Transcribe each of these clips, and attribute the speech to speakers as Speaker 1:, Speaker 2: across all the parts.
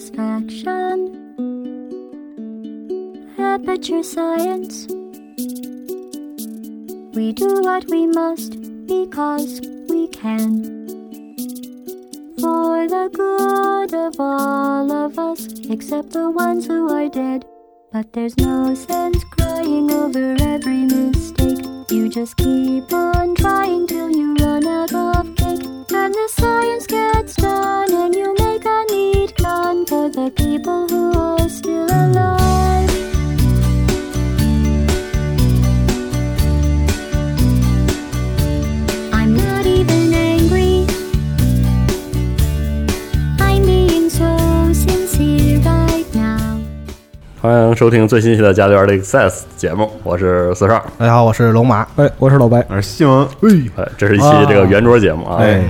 Speaker 1: Satisfaction. Aperture science. We do what we must because we can. For the good of all of us, except the ones who are dead. But there's no sense crying over every mistake. You just keep on trying till you run out of cake. And the science gets done, and you make a neat gun for the people who are still alive. I'm not even angry. I'm being so sincere right now.
Speaker 2: 欢迎收听最新一期的《家里边的 Excess》节目，我是四少。
Speaker 3: 大家好，我是龙马。
Speaker 4: 哎，我是老白。
Speaker 5: 我是西蒙，
Speaker 2: 哎，这是一期这个圆桌节目啊。
Speaker 3: 哎，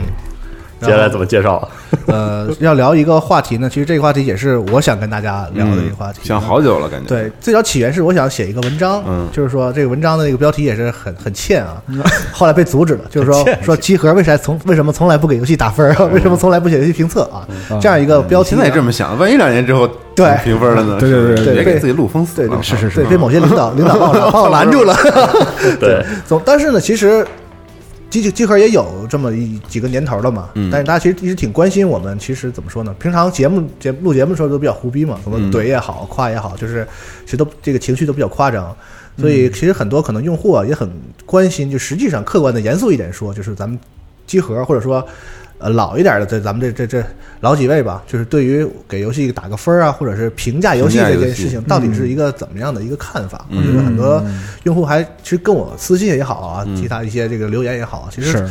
Speaker 2: 接下来怎么介绍？
Speaker 3: 呃，要聊一个话题呢，其实这个话题也是我想跟大家聊的一个话题。
Speaker 5: 嗯想好久了，感觉。
Speaker 3: 对，最早起源是我想写一个文章，
Speaker 5: 嗯
Speaker 3: 就是说这个文章的那个标题也是很很欠啊，
Speaker 4: 嗯
Speaker 3: 后来被阻止了，就是 说说集合为啥从为什么从来不给游戏打分 啊，为什么从来不写游戏评测啊，这样一个标
Speaker 5: 我
Speaker 3: 题
Speaker 5: 嗯现
Speaker 3: 呢。
Speaker 5: 在也这么想，万一两年之后
Speaker 3: 对
Speaker 5: 评分了呢？
Speaker 4: 对对对
Speaker 5: 是
Speaker 3: 对
Speaker 5: 别
Speaker 3: 对
Speaker 5: 给自己录封死
Speaker 3: 对
Speaker 5: 了。
Speaker 3: 对
Speaker 5: 我
Speaker 3: 是
Speaker 5: 靠
Speaker 3: 是是，被某些领 导领导把我把我拦住了。
Speaker 2: 对，
Speaker 3: 总但是呢，其实集集集合也有这么一几个年头了嘛。
Speaker 5: 嗯
Speaker 3: 但是大家其实一直挺关心我们，其实怎么说呢？平常节目节录节目的时候都比较胡逼嘛，什么
Speaker 5: 嗯
Speaker 3: 怼也好，夸也好，就是其实都这个情绪都比较夸张。所以
Speaker 5: 嗯
Speaker 3: 其实很多可能用户啊也很关心，就实际上客观的严肃一点说，就是咱们集合或者说。呃，老一点的，这咱们这这这老几位吧，就是对于给游戏打个分儿啊，或者是评价游戏
Speaker 5: 评价
Speaker 3: 这
Speaker 5: 游
Speaker 3: 件
Speaker 5: 戏嗯
Speaker 3: 事情，到底是一个怎么样的一个看法？我觉得很多用户还其实跟我私信也好啊，其他一些这个留言也好啊，其实
Speaker 4: 是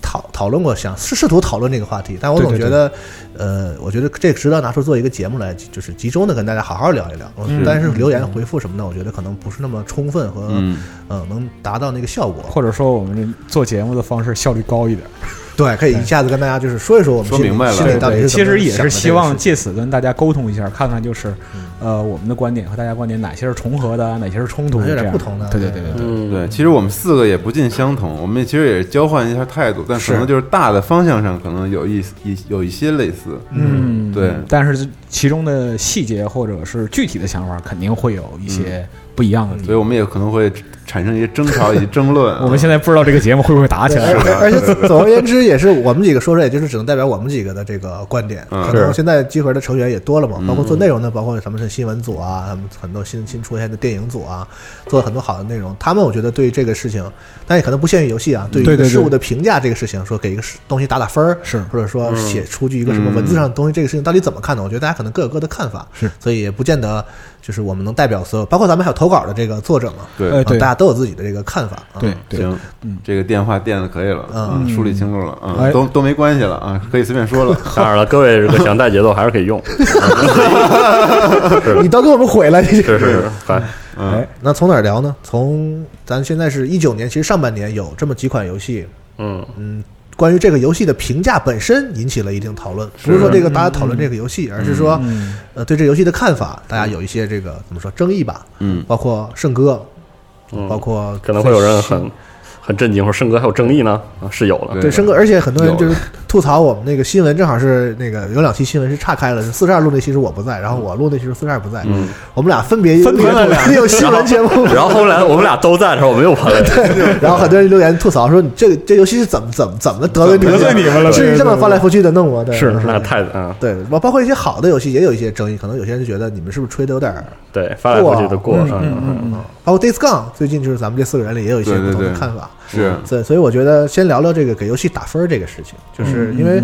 Speaker 3: 讨讨论过，想试试图讨论这个话题，但我总
Speaker 4: 对对
Speaker 3: 觉得，呃，我觉得这个值得拿出做一个节目来，就是集中的跟大家好好聊一聊。但
Speaker 4: 嗯
Speaker 3: 是留言回复什么的，我觉得可能不是那么充分和
Speaker 5: 嗯
Speaker 3: 呃能达到那个效果。
Speaker 4: 或者说我们这做节目的方式效率高一点。
Speaker 3: 对，可以一下子跟大家就是说一说我们
Speaker 5: 说
Speaker 3: 心里
Speaker 5: 明白了
Speaker 3: 心里到底是
Speaker 4: 其
Speaker 3: 怎么
Speaker 4: 实也
Speaker 3: 想的
Speaker 4: 是
Speaker 3: 这个
Speaker 4: 希望
Speaker 3: 事情嗯
Speaker 4: 借此跟大家沟通一下，看看就是，呃，我们的观点和大家观点哪些是重合的，哪些是冲突，
Speaker 3: 有点
Speaker 4: 这样
Speaker 3: 不同的
Speaker 4: 对对对对对，
Speaker 2: 嗯，
Speaker 5: 对，其实我们四个也不尽相同，我们其实也是交换一下态度，但可能就是大的方向上可能有一一有一些类似。
Speaker 4: 嗯
Speaker 5: 对
Speaker 4: 但是其中的细节或者是具体的想法，肯定会有一
Speaker 5: 嗯
Speaker 4: 些不一样的地
Speaker 5: 所
Speaker 4: 方。
Speaker 5: 以我们也可能会产生一些争吵以及争论啊。
Speaker 4: 我们现在不知道这个节目会不会打起来。
Speaker 3: 而而且总而言之，也是我们几个说出来，也就是只能代表我们几个的这个观点。
Speaker 5: 嗯
Speaker 3: 可能现在集合的成员也多了嘛，包括做内容的，包括咱们是新闻组啊，咱们很多新新出现的电影组啊，做了很多好的内容。他们我觉得对于这个事情，但也可能不限于游戏啊，对于一
Speaker 4: 对
Speaker 3: 个
Speaker 4: 对对
Speaker 3: 事物的评价这个事情，说给一个事东西打打分儿，
Speaker 4: 是
Speaker 3: 或者说
Speaker 5: 嗯
Speaker 3: 写出具一个什么文字上的东西，这个事情到底怎么看呢？我觉得大家可能各有各的看法，
Speaker 4: 是，
Speaker 3: 所以也不见得就是我们能代表所有，包括咱们还有投稿的这个作者嘛，
Speaker 5: 对
Speaker 4: 呃
Speaker 3: 啊大家都有自己的这个看法啊，
Speaker 4: 对对，
Speaker 5: 行，这个电话垫的可以了，
Speaker 3: 嗯
Speaker 5: 梳理清楚了啊，
Speaker 4: 哎
Speaker 5: 都都没关系了啊，可以随便说 了。
Speaker 2: 当然了，各位这个想带节奏还是可以用。
Speaker 3: 你都给我们毁了，你这。
Speaker 2: 是是是，哎，
Speaker 5: 嗯
Speaker 4: 哎，
Speaker 3: 那从哪儿聊呢？从咱现在是一九年，其实上半年有这么几款游戏，
Speaker 2: 嗯，
Speaker 3: 关于这个游戏的评价本身引起了一定讨论，不是说这个大家讨论这个游戏，而是
Speaker 2: 嗯
Speaker 3: 说，呃，对这游戏的看法，大家有一些这个怎么说争议吧，
Speaker 5: 嗯，
Speaker 3: 包括圣哥，包括
Speaker 2: 嗯可能会有人很很震惊，说圣哥还有争议呢？啊，是有的。
Speaker 3: 对
Speaker 5: 对
Speaker 3: 申哥，而且很多人
Speaker 5: 有
Speaker 3: 就是吐槽我们那个新闻，正好是那个有两期新闻是岔开了，四十二录那期是我不在，然后我录那期是四十二不在，
Speaker 2: 嗯
Speaker 3: 我们俩分别
Speaker 2: 分别了两
Speaker 3: 有新闻节目，
Speaker 2: 然后后来我们俩都在的时候，我们又喷了人。
Speaker 3: 然后很多人留言吐槽说：“你这这游戏是怎么怎么怎么得罪你
Speaker 4: 得罪你们了
Speaker 3: 至于
Speaker 4: 对
Speaker 3: 这么翻来覆去的弄我？”对
Speaker 2: 是
Speaker 3: 对，
Speaker 2: 那太嗯，
Speaker 3: 对，包包括一些好的游戏也有一些争议，可能有些人就觉得你们是不是吹的有点儿
Speaker 2: 对，翻来覆去的过。
Speaker 3: 过
Speaker 2: 嗯嗯嗯，
Speaker 3: 包括 Days Gone 最近就是咱们这四个人里也有一些
Speaker 5: 对
Speaker 3: 不
Speaker 5: 对
Speaker 3: 同的
Speaker 5: 对
Speaker 3: 看法，
Speaker 5: 是
Speaker 3: 对，所以我觉得先聊聊这个给游戏打分儿这个事情，就是因为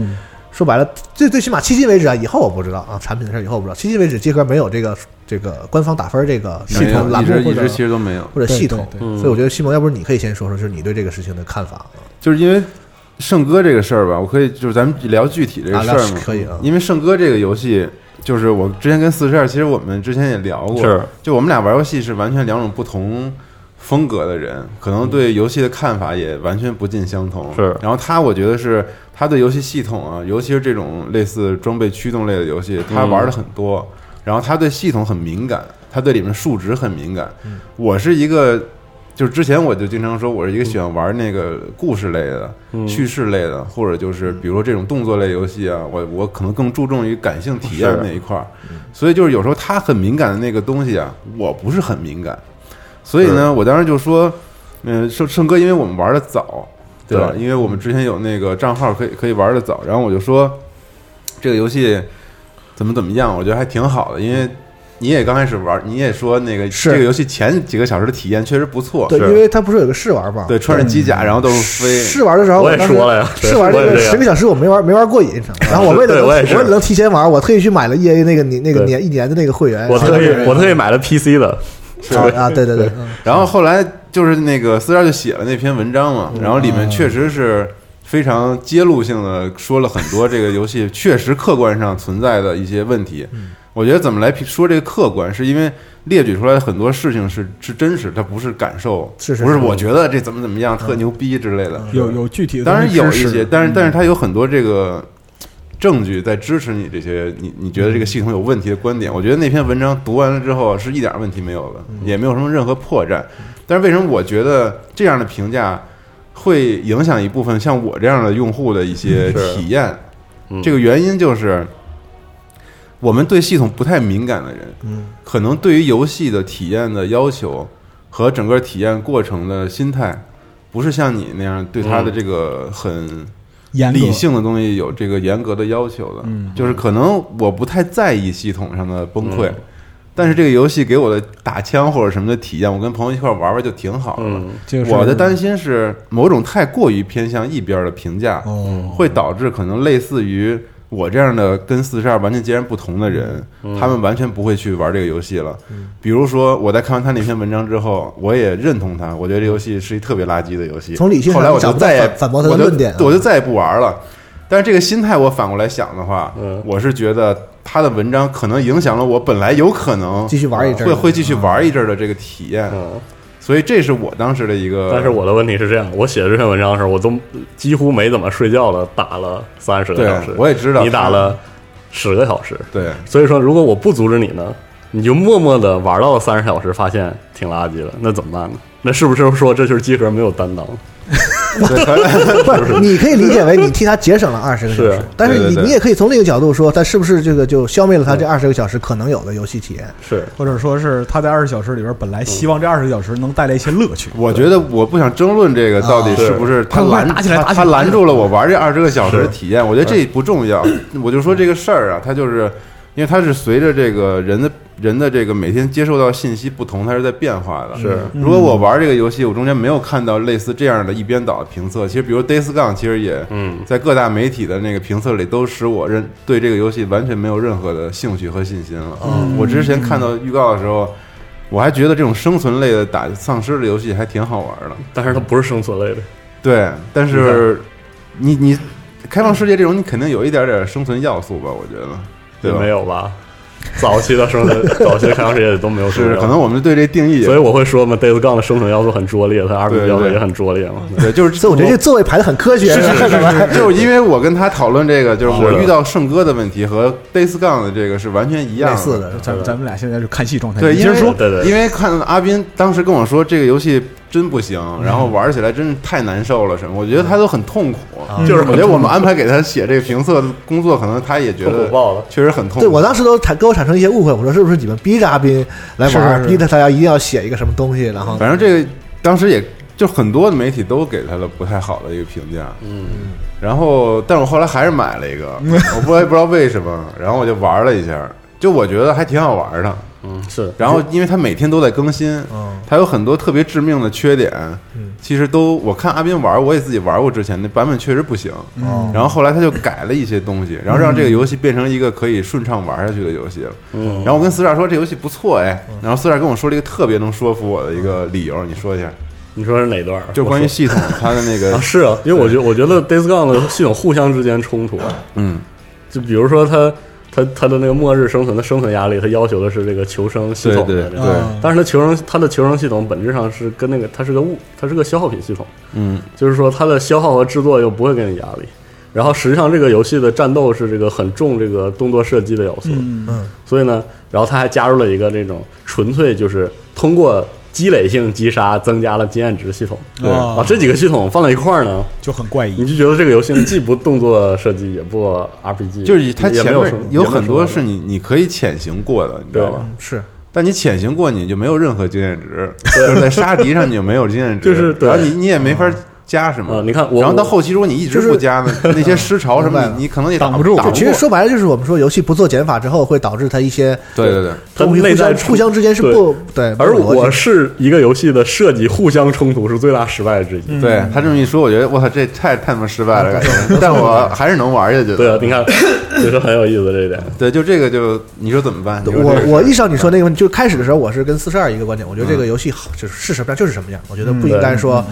Speaker 3: 说白了，最最起码迄今为止啊，以后我不知道啊，产品的事儿以后我不知道，迄今为止集合没有这个这个官方打分儿这个系
Speaker 5: 没有
Speaker 3: 统栏
Speaker 5: 一
Speaker 3: 目
Speaker 5: 直
Speaker 3: 或
Speaker 5: 一
Speaker 3: 者
Speaker 5: 直其实都没有。
Speaker 3: 或者系统，
Speaker 4: 对对
Speaker 3: 所以我觉得西蒙，要不是你可以先说说，就是你对这个事情的看法啊。
Speaker 5: 就是因为圣歌这个事儿吧，我可以就是咱们聊具体这个
Speaker 3: 啊
Speaker 5: 事
Speaker 3: 聊
Speaker 5: 儿嘛，
Speaker 3: 可以啊
Speaker 5: 因为圣歌这个游戏，就是我之前跟四十二，其实我们之前也聊过，
Speaker 2: 是
Speaker 5: 就我们俩玩游戏是完全两种不同风格的人，可能对游戏的看法也完全不尽相同。
Speaker 2: 是
Speaker 5: 然后他我觉得是他对游戏系统啊，尤其是这种类似装备驱动类的游戏，他玩的很多，
Speaker 3: 嗯
Speaker 5: 然后他对系统很敏感，他对里面数值很敏感。我是一个就是之前我就经常说，我是一个喜欢玩那个故事类的、叙事类的，或者就是比如说这种动作类游戏啊，我我可能更注重于感性体验
Speaker 2: 是
Speaker 5: 那一块儿，所以就是有时候他很敏感的那个东西啊，我不是很敏感，所以呢，我当时就说，嗯、盛盛哥，因为我们玩的早，对吧？
Speaker 2: 对
Speaker 5: 因为我们之前有那个账号可以可以玩的早，然后我就说这个游戏怎么怎么样，我觉得还挺好的，因为。你也刚开始玩，你也说那个
Speaker 3: 是
Speaker 5: 这个游戏前几个小时的体验确实不错，
Speaker 3: 对，
Speaker 5: 是
Speaker 3: 因为嗯它不是有个试玩嘛，
Speaker 5: 对，穿着机甲，然后到处飞，
Speaker 3: 试玩的时候，
Speaker 2: 我也
Speaker 3: 当时
Speaker 2: 说了呀对
Speaker 3: 试玩这
Speaker 2: 我也
Speaker 3: 个
Speaker 2: 这样
Speaker 3: 十个小时我没玩没玩过瘾，然后我为了
Speaker 2: 对
Speaker 3: 能
Speaker 2: 我也是
Speaker 3: 我为了能提前玩，我特意去买了 EA 那个年那个
Speaker 2: 对
Speaker 3: 年一年的那个会员，
Speaker 2: 我
Speaker 3: 然后
Speaker 2: 特意我特意买了 PC 的，
Speaker 3: 啊啊对对对，嗯
Speaker 5: 然后后来就是那个四十二就写了那篇文
Speaker 3: 嗯
Speaker 5: 章嘛，然后里面确实是非常揭露性的说了很多这个游戏确实客观上存在的一些问题。
Speaker 3: 嗯
Speaker 5: 我觉得怎么来评说这个客观，是因为列举出来的很多事情是是真实，它不是感受，
Speaker 3: 是嗯是
Speaker 5: 不是
Speaker 3: 是
Speaker 5: 我觉得这怎么怎么样特牛逼之类的。
Speaker 4: 有有具体的，
Speaker 5: 当然有一些，，但是但是它有很多这个证据在支持你这些你你觉得这个系统有问题的观点。我觉得那篇文章读完了之后是一点问题没有的，也没有什么任何破绽。但是为什么我觉得这样的评价会影响一部分像我这样的用户的一些体验？
Speaker 2: 嗯
Speaker 5: 这个原因就是我们对系统不太敏感的人，可能对于游戏的体验的要求和整个体验过程的心态，不是像你那样对它的这个很
Speaker 4: 嗯严格
Speaker 5: 理性的东西有这个严格的要求的。
Speaker 4: 嗯
Speaker 5: 就是可能我不太在意系统上的崩
Speaker 4: 嗯
Speaker 5: 溃，但是这个游戏给我的打枪或者什么的体验，我跟朋友一块玩玩就挺好的了。
Speaker 2: 嗯，
Speaker 4: 就是
Speaker 5: 我的担心是某种太过于偏向一边的评价，
Speaker 4: 哦，
Speaker 5: 会导致可能类似于我这样的跟四十二完全截然不同的人，
Speaker 3: 嗯
Speaker 5: 他们完全不会去玩这个游戏了。比如说，我在看完他那篇文章之后，我也认同他，我觉得这游戏是一特别垃圾的游戏。
Speaker 3: 从理性上
Speaker 5: 后来我
Speaker 3: 找
Speaker 5: 就
Speaker 3: 不到
Speaker 5: 再也
Speaker 3: 反反驳他的
Speaker 5: 我就
Speaker 3: 论点啊
Speaker 5: 我就再也不玩了。但是这个心态，我反过来想的话
Speaker 2: 嗯，
Speaker 5: 我是觉得他的文章可能影响了我本来有可能
Speaker 3: 继续玩一阵儿啊
Speaker 5: 会会继续玩一阵儿的这个体验。
Speaker 2: 嗯
Speaker 5: 所以这是我当时的一个，
Speaker 2: 但是我的问题是这样，我写这篇文章的时候，我都几乎没怎么睡觉了，打了三十个
Speaker 5: 对
Speaker 2: 小时，
Speaker 5: 我也知道
Speaker 2: 你打了十个小时，
Speaker 5: 对
Speaker 2: 所以说如果我不阻止你呢，你就默默的玩到了三十小时，发现挺垃圾的，那怎么办呢？那是不是说这就是集合没有担当？
Speaker 5: 对反正
Speaker 3: 不是，你可以理解为你替他节省了二十个小时
Speaker 2: 是，
Speaker 3: 但是
Speaker 5: 对
Speaker 3: 你
Speaker 5: 对对
Speaker 3: 你也可以从另一个角度说，他是不是这个就消灭了他这二十个小时可能有的游戏体验？
Speaker 2: 是
Speaker 4: 或者说是他在二十小时里边本来希望这二十小时能带来一些乐趣，
Speaker 5: 我觉得我不想争论这个到
Speaker 2: 啊
Speaker 5: 底是不是他
Speaker 4: 快快
Speaker 5: 拦
Speaker 4: 打起来
Speaker 5: 他
Speaker 4: 打起
Speaker 5: 他
Speaker 4: 来嗯
Speaker 5: 拦住了我玩这二十个小时的
Speaker 2: 是
Speaker 5: 体验，我觉得这不重要。我就说这个事儿啊，它就是因为它是随着这个人的人的这个每天接受到信息不同，它是在变化的。嗯
Speaker 2: 是
Speaker 4: 嗯
Speaker 5: 如果我玩这个游戏，我中间没有看到类似这样的一边倒的评测，其实比如 Days Gone，其实也
Speaker 2: 嗯
Speaker 5: 在各大媒体的那个评测里都使我认对这个游戏完全没有任何的兴趣和信心了。
Speaker 4: 嗯
Speaker 5: 我之前看到预告的时候。我还觉得这种生存类的打丧尸的游戏还挺好玩的，
Speaker 2: 但是它不是生存类的，
Speaker 5: 对，但是你你开放世界这种，你肯定有一点点生存要素吧？我觉得，对吧？
Speaker 2: 没有吧？早期的生存，早期的开放世界里都没有生
Speaker 5: 是
Speaker 2: 存，
Speaker 5: 可能。我们对这定义也，
Speaker 2: 所以我会说嘛，Days Gone 的生存要素很拙劣，它 RPG
Speaker 5: 对
Speaker 2: 要素
Speaker 5: 对
Speaker 2: 也很拙劣嘛。
Speaker 5: 对，就是
Speaker 3: 所以我觉得这座位排的很科学，
Speaker 5: 是是 是
Speaker 3: 吧
Speaker 5: 是是，就是因为我跟他讨论这个，就是我
Speaker 2: 是的
Speaker 5: 遇到圣哥的问题和 Days Gone 的这个是完全一样
Speaker 3: 类似的。
Speaker 4: 咱咱们俩现在 是看戏状态，
Speaker 5: 对，
Speaker 4: 你接
Speaker 5: 因
Speaker 4: 着
Speaker 5: 为
Speaker 4: 说，
Speaker 2: 对对
Speaker 5: 因为看阿斌当时跟我说这个游戏真不行，然后玩起来真是太难受了，什么，我觉得他都很痛苦，
Speaker 2: 啊就是
Speaker 5: 我觉得我们安排给他写这个评测的工作，可能他也觉
Speaker 2: 痛
Speaker 5: 得
Speaker 2: 苦爆了
Speaker 5: 确实很痛苦。
Speaker 3: 对我当时都产给我产生一些误会，我说是不是你们逼着阿斌来玩儿，
Speaker 4: 是是是
Speaker 3: 逼着他要一定要写一个什么东西，然后
Speaker 5: 反正这个当时也就很多媒体都给他了不太好的一个评价，嗯，然后但我后来还是买了一个，我不知道不知道为什么，然后我就玩了一下，就我觉得还挺好玩的。
Speaker 2: 嗯，是
Speaker 5: 然后因为它每天都在更新，
Speaker 2: 嗯
Speaker 5: 它有很多特别致命的缺点，其实都我看阿斌玩，我也自己玩过之前那版本确实不行，
Speaker 2: 嗯
Speaker 5: 然后后来他就改了一些东西，然后让这个游戏变成一个可以顺畅玩下去的游戏了。
Speaker 2: 嗯
Speaker 5: 然后我跟四十二说这游戏不错哎，然后四十二跟我说了一个特别能说服我的一个理由，你说一下，
Speaker 2: 你说是哪段儿？
Speaker 5: 就关于系统它 的那
Speaker 2: 啊，
Speaker 5: 个，
Speaker 2: 是啊，因为我觉我觉得 Days Gone 的系统互相之间冲突啊，
Speaker 5: 嗯，
Speaker 2: 就比如说它它它的那个末日生存的生存压力，它要求的是这个求生系统
Speaker 5: 对
Speaker 2: 的
Speaker 5: 对
Speaker 2: 这
Speaker 5: 对
Speaker 2: 个，但是它求生它的求生系统本质上是跟那个它是个物，它是个消耗品系统，
Speaker 5: 嗯，
Speaker 2: 就是说它的消耗和制作又不会给你压力。然后实际上这个游戏的战斗是这个很重这个动作射击的要素，
Speaker 4: 嗯
Speaker 2: 所以呢，然后它还加入了一个这种纯粹就是通过积累性击杀增加了经验值系统。
Speaker 5: 对
Speaker 2: 把
Speaker 4: 啊，
Speaker 2: 这几个系统放在一块儿呢，
Speaker 4: 就很怪
Speaker 2: 你
Speaker 4: 异。
Speaker 2: 就觉得这个游戏既不动作设计，也不 RPG，
Speaker 5: 就是它
Speaker 2: 也没
Speaker 5: 前
Speaker 2: 有
Speaker 5: 面
Speaker 2: 什么
Speaker 5: 有很多是
Speaker 2: 也没有什么
Speaker 5: 你你可以潜行过的，你知道吧？
Speaker 3: 是
Speaker 5: 但你潜行过，你就没有任何经验值， 就是在杀敌上你就没有经验值，
Speaker 2: 就是对
Speaker 5: 然后你你也没法加什么。
Speaker 2: 嗯你看我
Speaker 5: 然后到后期如果你一直
Speaker 3: 就是
Speaker 5: 不加呢，那些尸潮什么
Speaker 3: 明白了
Speaker 5: 的，你可能也
Speaker 4: 挡
Speaker 5: 不
Speaker 4: 不住
Speaker 5: 挡
Speaker 4: 对
Speaker 5: 不
Speaker 3: 其
Speaker 5: 过
Speaker 3: 实说白了就是我们说游戏不做减法之后，会导致它一些
Speaker 5: 对对对，
Speaker 2: 它
Speaker 3: 东西
Speaker 2: 内
Speaker 3: 互
Speaker 2: 在
Speaker 3: 相
Speaker 2: 冲
Speaker 3: 互相之间是不对，
Speaker 2: 而
Speaker 3: 不是逻辑
Speaker 2: 我是一个游戏的设计互相冲突是最大失败之一。
Speaker 5: 对他这么一说，我觉得我操，这太太他妈失败了，感觉。但我还是能玩下去
Speaker 2: 对啊
Speaker 5: 的。，
Speaker 2: 你看，就是很有意思这一点。
Speaker 5: 对，就这个就你说怎么办？你说
Speaker 3: 我
Speaker 5: 这个
Speaker 3: 我意识到你说那个问题，就开始的时候我是跟四十二一个观点，我觉得这个游戏好就是是什么样就是什么样，我觉得不应该说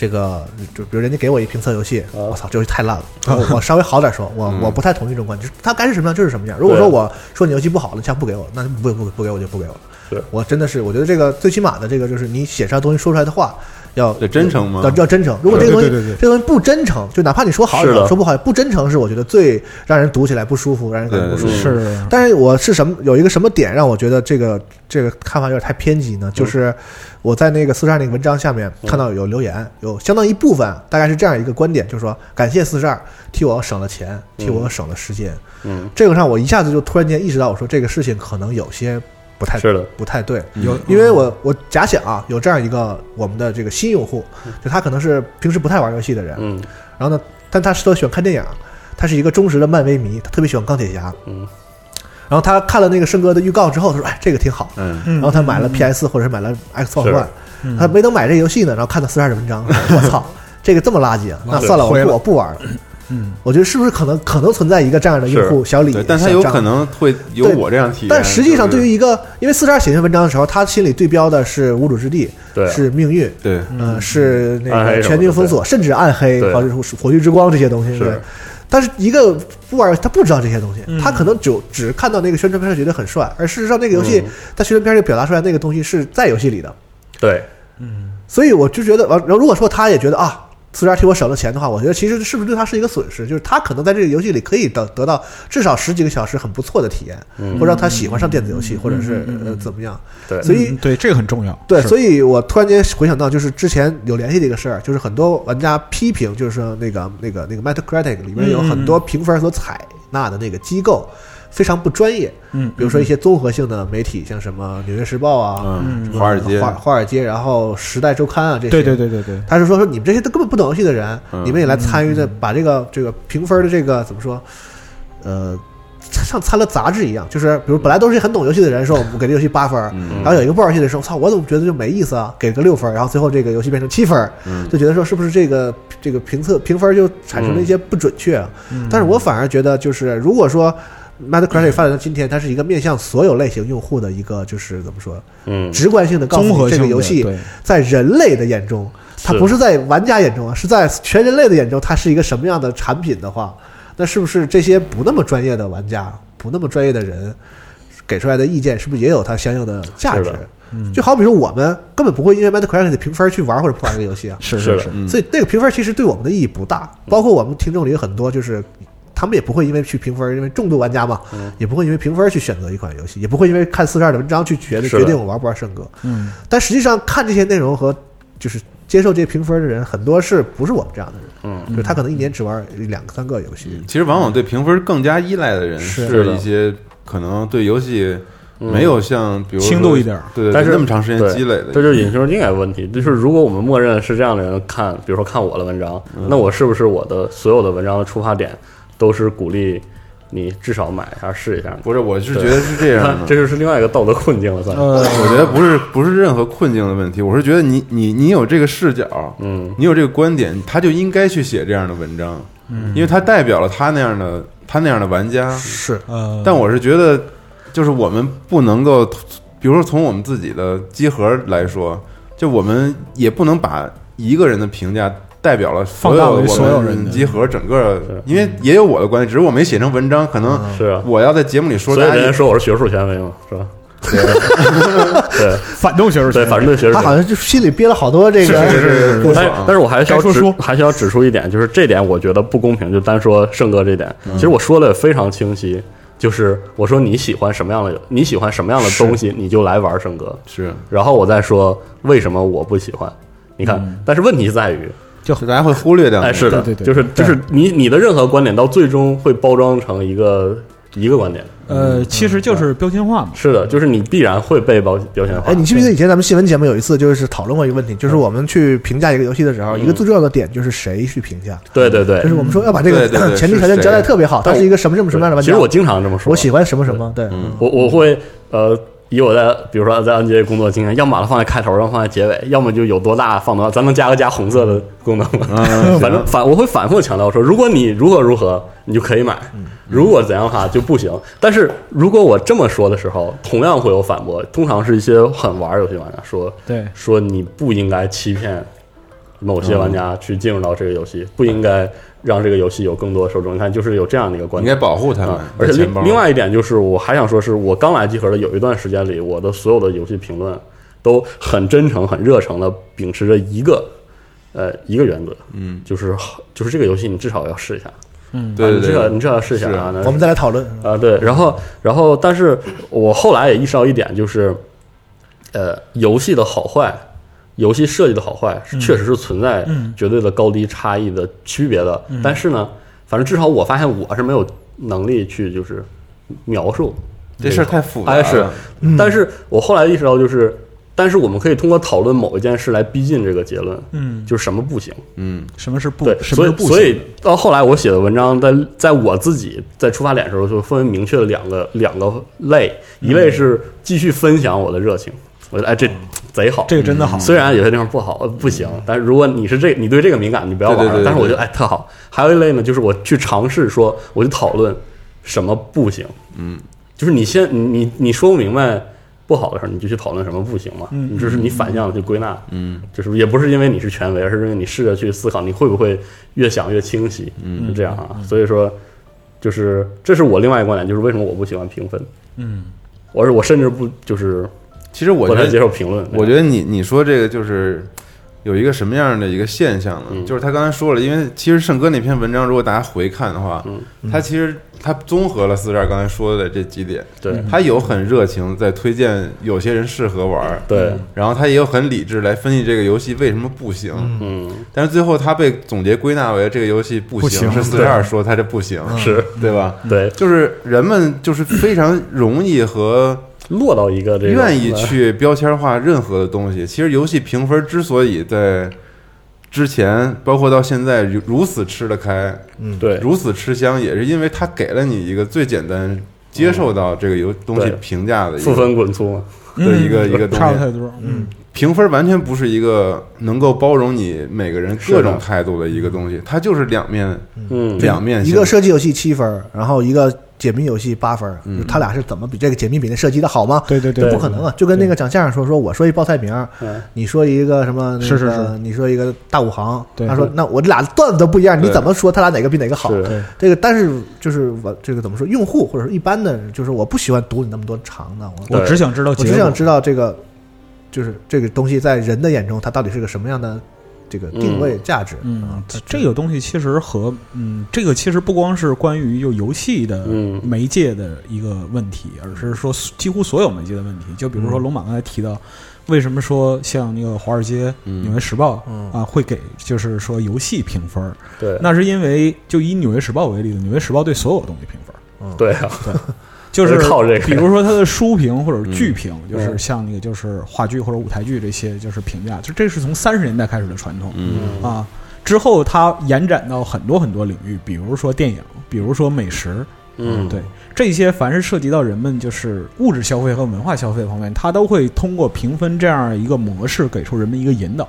Speaker 3: 这个就比如人家给我一评测游戏，我操，这游戏太烂了，我我稍微好点说，我我不太同意这种观点，就是它该是什么样就是什么样。如果说我说你游戏不好了，像不给我，那就不不不给我就不给我
Speaker 2: 对
Speaker 3: 了。我真的是我觉得这个最起码的这个就是你写上东西说出来的话。要
Speaker 5: 对真诚吗
Speaker 3: 要要真诚。如果这个东西
Speaker 4: 对对对对
Speaker 3: 这个东西不真诚，就哪怕你说好
Speaker 2: 是的
Speaker 3: 说不好，不真诚是我觉得最让人读起来不舒服，让人感觉不舒服。
Speaker 5: 对
Speaker 4: 是
Speaker 3: 但是我是什么有一个什么点让我觉得这个这个看法有点太偏激呢？就是我在那个四十二那个文章下面看到有留言，有相当一部分大概是这样一个观点，就是说感谢四十二替我省了钱，替我省了时间。
Speaker 2: 嗯，
Speaker 3: 这个让我一下子就突然间意识到，我说这个事情可能有些不太
Speaker 2: 是的
Speaker 3: 不太对。
Speaker 4: 有
Speaker 3: 因为我我假想啊，有这样一个我们的这个新用户，就他可能是平时不太玩游戏的人，
Speaker 2: 嗯
Speaker 3: 然后呢，但他特喜欢看电影，他是一个忠实的漫威迷，他特别喜欢钢铁侠。
Speaker 2: 嗯，
Speaker 3: 然后他看了那个圣哥的预告之后，他说：“哎，这个挺好。”
Speaker 5: 嗯，
Speaker 4: 嗯
Speaker 3: 然后他买了 PS 或者是买了 Xbox
Speaker 2: 是
Speaker 3: One，、他没等买这游戏呢，然后看到四十二的文章， 我操，这个这么垃圾啊！那算了，我
Speaker 4: 灰
Speaker 3: 不
Speaker 4: 了
Speaker 3: 我不玩了。嗯，我觉得是不是可能可能存在一个这样的用户小李
Speaker 5: 对，，但他
Speaker 3: 小
Speaker 5: 有
Speaker 3: 张
Speaker 5: 可能会有
Speaker 3: 对
Speaker 5: 我这样体验。
Speaker 3: 但实际上，
Speaker 5: 就
Speaker 3: 对
Speaker 5: 是
Speaker 3: 于一个因为四十二写这篇文章的时候，他心里对标的是无主之地，
Speaker 2: 对啊
Speaker 3: 是命运，
Speaker 5: 对
Speaker 3: 呃，是那
Speaker 2: 暗黑
Speaker 3: 个
Speaker 2: 什么
Speaker 3: 全军封锁，甚至暗黑
Speaker 2: 对
Speaker 3: 或者是火炬之光这些东西，
Speaker 2: 是
Speaker 3: 对。但是一个不玩，他不知道这些东西，他可能就只看到那个宣传片觉得很帅，而事实上那个游
Speaker 2: 嗯
Speaker 3: 戏，他宣传片里表达出来那个东西是在游戏里的，
Speaker 2: 对，
Speaker 3: 所以我就觉得，完，然后如果说他也觉得啊，四十二替我省了钱的话，我觉得其实是不是对他是一个损失？就是他可能在这个游戏里可以得得到至少十几个小时很不错的体验，或者让他喜欢上电子游戏，或者是呃怎么样。
Speaker 2: 对
Speaker 3: 所以
Speaker 4: 嗯对这个很重要。
Speaker 3: 对，
Speaker 4: 是
Speaker 3: 所以我突然间回想到，就是之前有联系的一个事儿，就是很多玩家批评，就是说那个那个那个 Metacritic 里面有很多评分所采纳的那个机构非常不专业，
Speaker 4: 嗯
Speaker 3: 比如说一些综合性的媒体，像什么《纽约时报》啊、
Speaker 5: 嗯，
Speaker 3: 什么
Speaker 5: 华尔街
Speaker 3: 华华尔街，然后《时代周刊》啊这些，
Speaker 4: 对对对对对，
Speaker 3: 他是说说你们这些都根本不懂游戏的人，
Speaker 5: 嗯
Speaker 3: 你们也来参与的，把这个这个评分的这个怎么说，呃，像参了杂志一样，就是比如本来都是很懂游戏的人说我们给这游戏八分儿，
Speaker 4: 嗯
Speaker 3: 然后有一个不玩游戏的说，操，我怎么觉得就没意思啊，给个六分儿，然后最后这个游戏变成七分儿，
Speaker 4: 嗯
Speaker 3: 就觉得说是不是这个这个评测评分就产生了一些不准确啊？
Speaker 4: 嗯
Speaker 3: 但是我反而觉得就是如果说。Metacritic 发展到今天，它是一个面向所有类型用户的一个，就是怎么说，
Speaker 2: 嗯，
Speaker 3: 直观性的告
Speaker 4: 综
Speaker 3: 诉
Speaker 4: 合
Speaker 3: 你这
Speaker 4: 性
Speaker 3: 个
Speaker 4: 的
Speaker 3: 游戏
Speaker 4: 对
Speaker 3: 在人类的眼中，它
Speaker 2: 是
Speaker 3: 不是在玩家眼中啊，是在全人类的眼中，它是一个什么样的产品的话，那是不是这些不那么专业的玩家、不那么专业的人给出来的意见，是不是也有它相应的价
Speaker 2: 是
Speaker 3: 值嗯
Speaker 2: 的？嗯
Speaker 3: 就好比说我们根本不会因为 Metacritic 的评分去玩或者不玩这个游戏啊，
Speaker 4: 是
Speaker 2: 是
Speaker 4: 是
Speaker 2: 的
Speaker 4: 是，
Speaker 5: 嗯
Speaker 3: 所以那个评分其实对我们的意义不大。
Speaker 2: 嗯
Speaker 3: 包括我们听众里有很多就是。他们也不会因为去评分，因为重度玩家嘛，
Speaker 2: 嗯
Speaker 3: 也不会因为评分去选择一款游戏，也不会因为看四十二的文章去决定
Speaker 2: 是
Speaker 3: 决
Speaker 2: 的
Speaker 3: 定我玩不玩圣歌。
Speaker 4: 嗯，
Speaker 3: 但实际上看这些内容和就是接受这些评分的人，很多是不是我们这样的人？
Speaker 2: 嗯，
Speaker 3: 就是他可能一年只玩两三个游戏。
Speaker 5: 其实往往对评分更加依赖的人
Speaker 3: 是
Speaker 5: 是一些可能对游戏没有像比如说
Speaker 4: 轻度一点儿
Speaker 5: 对对，
Speaker 2: 但是
Speaker 5: 那么长时间
Speaker 2: 对
Speaker 5: 积累的，
Speaker 2: 这就是隐形境的问题。就是如果我们默认是这样的人看，比如说看我的文章，
Speaker 5: 嗯
Speaker 2: 那我是不是我的所有的文章的出发点都是鼓励你至少买一下试一下？
Speaker 5: 不是，我是
Speaker 2: 对，
Speaker 5: 觉得是这样的
Speaker 2: 这就是另外一个道德困境了，算是。
Speaker 4: 呃，
Speaker 5: 我觉得不是不是任何困境的问题，我是觉得你你你有这个视角，
Speaker 2: 嗯，
Speaker 5: 你有这个观点，他就应该去写这样的文章，嗯，因为他代表了他那样的他那样的玩家。
Speaker 3: 是，
Speaker 4: 呃，
Speaker 5: 但我是觉得，就是我们不能够，比如说从我们自己的集合来说，就我们也不能把一个人的评价。代表了所
Speaker 4: 放大
Speaker 5: 有
Speaker 4: 为所
Speaker 5: 我
Speaker 4: 有人
Speaker 5: 们
Speaker 4: 的
Speaker 5: 集合整个，因为也有我的观点，只是我没写成文章，可能
Speaker 4: 嗯
Speaker 2: 是啊
Speaker 5: 我要在节目里说，
Speaker 2: 所以
Speaker 5: 大家
Speaker 2: 人
Speaker 5: 也
Speaker 2: 家说我是学术权威嘛，是吧？对
Speaker 4: 反动学术
Speaker 2: 对，反正对学术
Speaker 3: 他
Speaker 2: 权威
Speaker 3: 好像就心里憋了好多这个
Speaker 5: 是是是是不
Speaker 2: 但
Speaker 5: 爽
Speaker 2: 但是我还需要
Speaker 4: 该说
Speaker 2: 指
Speaker 4: 说
Speaker 2: 还需要指出一点，就是这点我觉得不公平。就单说胜哥这点，其实我说的非常清晰，就是我说你喜欢什么样的，你喜欢什么样的东西，你就来玩圣歌，
Speaker 5: 是，
Speaker 2: 然后我再说为什么我不喜欢。你看，但是问题在于，
Speaker 5: 就大家会忽略掉那个。
Speaker 2: 哎，是的，
Speaker 4: 对对对
Speaker 2: 就是就是你你的任何观点到最终会包装成一个一个观点，
Speaker 4: 呃，其实就是标签化嘛。
Speaker 2: 是的，就是你必然会被标标签化。
Speaker 3: 哎，你记不记得以前咱们新闻节目有一次就是讨论过一个问题，就是我们去评价一个游戏的时候，一个最重要的点就是谁去评价，
Speaker 2: 对对对
Speaker 3: 就，是我们说要把这
Speaker 5: 嗯对对
Speaker 3: 个
Speaker 5: 对
Speaker 3: 前提条件交代特别好，
Speaker 2: 是谁
Speaker 3: 它是一个什么什么什么样的玩
Speaker 2: 其
Speaker 3: 家。
Speaker 2: 实我经常这么说，
Speaker 3: 我喜欢什么什
Speaker 5: 嗯
Speaker 3: 么，对，
Speaker 2: 我我会呃，以我在比如说在 NBA 工作经验，要么把它放在开头，要么放在结尾，要么就有多大放多大，咱能加个加红色的功能吗？
Speaker 3: 嗯
Speaker 2: 反正反我会反复强调说，如果你如何如何，你就可以买；
Speaker 3: 嗯
Speaker 2: 如果怎样的话就不行。但是如果我这么说的时候，同样会有反驳，通常是一些很玩儿游戏玩家说
Speaker 4: 对
Speaker 2: 说你不应该欺骗。某些
Speaker 3: 嗯
Speaker 2: 玩家去进入到这个游戏，不应该让这个游戏有更多受众。你看，就是有这样的一个观
Speaker 5: 应
Speaker 2: 点
Speaker 5: 该，保护他们
Speaker 2: 啊，而且
Speaker 5: 的钱包
Speaker 2: 另另外一点就是，我还想说，是我刚来集合的有一段时间里，我的所有的游戏评论都很真诚、很热诚的秉持着一个呃一个原则，
Speaker 5: 嗯，
Speaker 2: 就是就是这个游戏你至少要试一下，啊你
Speaker 5: 对对
Speaker 2: 至少
Speaker 5: 对，
Speaker 2: 你至少要试一下
Speaker 5: 是
Speaker 2: 啊。那
Speaker 3: 我们再来讨论。
Speaker 2: 啊，对，然后然后，但是我后来也意识到一点，就是，呃，游戏的好坏，游戏设计的好坏，是确实是存在绝对的高低差异的区别的。但是呢，反正至少我发现我是没有能力去就是描述，
Speaker 5: 这事儿太复杂
Speaker 2: 哎
Speaker 5: 了。
Speaker 2: 是，但是我后来意识到就是。但是我们可以通过讨论某一件事来逼近这个结论，
Speaker 4: 嗯
Speaker 2: 就是什么不行，
Speaker 5: 嗯，
Speaker 4: 什么是不
Speaker 2: 对，，
Speaker 4: 什
Speaker 2: 所
Speaker 4: 么是
Speaker 2: 以
Speaker 4: 不行的？
Speaker 2: 所以到后来我写的文章在，在我自己在出发点的时候，就分为明确了两个两个类，一
Speaker 4: 嗯
Speaker 2: 类是继续分享我的热情，我觉得哎这贼好，
Speaker 4: 这个真的
Speaker 5: 哦
Speaker 4: 好。
Speaker 2: 虽然有些地方不好呃不行，但是如果你是这你对这个敏感，你不要玩
Speaker 5: 对
Speaker 2: 了。
Speaker 5: 对对对
Speaker 2: 但是我觉得
Speaker 5: 对
Speaker 2: 哎特好。还有一类呢，就是我去尝试说，我就讨论什么不行，嗯，就是你先你你你说不明白。不好的时候，你就去讨论什么不行嘛？嗯，就是你反向的去归纳，嗯，就是也不是因为你是权威，而是因为你试着去思考，你会不会越想越清晰，嗯，是这样啊。所以说，就是这是我另外一个观点，就是为什么我不喜欢评分，
Speaker 4: 嗯，
Speaker 2: 我是我甚至不就是
Speaker 5: 其实我
Speaker 2: 不
Speaker 5: 觉
Speaker 2: 太
Speaker 5: 得
Speaker 2: 接受评论，
Speaker 5: 我觉得你你说这个就是有一个什么样的一个现象呢？
Speaker 2: 嗯
Speaker 5: 就是他刚才说了，因为其实盛哥那篇文章，如果大家回看的话，
Speaker 2: 嗯
Speaker 5: 他其实他综合了四十二刚才说的这几点，
Speaker 2: 对
Speaker 5: 他有很热情在推荐有些人适合玩儿，
Speaker 2: 对，
Speaker 5: 然后他也有很理智来分析这个游戏为什么不行，
Speaker 2: 嗯，
Speaker 5: 但是最后他被总结归纳为这个游戏不
Speaker 4: 不行
Speaker 5: 是四十二说他这不行，
Speaker 2: 是
Speaker 5: 对吧？
Speaker 2: 对，
Speaker 5: 就是人们就是非常容易和
Speaker 2: 落到一个这个
Speaker 5: 愿意去标签化任何的东西。其实游戏评分之所以在之前，包括到现在如如此吃得开，
Speaker 2: 对
Speaker 5: 如此吃香，也是因为它给了你一个最简单接受到这个游东西
Speaker 2: 嗯对
Speaker 5: 评价的一
Speaker 2: 负
Speaker 5: 个
Speaker 2: 分滚粗嘛，
Speaker 5: 的一个一个东
Speaker 4: 嗯差不
Speaker 5: 西。
Speaker 4: 太多。嗯，
Speaker 5: 评分完全不是一个能够包容你每个人各种态度的一个东西，它就是两面
Speaker 2: 嗯，
Speaker 5: 两面
Speaker 3: 一
Speaker 5: 性
Speaker 3: 个射击游戏七分儿，然后一个解谜游戏八分儿，
Speaker 5: 嗯
Speaker 3: 就他俩是怎么比这个解谜比那射击的好吗？
Speaker 4: 对对
Speaker 3: 这
Speaker 4: 对，
Speaker 3: 不可能啊！就跟那个讲相声说，说我说一报菜名儿，
Speaker 2: 嗯
Speaker 3: 你说一个什么？那个
Speaker 4: 是是是，
Speaker 3: 你说一个大五行，
Speaker 4: 对
Speaker 3: 他说那我这俩段子都不一样，你
Speaker 5: 对
Speaker 3: 怎么说他俩哪个比哪个好？
Speaker 2: 是
Speaker 4: 对
Speaker 3: 这个，但是就是我这个怎么说，用户或者是一般的，就是我不喜欢读你那么多长的，我
Speaker 4: 我只想知道
Speaker 3: 我
Speaker 4: 结
Speaker 3: 只想
Speaker 4: 果。
Speaker 3: 知道这个，就是这个东西在人的眼中，它到底是个什么样的这个定位价值？
Speaker 4: 嗯
Speaker 3: 啊，它
Speaker 4: 这个东西其实和嗯，这个其实不光是关于就游戏的
Speaker 2: 嗯
Speaker 4: 媒介的一个问题，而是说几乎所有媒介的问题。就比如说龙马刚才提到，为什么说像那个《华尔街
Speaker 5: 嗯
Speaker 4: 纽约时报》
Speaker 3: 嗯
Speaker 4: 啊会给就是说游戏评分儿？
Speaker 2: 对
Speaker 4: 那是因为就以《纽约时报》为例子，《纽约时报》对所有东西评分儿。
Speaker 2: 对啊，
Speaker 4: 就是
Speaker 2: 就是靠这个嗯
Speaker 4: 比如说他的书评或者剧评，就是像那个就是话剧或者舞台剧这些，就是评价，就这是从三十年代开始的传统，
Speaker 5: 嗯
Speaker 4: 啊，之后它延展到很多很多领域，比如说电影，比如说美食，啊
Speaker 2: 嗯，
Speaker 4: 对这些凡是涉及到人们就是物质消费和文化消费方面，它都会通过评分这样一个模式给出人们一个引导。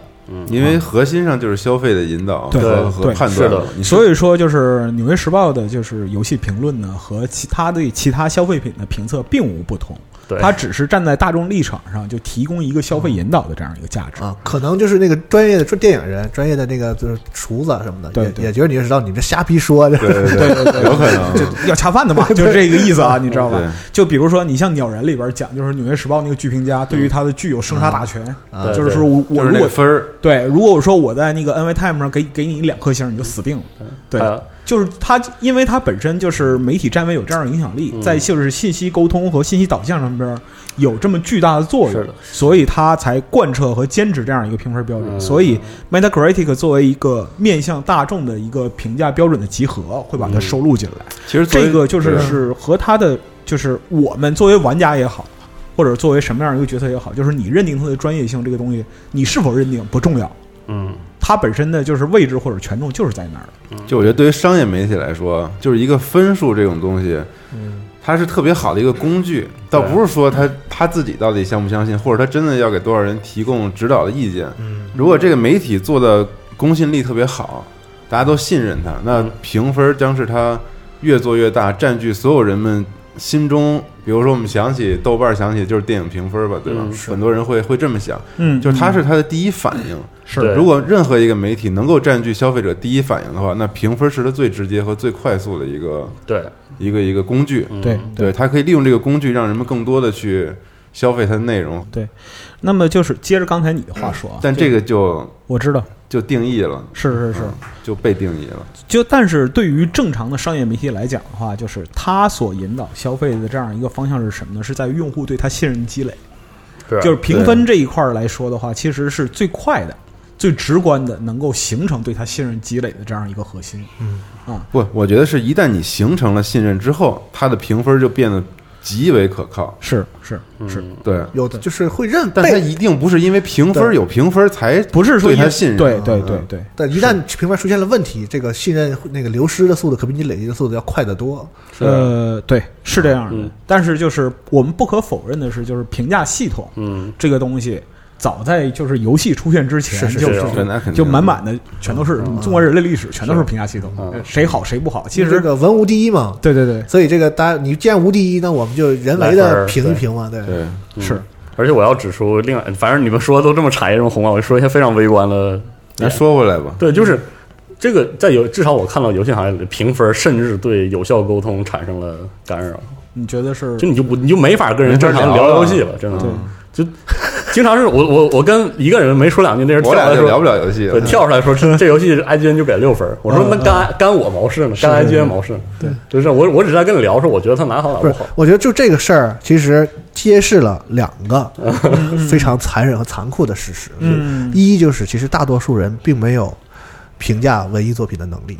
Speaker 5: 因为核心上就是消费的引导
Speaker 4: 对
Speaker 5: 和和
Speaker 4: 对
Speaker 5: 判
Speaker 2: 是
Speaker 5: 断
Speaker 2: 的
Speaker 5: 嘛，你
Speaker 4: 所以说，就是《纽约时报》的就是游戏评论呢，和其他对其他消费品的评测并无不同。
Speaker 2: 对
Speaker 4: 它只是站在大众立场上，就提供一个消费引导的这样一个价值。
Speaker 3: 啊，可能就是那个专业的说电影人、专业的那个就是厨子什么的，
Speaker 4: 对
Speaker 3: 也
Speaker 4: 对
Speaker 3: 也觉得你是知道你这瞎逼说，
Speaker 5: 对对对对，有可能
Speaker 4: 就要恰饭的嘛，就是这个意思啊，你知道吧
Speaker 5: 对？
Speaker 4: 就比如说，你像《鸟人》里边讲，就是《纽约时报》那个剧评家对于他的剧有生杀大权，
Speaker 2: 对
Speaker 4: 就是说我我
Speaker 5: 就是
Speaker 4: 如
Speaker 5: 那个
Speaker 4: 果
Speaker 5: 分儿。
Speaker 4: 对，如果我说我在那个 NY Time 上给给你两颗星，你就死定了。对
Speaker 2: 还有，
Speaker 4: 就是它，因为它本身就是媒体站位有这样的影响力，在就是信息沟通和信息导向上边儿有这么巨大的作
Speaker 2: 是
Speaker 4: 用
Speaker 2: 的，
Speaker 4: 所以它才贯彻和坚持这样一个评分标准。
Speaker 2: 嗯
Speaker 4: 所以 Metacritic 作为一个面向大众的一个评价标准的集合，会把它收录进来。
Speaker 5: 其实作为
Speaker 4: 这个就是
Speaker 5: 对
Speaker 4: 是和他的就是呃我们作为玩家也好，或者作为什么样一个角色也好，就是你认定他的专业性这个东西，你是否认定不重要，
Speaker 2: 嗯，
Speaker 4: 它本身的就是位置或者权重就是在那儿的。
Speaker 5: 就我觉得对于商业媒体来说，就是一个分数这种东西，
Speaker 4: 嗯
Speaker 5: 它是特别好的一个工具，倒不是说他他自己到底相不相信，或者他真的要给多少人提供指导的意见。
Speaker 4: 嗯
Speaker 5: 如果这个媒体做的公信力特别好，大家都信任他，那
Speaker 4: 嗯
Speaker 5: 评分将是他越做越大，占据所有人们心中。比如说，我们想起豆瓣，想起就是电影评分吧，对吧？
Speaker 2: 嗯
Speaker 5: 很多人会会这么想，
Speaker 4: 嗯
Speaker 5: 就是它是他的第一反应。
Speaker 4: 是
Speaker 2: 对
Speaker 5: 如果任何一个媒体能够占据消费者第一反应的话，那评分是它最直接和最快速的一个
Speaker 2: 对，
Speaker 5: 一个一个工具。
Speaker 2: 嗯
Speaker 4: 对
Speaker 5: 对，它可以利用这个工具，让人们更多的去消费它的内容。
Speaker 4: 对。那么就是接着刚才你的话说啊，
Speaker 5: 但嗯这个就
Speaker 4: 我知道
Speaker 5: 就定义了，
Speaker 4: 是是是，
Speaker 5: 就被定义了。
Speaker 4: 就但是对于正常的商业媒体来讲的话，就是它所引导消费的这样一个方向是什么呢？是在于用户对它信任积累。
Speaker 2: 是啊
Speaker 4: 就是评分这一块儿来说的话，其实是最快的、最直观的，能够形成对他信任积累的这样一个核心。嗯啊，
Speaker 5: 不，我觉得是一旦你形成了信任之后，它的评分就变得极为可靠。
Speaker 4: 是是是，
Speaker 5: 对，
Speaker 3: 有的就是会认
Speaker 5: 但它
Speaker 3: 被，
Speaker 5: 一定不是因为评分
Speaker 3: 对
Speaker 5: 有评分才
Speaker 4: 不是说
Speaker 5: 对
Speaker 4: 一
Speaker 5: 它信任。
Speaker 4: 对对对
Speaker 5: 嗯
Speaker 4: 对，
Speaker 3: 但一旦评判出现了问题，这个信任那个流失的速度可比你累积的速度要快得多。
Speaker 2: 是啊
Speaker 4: 呃，对，是这样的
Speaker 2: 嗯。
Speaker 4: 但是就是我们不可否认的是，就是评价系统
Speaker 2: 嗯，
Speaker 4: 这个东西。早在就是游戏出现之前，
Speaker 3: 是是
Speaker 4: 就是
Speaker 5: 是那肯定
Speaker 4: 就满满的全都是中国人类历史全都是评价系统
Speaker 2: 嗯，
Speaker 4: 谁好谁不好，其
Speaker 3: 这
Speaker 4: 实
Speaker 3: 个文无第一嘛，
Speaker 4: 对对对
Speaker 3: 所以这个大家你既然无第一，那我们就人为
Speaker 2: 来分
Speaker 3: 的
Speaker 2: 儿
Speaker 3: 评一评嘛，对。
Speaker 5: 对，
Speaker 4: 是，
Speaker 2: 而且我要指出另外，反正你们说的都这么茶叶这么红啊，我就说一些非常微观的。
Speaker 5: 咱说回来吧。
Speaker 2: 对，就是这个在游，至少我看到游戏行业里的评分，甚至对有效沟通产生了干扰。
Speaker 4: 你觉得是
Speaker 2: 就你就不你就没法跟人正常
Speaker 5: 没法聊
Speaker 2: 聊
Speaker 5: 了啊
Speaker 2: 游戏了，真的。就经常是我我我跟一个人没说两句，那人跳
Speaker 5: 我
Speaker 2: 出
Speaker 5: 俩
Speaker 2: 来
Speaker 5: 就聊不
Speaker 2: 说，
Speaker 5: 了游戏
Speaker 2: 对，
Speaker 5: 了。
Speaker 2: 跳出来说这这游戏 IGN 就给六分儿，我说那干干我毛事呢，干 IGN 毛事呢，对，就是我我只是在跟你聊说，我觉得他哪好哪
Speaker 3: 不
Speaker 2: 不
Speaker 3: 是
Speaker 2: 好，，
Speaker 3: 我觉得就这个事儿，其实揭示了两个非常残忍和残酷的事实。
Speaker 4: 嗯
Speaker 3: 一就是其实大多数人并没有评价文艺作品的能力。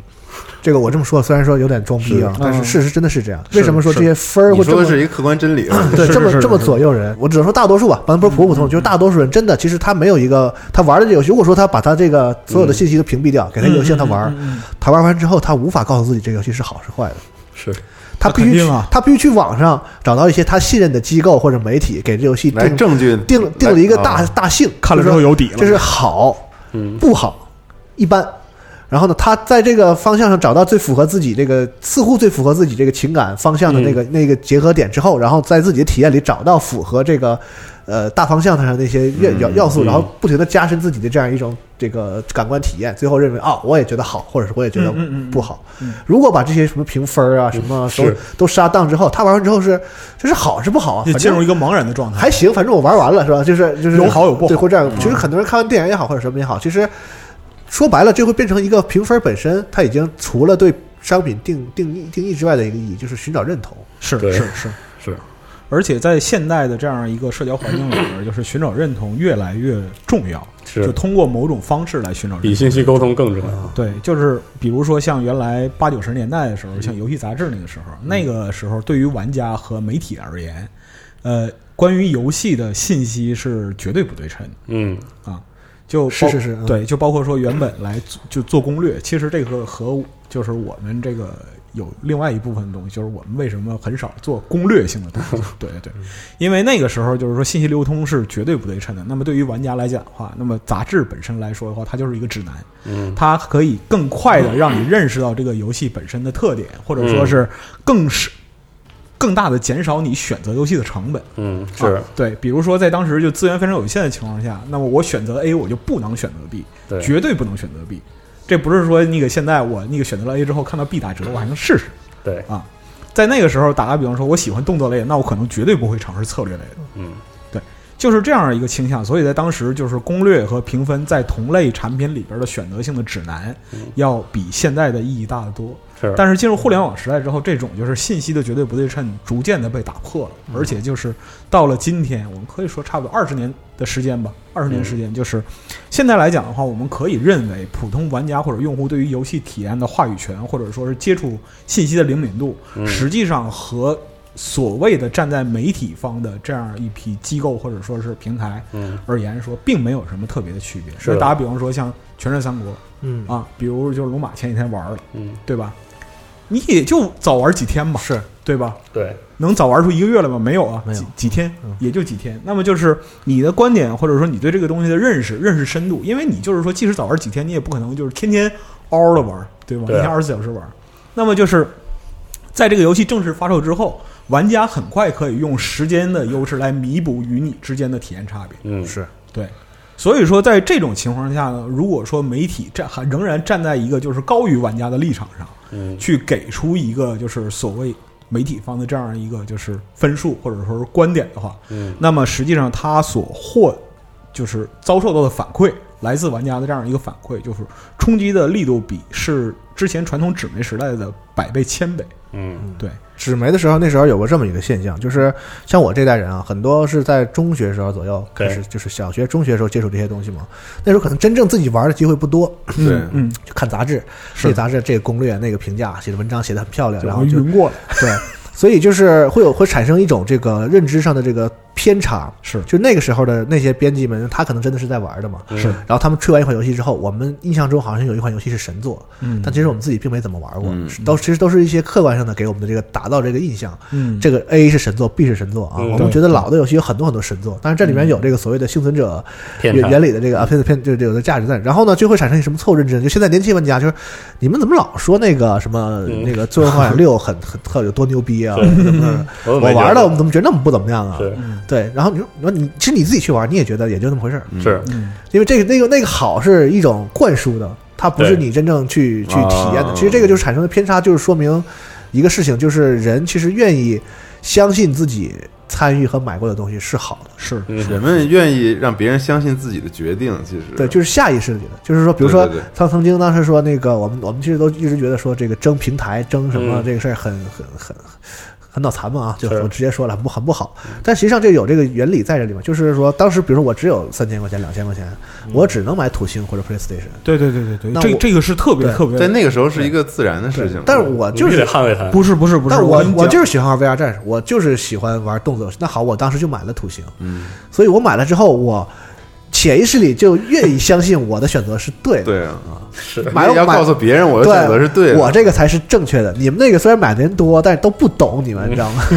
Speaker 3: 这个我这么说，虽然说有点装逼啊，
Speaker 4: 嗯
Speaker 3: 但是事实真的是这样。为什么说这些分儿
Speaker 5: 你
Speaker 3: 会这
Speaker 5: 说
Speaker 3: 么
Speaker 5: 的是一个客观真理啊吧，
Speaker 3: 对，
Speaker 4: 是
Speaker 3: 这么
Speaker 4: 是
Speaker 3: 这么
Speaker 4: 是嗯
Speaker 3: 左右人，我只能说大多数吧，咱不是普普通，就是大多数人真的，其实他没有一个他玩的这游戏，如果说他把他这个所有
Speaker 4: 嗯
Speaker 3: 的信息都屏蔽掉，给他一个游戏让他玩，他玩完之后，他无法告诉自己这个游戏是好是坏的，
Speaker 2: 是
Speaker 3: 他
Speaker 4: 那
Speaker 3: 必须
Speaker 4: 肯
Speaker 3: 去
Speaker 4: 定啊
Speaker 3: 他必须去网上找到一些他信任的机构或者媒体给这游戏
Speaker 5: 来
Speaker 3: 定
Speaker 5: 证据
Speaker 3: 定定了一个大
Speaker 5: 来啊
Speaker 3: 大性，
Speaker 4: 看了之后有底了
Speaker 3: 就是说这是好，不好，一般。然后呢，他在这个方向上找到最符合自己这个，似乎最符合自己这个情感方
Speaker 4: 嗯
Speaker 3: 向的那个、那个结合点之后，然后在自己的体验里找到符合这个呃大方向上的那些要
Speaker 4: 嗯
Speaker 3: 要要素，然后不停的加深自己的这样一种这个感官体验，最后认为啊、我也觉得好，或者是我也觉
Speaker 4: 嗯
Speaker 3: 得不好。如果把这些什么评分啊、什么都
Speaker 2: 是
Speaker 3: 都杀当之后，他玩完之后是这是好是不好啊？
Speaker 4: 就
Speaker 3: 反
Speaker 4: 进
Speaker 3: 正
Speaker 4: 入一个茫然的状 态？
Speaker 3: 还行，反正我玩完了是吧？就是就是
Speaker 4: 有好有不好嗯
Speaker 3: 对，会这样。其实很多人看完电影也好，或者什么也好，其实说白了，这会变成一个评分本身，它已经除了对商品定定义定义之外的一个意义，就是寻找认同。
Speaker 4: 是
Speaker 2: 对
Speaker 4: 是是，
Speaker 2: 是，
Speaker 4: 而且在现代的这样一个社交环境里边，就是寻找认同越来越重要，
Speaker 2: 是
Speaker 4: 就通过某种方式来寻找认
Speaker 2: 比
Speaker 4: 同。
Speaker 2: 信息沟通更重要。
Speaker 4: 对，就是比如说像原来八九十年代的时候，像游戏杂志那个时候，那个时候对于玩家和媒体而言，呃，关于游戏的信息是绝对不对称的。
Speaker 2: 嗯，
Speaker 4: 啊，就包
Speaker 3: 是是是嗯
Speaker 4: 对，就包括说原本来做就做攻略，其实这个和就是我们这个有另外一部分东西，就是我们为什么很少做攻略性的东 西，对对对，因为那个时候就是说信息流通是绝对不对称的。那么对于玩家来讲的话，那么杂志本身来说的话，它就是一个指南，
Speaker 2: 嗯，
Speaker 4: 它可以更快的让你认识到这个游戏本身的特点，或者
Speaker 3: 嗯
Speaker 4: 说是更是。更大的减少你选择游戏的成本，
Speaker 2: 嗯，是、
Speaker 4: 啊对，比如说在当时就资源非常有限的情况下，那么我选择 A，我就不能选择 B，
Speaker 2: 对
Speaker 4: 绝对不能选择 B。这不是说那个现在我那个选择了 A 之后看到 B 打
Speaker 2: 嗯
Speaker 4: 折，我还能试试
Speaker 2: 对，
Speaker 4: 啊。在那个时候，打个比方说，我喜欢动作类，那我可能绝对不会尝试策略类的。
Speaker 2: 嗯，
Speaker 4: 对，就是这样一个倾向，所以在当时就是攻略和评分在同类产品里边的选择性的指南，
Speaker 2: 嗯
Speaker 4: 要比现在的意义大得多。
Speaker 2: 是
Speaker 4: 但是进入互联网时代之后，这种就是信息的绝对不对称逐渐的被打破了，
Speaker 2: 嗯
Speaker 4: 而且就是到了今天，我们可以说差不多二十年的时间吧，
Speaker 2: 嗯
Speaker 4: 二十年时间，就是现在来讲的话，我们可以认为普通玩家或者用户对于游戏体验的话语权，或者说是接触信息的灵敏度，
Speaker 2: 嗯
Speaker 4: 实际上和所谓的站在媒体方的这样一批机构或者说是平台
Speaker 2: 嗯
Speaker 4: 而言说，并没有什么特别的区别。
Speaker 2: 是的
Speaker 4: 打比方说像《全战三国》
Speaker 3: 嗯
Speaker 4: 啊，比如就是龙马前几天玩了。
Speaker 2: 嗯，
Speaker 4: 对吧？你也就早玩几天吧，
Speaker 3: 是
Speaker 4: 对吧？
Speaker 2: 对，
Speaker 4: 能早玩出一个月来吗？没有啊，
Speaker 3: 没有
Speaker 4: 几几天
Speaker 3: 嗯，
Speaker 4: 也就几天。那么就是你的观点，或者说你对这个东西的认识、认识深度，因为你就是说，即使早玩几天，你也不可能就是天天嗷的玩，对吧？一
Speaker 2: 对啊
Speaker 4: 天二十四小时玩。那么就是在这个游戏正式发售之后，玩家很快可以用时间的优势来弥补与你之间的体验差别。
Speaker 2: 嗯
Speaker 3: 是
Speaker 4: 对，所以说在这种情况下呢，如果说媒体站还仍然站在一个就是高于玩家的立场上，
Speaker 2: 嗯
Speaker 4: 去给出一个就是所谓媒体方的这样一个就是分数或者说是观点的话，
Speaker 2: 嗯，
Speaker 4: 那么实际上他所获就是遭受到的反馈，来自玩家的这样一个反馈，就是冲击的力度比是之前传统纸媒时代的百倍千倍。
Speaker 2: 嗯
Speaker 4: 对，
Speaker 3: 纸媒的时候，那时候有过这么一个现象，就是像我这代人啊，很多是在中学时候左右开始，就是小学、中学时候接触这些东西嘛。那时候可能真正自己玩的机会不多，
Speaker 5: 对，
Speaker 4: 嗯，
Speaker 3: 就看杂志，
Speaker 4: 是
Speaker 3: 这个杂志这个攻略、那个评价，写的文章写的很漂亮，然后就
Speaker 4: 云过来
Speaker 3: 对，所以就是会有会产生一种这个认知上的这个偏差。
Speaker 4: 是
Speaker 3: 就那个时候的那些编辑们，他可能真的是在玩的嘛。
Speaker 4: 是，
Speaker 3: 然后他们吹完一款游戏之后，我们印象中好像有一款游戏是神作，
Speaker 4: 嗯
Speaker 3: 但其实我们自己并没怎么玩过，
Speaker 5: 嗯
Speaker 3: 是都其实都是一些客观上的给我们的这个打造这个印象。
Speaker 4: 嗯
Speaker 3: 这个 A 是神作，B 是神作啊。
Speaker 2: 嗯
Speaker 3: 我们
Speaker 4: 对嗯
Speaker 3: 觉得老的游戏有很多很多神作，但是这里面有这个所谓的幸存者
Speaker 2: 偏
Speaker 3: 原
Speaker 2: 差
Speaker 3: 原理的这个啊偏偏就有的价值在。然后呢，就会产生一什么错误认知？就现在年轻玩家就是你们怎么老说那个什么
Speaker 2: 嗯
Speaker 3: 那个《最后幻想六》很 很特有多牛逼啊？
Speaker 2: 对嗯
Speaker 3: 怎么
Speaker 2: 我
Speaker 3: 我
Speaker 2: 怎么没
Speaker 3: 玩
Speaker 2: 觉
Speaker 3: 了，
Speaker 2: 得
Speaker 3: 我们怎么觉得那么不怎么样啊？
Speaker 2: 是
Speaker 4: 嗯
Speaker 3: 对，然后你说你说你其实你自己去玩，你也觉得也就那么回事儿，
Speaker 2: 是，
Speaker 4: 嗯
Speaker 3: 因为这个那个那个好是一种灌输的，它不是
Speaker 2: 对
Speaker 3: 你真正去去体验的
Speaker 5: 啊。
Speaker 3: 其实这个就是产生的偏差，就是说明一个事情，就是人其实愿意相信自己参与和买过的东西是好的，
Speaker 4: 是
Speaker 2: 嗯
Speaker 5: 人们愿意让别人相信自己的决定，其实
Speaker 3: 对，就是下意识里的，就是说，比如说
Speaker 5: 啊对对对
Speaker 3: 他曾经当时说那个，我们我们其实都一直觉得说这个争平台争什么
Speaker 2: 嗯
Speaker 3: 这个事儿很很很。很脑残嘛啊，就是我直接说了，不很不好。但实际上这有这个原理在这里面，就是说，当时比如说我只有三千块钱、两千块钱，我只能买土星或者 PlayStation，
Speaker 4: 对对对对
Speaker 3: 那
Speaker 4: 对，这
Speaker 3: 我
Speaker 4: 这个是特别
Speaker 3: 对
Speaker 4: 特别
Speaker 5: 在那个时候是一个自然的事
Speaker 3: 对
Speaker 5: 情。
Speaker 3: 但是我就
Speaker 2: 你必须得
Speaker 3: 是
Speaker 2: 捍卫它，
Speaker 4: 不是不是不是，
Speaker 3: 但我
Speaker 4: 跟你
Speaker 3: 我
Speaker 4: 讲
Speaker 3: 就是喜欢玩 VR 战士，我就是喜欢玩动作游戏。那好，我当时就买了土星，
Speaker 5: 嗯，
Speaker 3: 所以我买了之后，我潜意识里就愿意相信我的选择是对的。
Speaker 5: 对啊，
Speaker 2: 是
Speaker 3: 买
Speaker 5: 你要
Speaker 3: 买
Speaker 5: 告诉别人我的
Speaker 3: 对
Speaker 5: 选择是对的，啊
Speaker 3: 我这个才是正确的。你们那个虽然买的人多，但是都不懂你们，你知道吗？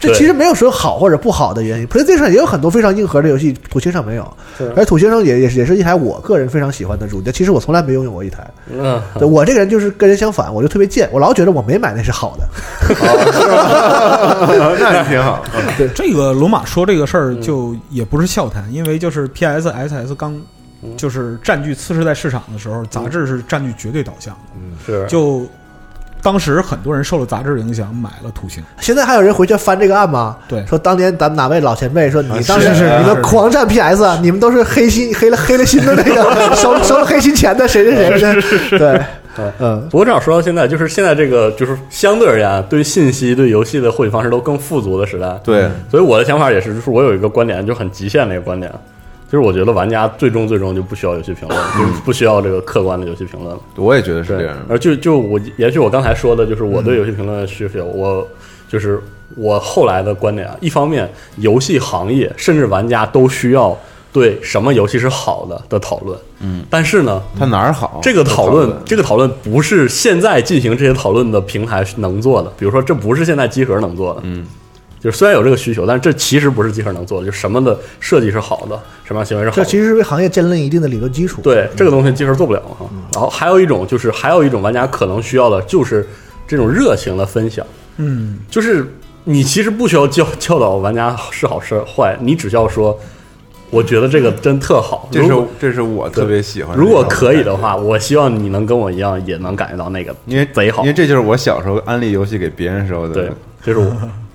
Speaker 3: 这
Speaker 2: 对
Speaker 3: 其实没有说好或者不好的原因。PlayStation 上也有很多非常硬核的游戏，土星上没有，而土星上也也是也是一台我个人非常喜欢的主机。其实我从来没拥有过一台，
Speaker 2: 嗯，
Speaker 3: 对我这个人就是跟人相反，我就特别贱，我老觉得我没买那是好的。
Speaker 5: 哦那也挺好。 嗯
Speaker 4: 这个罗马说这个事儿就也不是笑谈，因为就是 PS、SS 刚
Speaker 5: 嗯
Speaker 4: 就是占据次世代市场的时候，杂志是占据绝对导向的，
Speaker 2: 是
Speaker 4: 就当时很多人受了杂志影响买了土星，
Speaker 3: 现在还有人回去翻这个案吗？
Speaker 4: 对
Speaker 3: 说当年咱们哪位老前辈说你当时
Speaker 5: 是是是
Speaker 3: 你
Speaker 4: 是
Speaker 3: 们狂占 PS，啊你们都是黑心黑了黑了心的那个收收了黑心钱的谁谁谁的，对，嗯，
Speaker 2: 不过正好说到现在，就是现在这个就是相对而言啊，对信息、对游戏的获取方式都更富足的时代。，
Speaker 5: 对，
Speaker 2: 所以我的想法也是，就是我有一个观点，就很极限的一个观点，就是我觉得玩家最终最终就不需要游戏评论，就是不需要这个客观的游戏评论了。
Speaker 5: 我也觉得是这
Speaker 2: 对
Speaker 5: 样，的。
Speaker 2: 而就就我也许我刚才说的，就是我对游戏评论的需求，我就是我后来的观点啊，一方面游戏行业甚至玩家都需要对什么游戏是好的的讨论，嗯，但是呢，
Speaker 5: 它哪儿好？
Speaker 2: 这个讨论，这个讨论不是现在进行这些讨论的平台是能做的。比如说，这不是现在集合能做的。嗯，就是虽然有这个需求，但是这其实不是集合能做的。就什么的设计是好的，什么样行为是好
Speaker 3: 这
Speaker 2: 的。
Speaker 3: 其实是为行业建立一定的理论基础。
Speaker 2: 对这个东西集合做不了哈。然后还有一种就是，还有一种玩家可能需要的就是这种热情的分享。
Speaker 4: 嗯，
Speaker 2: 就是你其实不需要教教导玩家是好是坏，你只需要说，我觉得这个真特好。
Speaker 5: 这
Speaker 2: 如
Speaker 5: 是
Speaker 2: 果
Speaker 5: 这是我特别喜欢的。
Speaker 2: 如果可以的话，我希望你能跟我一样，也能感觉到那个
Speaker 5: 因为
Speaker 2: 贼好
Speaker 5: 因为。这就是我小时候安利游戏给别人时候
Speaker 2: 对
Speaker 5: 的，
Speaker 2: 这是我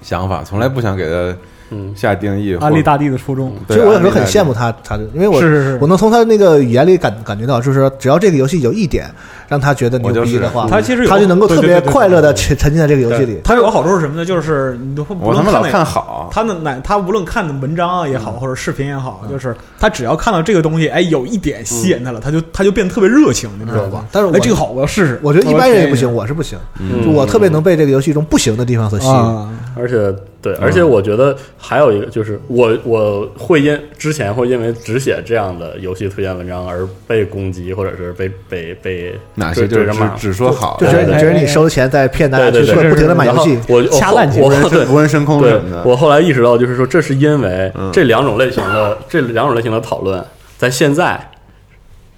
Speaker 5: 想法，从来不想给他
Speaker 2: 嗯
Speaker 5: 下定义，
Speaker 4: 安利大帝的初衷。
Speaker 5: 嗯
Speaker 3: 其实我有时候很
Speaker 2: 啊
Speaker 3: 羡慕他，他因为我
Speaker 4: 是是是
Speaker 3: 我能从他那个语言里感感觉到，就是说只要这个游戏有一点让他觉得
Speaker 5: 我
Speaker 3: 牛
Speaker 5: 就是
Speaker 3: 逼的话，
Speaker 2: 嗯
Speaker 4: 他其实有
Speaker 3: 他就能够
Speaker 4: 对
Speaker 3: 特
Speaker 4: 对
Speaker 3: 别
Speaker 4: 对对
Speaker 3: 快乐的
Speaker 4: 对
Speaker 3: 沉沉浸在这个游戏里。
Speaker 4: 它有个好处是什么呢？就是你都不
Speaker 5: 我他
Speaker 4: 能
Speaker 5: 妈老
Speaker 4: 哪
Speaker 5: 看好，嗯
Speaker 4: 他的哪他无论看的文章啊也好，或者视频也好，就是他只要看到这个东西，哎，有一点吸引他了，他就他就变得特别热情，你知道吧
Speaker 3: 嗯？但是我
Speaker 4: 哎，这个好，我要试试。
Speaker 3: 我觉得一般人也不
Speaker 4: 我
Speaker 3: 行，我是不行，
Speaker 2: 嗯
Speaker 3: 就我特别能被这个游戏中不行的地方所吸引。
Speaker 4: 要体验啊，
Speaker 2: 而且对，
Speaker 5: 嗯
Speaker 2: 而且我觉得还有一个就是我我会因之前会因为只写这样的游戏推荐文章而被攻击，或者是被被被
Speaker 5: 哪些就
Speaker 2: 追
Speaker 5: 是
Speaker 2: 着
Speaker 5: 只
Speaker 2: 骂。
Speaker 5: 只说好
Speaker 3: 就
Speaker 5: 的，
Speaker 3: 觉得
Speaker 4: 哎
Speaker 2: 对
Speaker 3: 你
Speaker 2: 对
Speaker 3: 觉得你收钱在骗大家
Speaker 2: 对对
Speaker 3: 去
Speaker 2: 对
Speaker 3: 说
Speaker 2: 对，
Speaker 3: 不停的买
Speaker 2: 然
Speaker 3: 游
Speaker 2: 后
Speaker 3: 戏，
Speaker 2: 我我
Speaker 4: 掐烂
Speaker 2: 我
Speaker 5: 无
Speaker 2: 我
Speaker 5: 人
Speaker 2: 对
Speaker 5: 深无人深空
Speaker 2: 对
Speaker 5: 什么，的，嗯
Speaker 2: 我后来意识到，就是说，这是因为这两种类型的、这两种类型的讨论，在现在